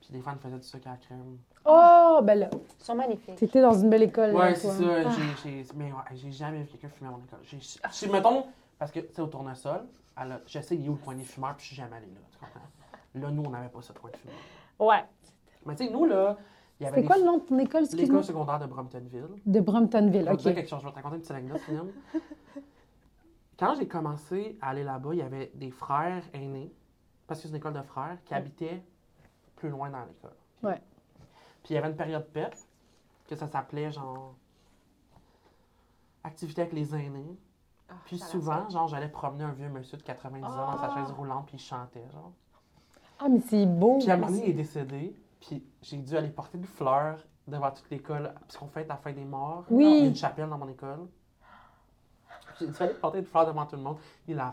Speaker 3: Puis des fois, elle me faisait du sucre à la crème.
Speaker 2: Oh, ben là,
Speaker 1: Ils sont magnifiques.
Speaker 2: t'étais dans une belle école. là,
Speaker 3: Ouais, c'est
Speaker 2: toi.
Speaker 3: ça. j'ai- j'ai- Mais ouais, j'ai jamais vu quelqu'un fumer à mon école. J'ai- ah, Si, mettons, parce que, tu sais, au tournesol, elle a- je sais, il est où le poignet fumeur, puis je suis jamais allé là. Tu comprends? Là, nous, on n'avait pas ce point de fumeur.
Speaker 1: Ouais.
Speaker 3: Mais tu sais, nous, là, il y avait
Speaker 2: C'était
Speaker 3: des-
Speaker 2: quoi le nom de ton école, excuse-moi?
Speaker 3: l'école secondaire de Bromptonville.
Speaker 2: De Bromptonville,
Speaker 3: Je vais te dire
Speaker 2: OK.
Speaker 3: quelque chose, je vais te raconter une petite anecdote, Mylène. Quand j'ai commencé à aller là-bas, il y avait des frères aînés, parce que c'est une école de frères, qui habitaient plus loin dans l'école.
Speaker 2: Ouais.
Speaker 3: Puis il y avait une période PEP, que ça s'appelait genre activité avec les aînés. Puis souvent, genre, j'allais promener un vieux monsieur de 90 ans dans sa chaise roulante, puis il chantait, genre.
Speaker 2: Ah, mais c'est beau.
Speaker 3: Puis à un moment donné, il est décédé, puis j'ai dû aller porter des fleurs devant toute l'école, parce qu'on fête la fête des morts.
Speaker 2: Oui.
Speaker 3: Il y a une chapelle dans mon école. J'ai dû aller porter des fleurs devant tout le monde. Il a.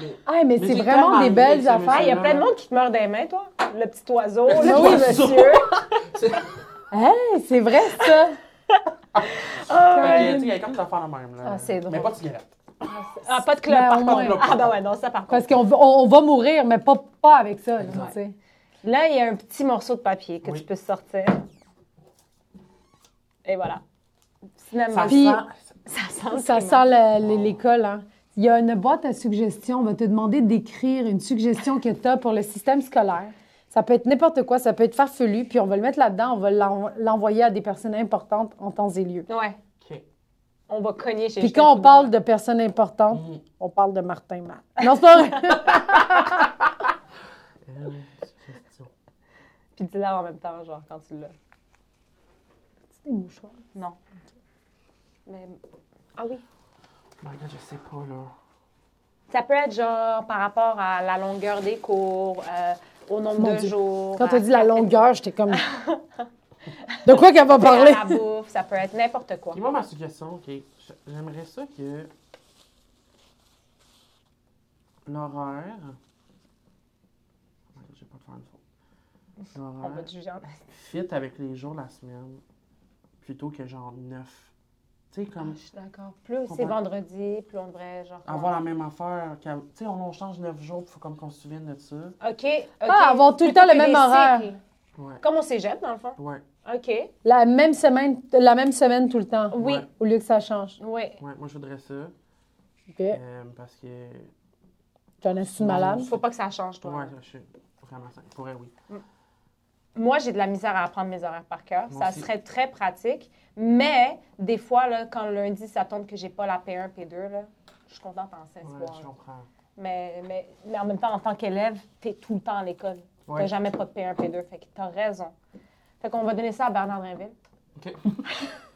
Speaker 3: Mais...
Speaker 2: Ah, mais
Speaker 3: Mais
Speaker 2: c'est
Speaker 3: j'ai
Speaker 2: vraiment
Speaker 3: tellement
Speaker 2: des
Speaker 3: aimé
Speaker 2: belles
Speaker 3: ces
Speaker 1: Ah,
Speaker 2: affaires.
Speaker 1: il y a
Speaker 3: Ouais.
Speaker 1: plein de monde qui te meurt des mains, toi. Le petit oiseau.
Speaker 3: Le
Speaker 1: Le
Speaker 3: petit
Speaker 1: petit
Speaker 3: oiseau.
Speaker 1: monsieur.
Speaker 2: Hey, c'est vrai, ça.
Speaker 3: Fait que, tu sais, il y a comme des affaires de même. Là.
Speaker 5: Ah, c'est drôle.
Speaker 3: Mais pas de cigarette.
Speaker 1: Ah, pas de club,
Speaker 2: Ben,
Speaker 1: par
Speaker 2: au
Speaker 1: contre.
Speaker 2: moins.
Speaker 1: Ah, ben ouais, non, ça, par contre.
Speaker 2: Parce qu'on va- on- on va mourir, mais pas, pas avec ça. là,
Speaker 3: Exact.
Speaker 2: tu sais.
Speaker 1: Là, il y a un petit morceau de papier que
Speaker 3: Oui.
Speaker 1: tu peux sortir. Et voilà.
Speaker 3: Ça
Speaker 1: Finalement,
Speaker 2: Puis-
Speaker 3: sent-
Speaker 1: ça sent.
Speaker 2: Ça sent la-
Speaker 1: Oh.
Speaker 2: l- l'école. Hein. Il y a une boîte à suggestions. On va te demander d'écrire une suggestion que tu as pour le système scolaire. Ça peut être n'importe quoi, ça peut être farfelu, puis on va le mettre là-dedans, on va l'en- l'envoyer à des personnes importantes en temps et lieu.
Speaker 1: Ouais.
Speaker 3: Ok.
Speaker 1: On va cogner chez
Speaker 2: Puis
Speaker 1: Justin
Speaker 2: quand on
Speaker 1: Trudeau.
Speaker 2: parle de personnes importantes,
Speaker 1: Mm.
Speaker 2: on parle de Martin Matt. Non, c'est pas vrai.
Speaker 3: Euh, suggestion.
Speaker 1: Puis dis-le en même temps, genre, quand tu l'as.
Speaker 2: C'est des mouchoirs.
Speaker 1: Non. Mais... Ah oui.
Speaker 3: My God, je sais pas, là.
Speaker 1: Ça peut être genre par rapport à la longueur des cours, euh, au nombre
Speaker 2: Mon
Speaker 1: de
Speaker 2: Dieu.
Speaker 1: jours.
Speaker 2: Quand
Speaker 1: à-
Speaker 2: tu dit la longueur, j'étais comme. De quoi qu'elle va
Speaker 1: à
Speaker 2: parler?
Speaker 1: la bouffe, ça peut être n'importe quoi.
Speaker 3: Et moi, ma suggestion, OK, j- j'aimerais ça que l'horaire... Oh my God, Je vais pas te faire une faute.
Speaker 1: On va
Speaker 3: L'horaire
Speaker 1: te juger en
Speaker 3: fit avec les jours de la semaine plutôt que genre neuf. Tu sais, comme
Speaker 1: Je suis d'accord. Plus c'est
Speaker 3: Comprends.
Speaker 1: vendredi, plus on devrait genre.
Speaker 3: avoir la même affaire. qu'à- Tu sais, on, on change neuf jours, il faut comme qu'on se souvienne de ça.
Speaker 1: OK. ok.
Speaker 2: Ah, avoir tout le
Speaker 1: Plutôt
Speaker 2: temps le
Speaker 1: que
Speaker 2: même
Speaker 1: des
Speaker 2: horaire.
Speaker 1: cycles.
Speaker 3: Ouais,
Speaker 1: Comme on s'égette, dans le fond.
Speaker 3: ouais,
Speaker 1: OK. Oui.
Speaker 2: La même semaine, la même semaine tout le temps,
Speaker 1: Oui.
Speaker 2: au lieu que ça change.
Speaker 3: ouais. Moi, je voudrais ça.
Speaker 2: OK.
Speaker 3: euh, parce que...
Speaker 2: J'en ai suis malade.
Speaker 1: Faut pas que ça change, toi.
Speaker 3: Ouais, je suis vraiment ça. Pourrais, oui.
Speaker 1: Moi, j'ai de la misère à apprendre mes horaires par cœur.
Speaker 3: Moi
Speaker 1: ça
Speaker 3: aussi.
Speaker 1: serait très pratique. Mais des fois, là, quand le lundi, ça tombe que j'ai pas la P1, P2, là, je suis contente en
Speaker 3: Ouais,
Speaker 1: 16 soirs.
Speaker 3: je comprends.
Speaker 1: mais, mais, mais en même temps, en tant qu'élève, tu es tout le temps à l'école. T'as
Speaker 3: Ouais.
Speaker 1: jamais pas de P1, P2. Fait que tu as raison. Fait qu'on va donner ça à Bernard Drinville.
Speaker 3: OK.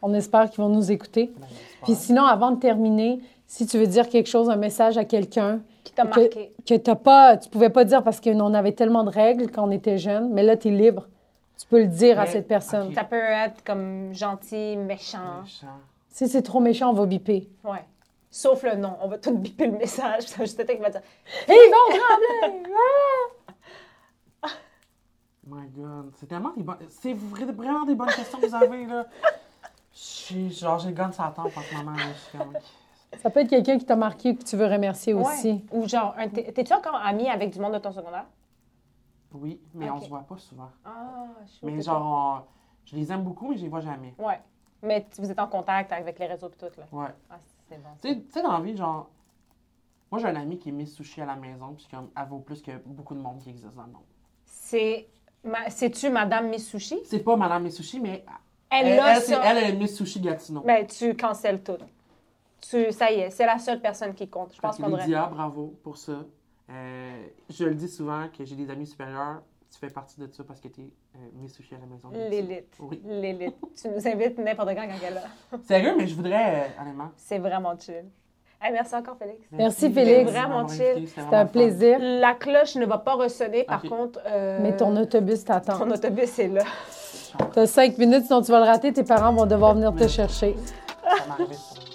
Speaker 2: On espère qu'ils vont nous écouter.
Speaker 3: Ben, j'espère.
Speaker 2: Puis sinon, avant de terminer, si tu veux dire quelque chose, un message à quelqu'un
Speaker 1: Qui t'a
Speaker 2: Ok.
Speaker 1: marqué.
Speaker 2: que t'as pas, tu pouvais pas dire parce qu'on avait tellement de règles quand on était jeune, mais là, tu es libre. Tu peux le dire à
Speaker 3: Mais-
Speaker 2: cette personne.
Speaker 3: ok.
Speaker 1: Ça peut être comme gentil, méchant.
Speaker 3: Méchant.
Speaker 2: Si c'est trop méchant, on va biper.
Speaker 1: Ouais. Sauf le nom. On va tout biper le message. Ça va juste être qui va dire
Speaker 2: Et ils vont
Speaker 3: My God, c'est tellement des bonnes... C'est vra- vraiment des bonnes questions que vous avez, là. Je suis... Genre, j'ai le gun sur la tempe en ce moment, là. Je suis comme...
Speaker 2: Ça peut être quelqu'un qui t'a marqué que tu veux remercier
Speaker 1: Ouais.
Speaker 2: aussi.
Speaker 1: Ou genre, un- t'es- t'es-tu encore ami avec du monde de ton secondaire?
Speaker 3: Oui, mais on
Speaker 1: Ok.
Speaker 3: se voit pas souvent.
Speaker 1: Ah, je suis
Speaker 3: Mais genre, on- je les aime beaucoup, mais je les vois jamais.
Speaker 1: Ouais. Mais tu- vous êtes en contact avec les réseaux et tout, là.
Speaker 3: Ouais.
Speaker 1: Ah, c'est bon.
Speaker 3: Tu sais- tu sais, dans la vie, genre... Moi, j'ai un ami qui met sushi à la maison, puis comme, elle vaut plus que beaucoup de monde qui existe dans le monde.
Speaker 1: C'est. ma- C'est-tu Madame Miss Sushi?
Speaker 3: C'est pas Madame Miss Sushi, mais...
Speaker 1: Elle,
Speaker 3: Elle,
Speaker 1: a
Speaker 3: elle, c'est-
Speaker 1: ça.
Speaker 3: elle, elle est Miss Sushi Gatineau.
Speaker 1: Ben, tu cancelles tout. Tu, ça y est, c'est la seule personne qui compte. Je pense
Speaker 3: Fait que
Speaker 1: qu'on devrait.
Speaker 3: Lydia, ah, bravo pour ça. Euh, je le dis souvent que j'ai des amis supérieurs. Tu fais partie de ça parce que t'es euh, mes sushis à la maison.
Speaker 1: L'élite.
Speaker 3: Oui.
Speaker 1: L'élite. tu nous invites n'importe quand quand elle est là.
Speaker 3: Sérieux, mais je voudrais, euh, honnêtement.
Speaker 1: C'est vraiment chill. Hey, merci encore, Félix.
Speaker 2: Merci,
Speaker 3: de
Speaker 2: Félix.
Speaker 3: m'avoir
Speaker 1: Vraiment
Speaker 3: invité,
Speaker 1: chill.
Speaker 2: C'était un
Speaker 3: vraiment fun.
Speaker 2: plaisir.
Speaker 1: La cloche ne va pas ressonner, par
Speaker 3: Ok.
Speaker 1: contre. euh,
Speaker 2: Mais ton autobus t'attend.
Speaker 1: ton autobus est là.
Speaker 2: T'as cinq minutes, sinon tu vas le rater, tes parents vont devoir venir te
Speaker 3: Ouais.
Speaker 2: chercher.
Speaker 3: Ça m'arrivait souvent.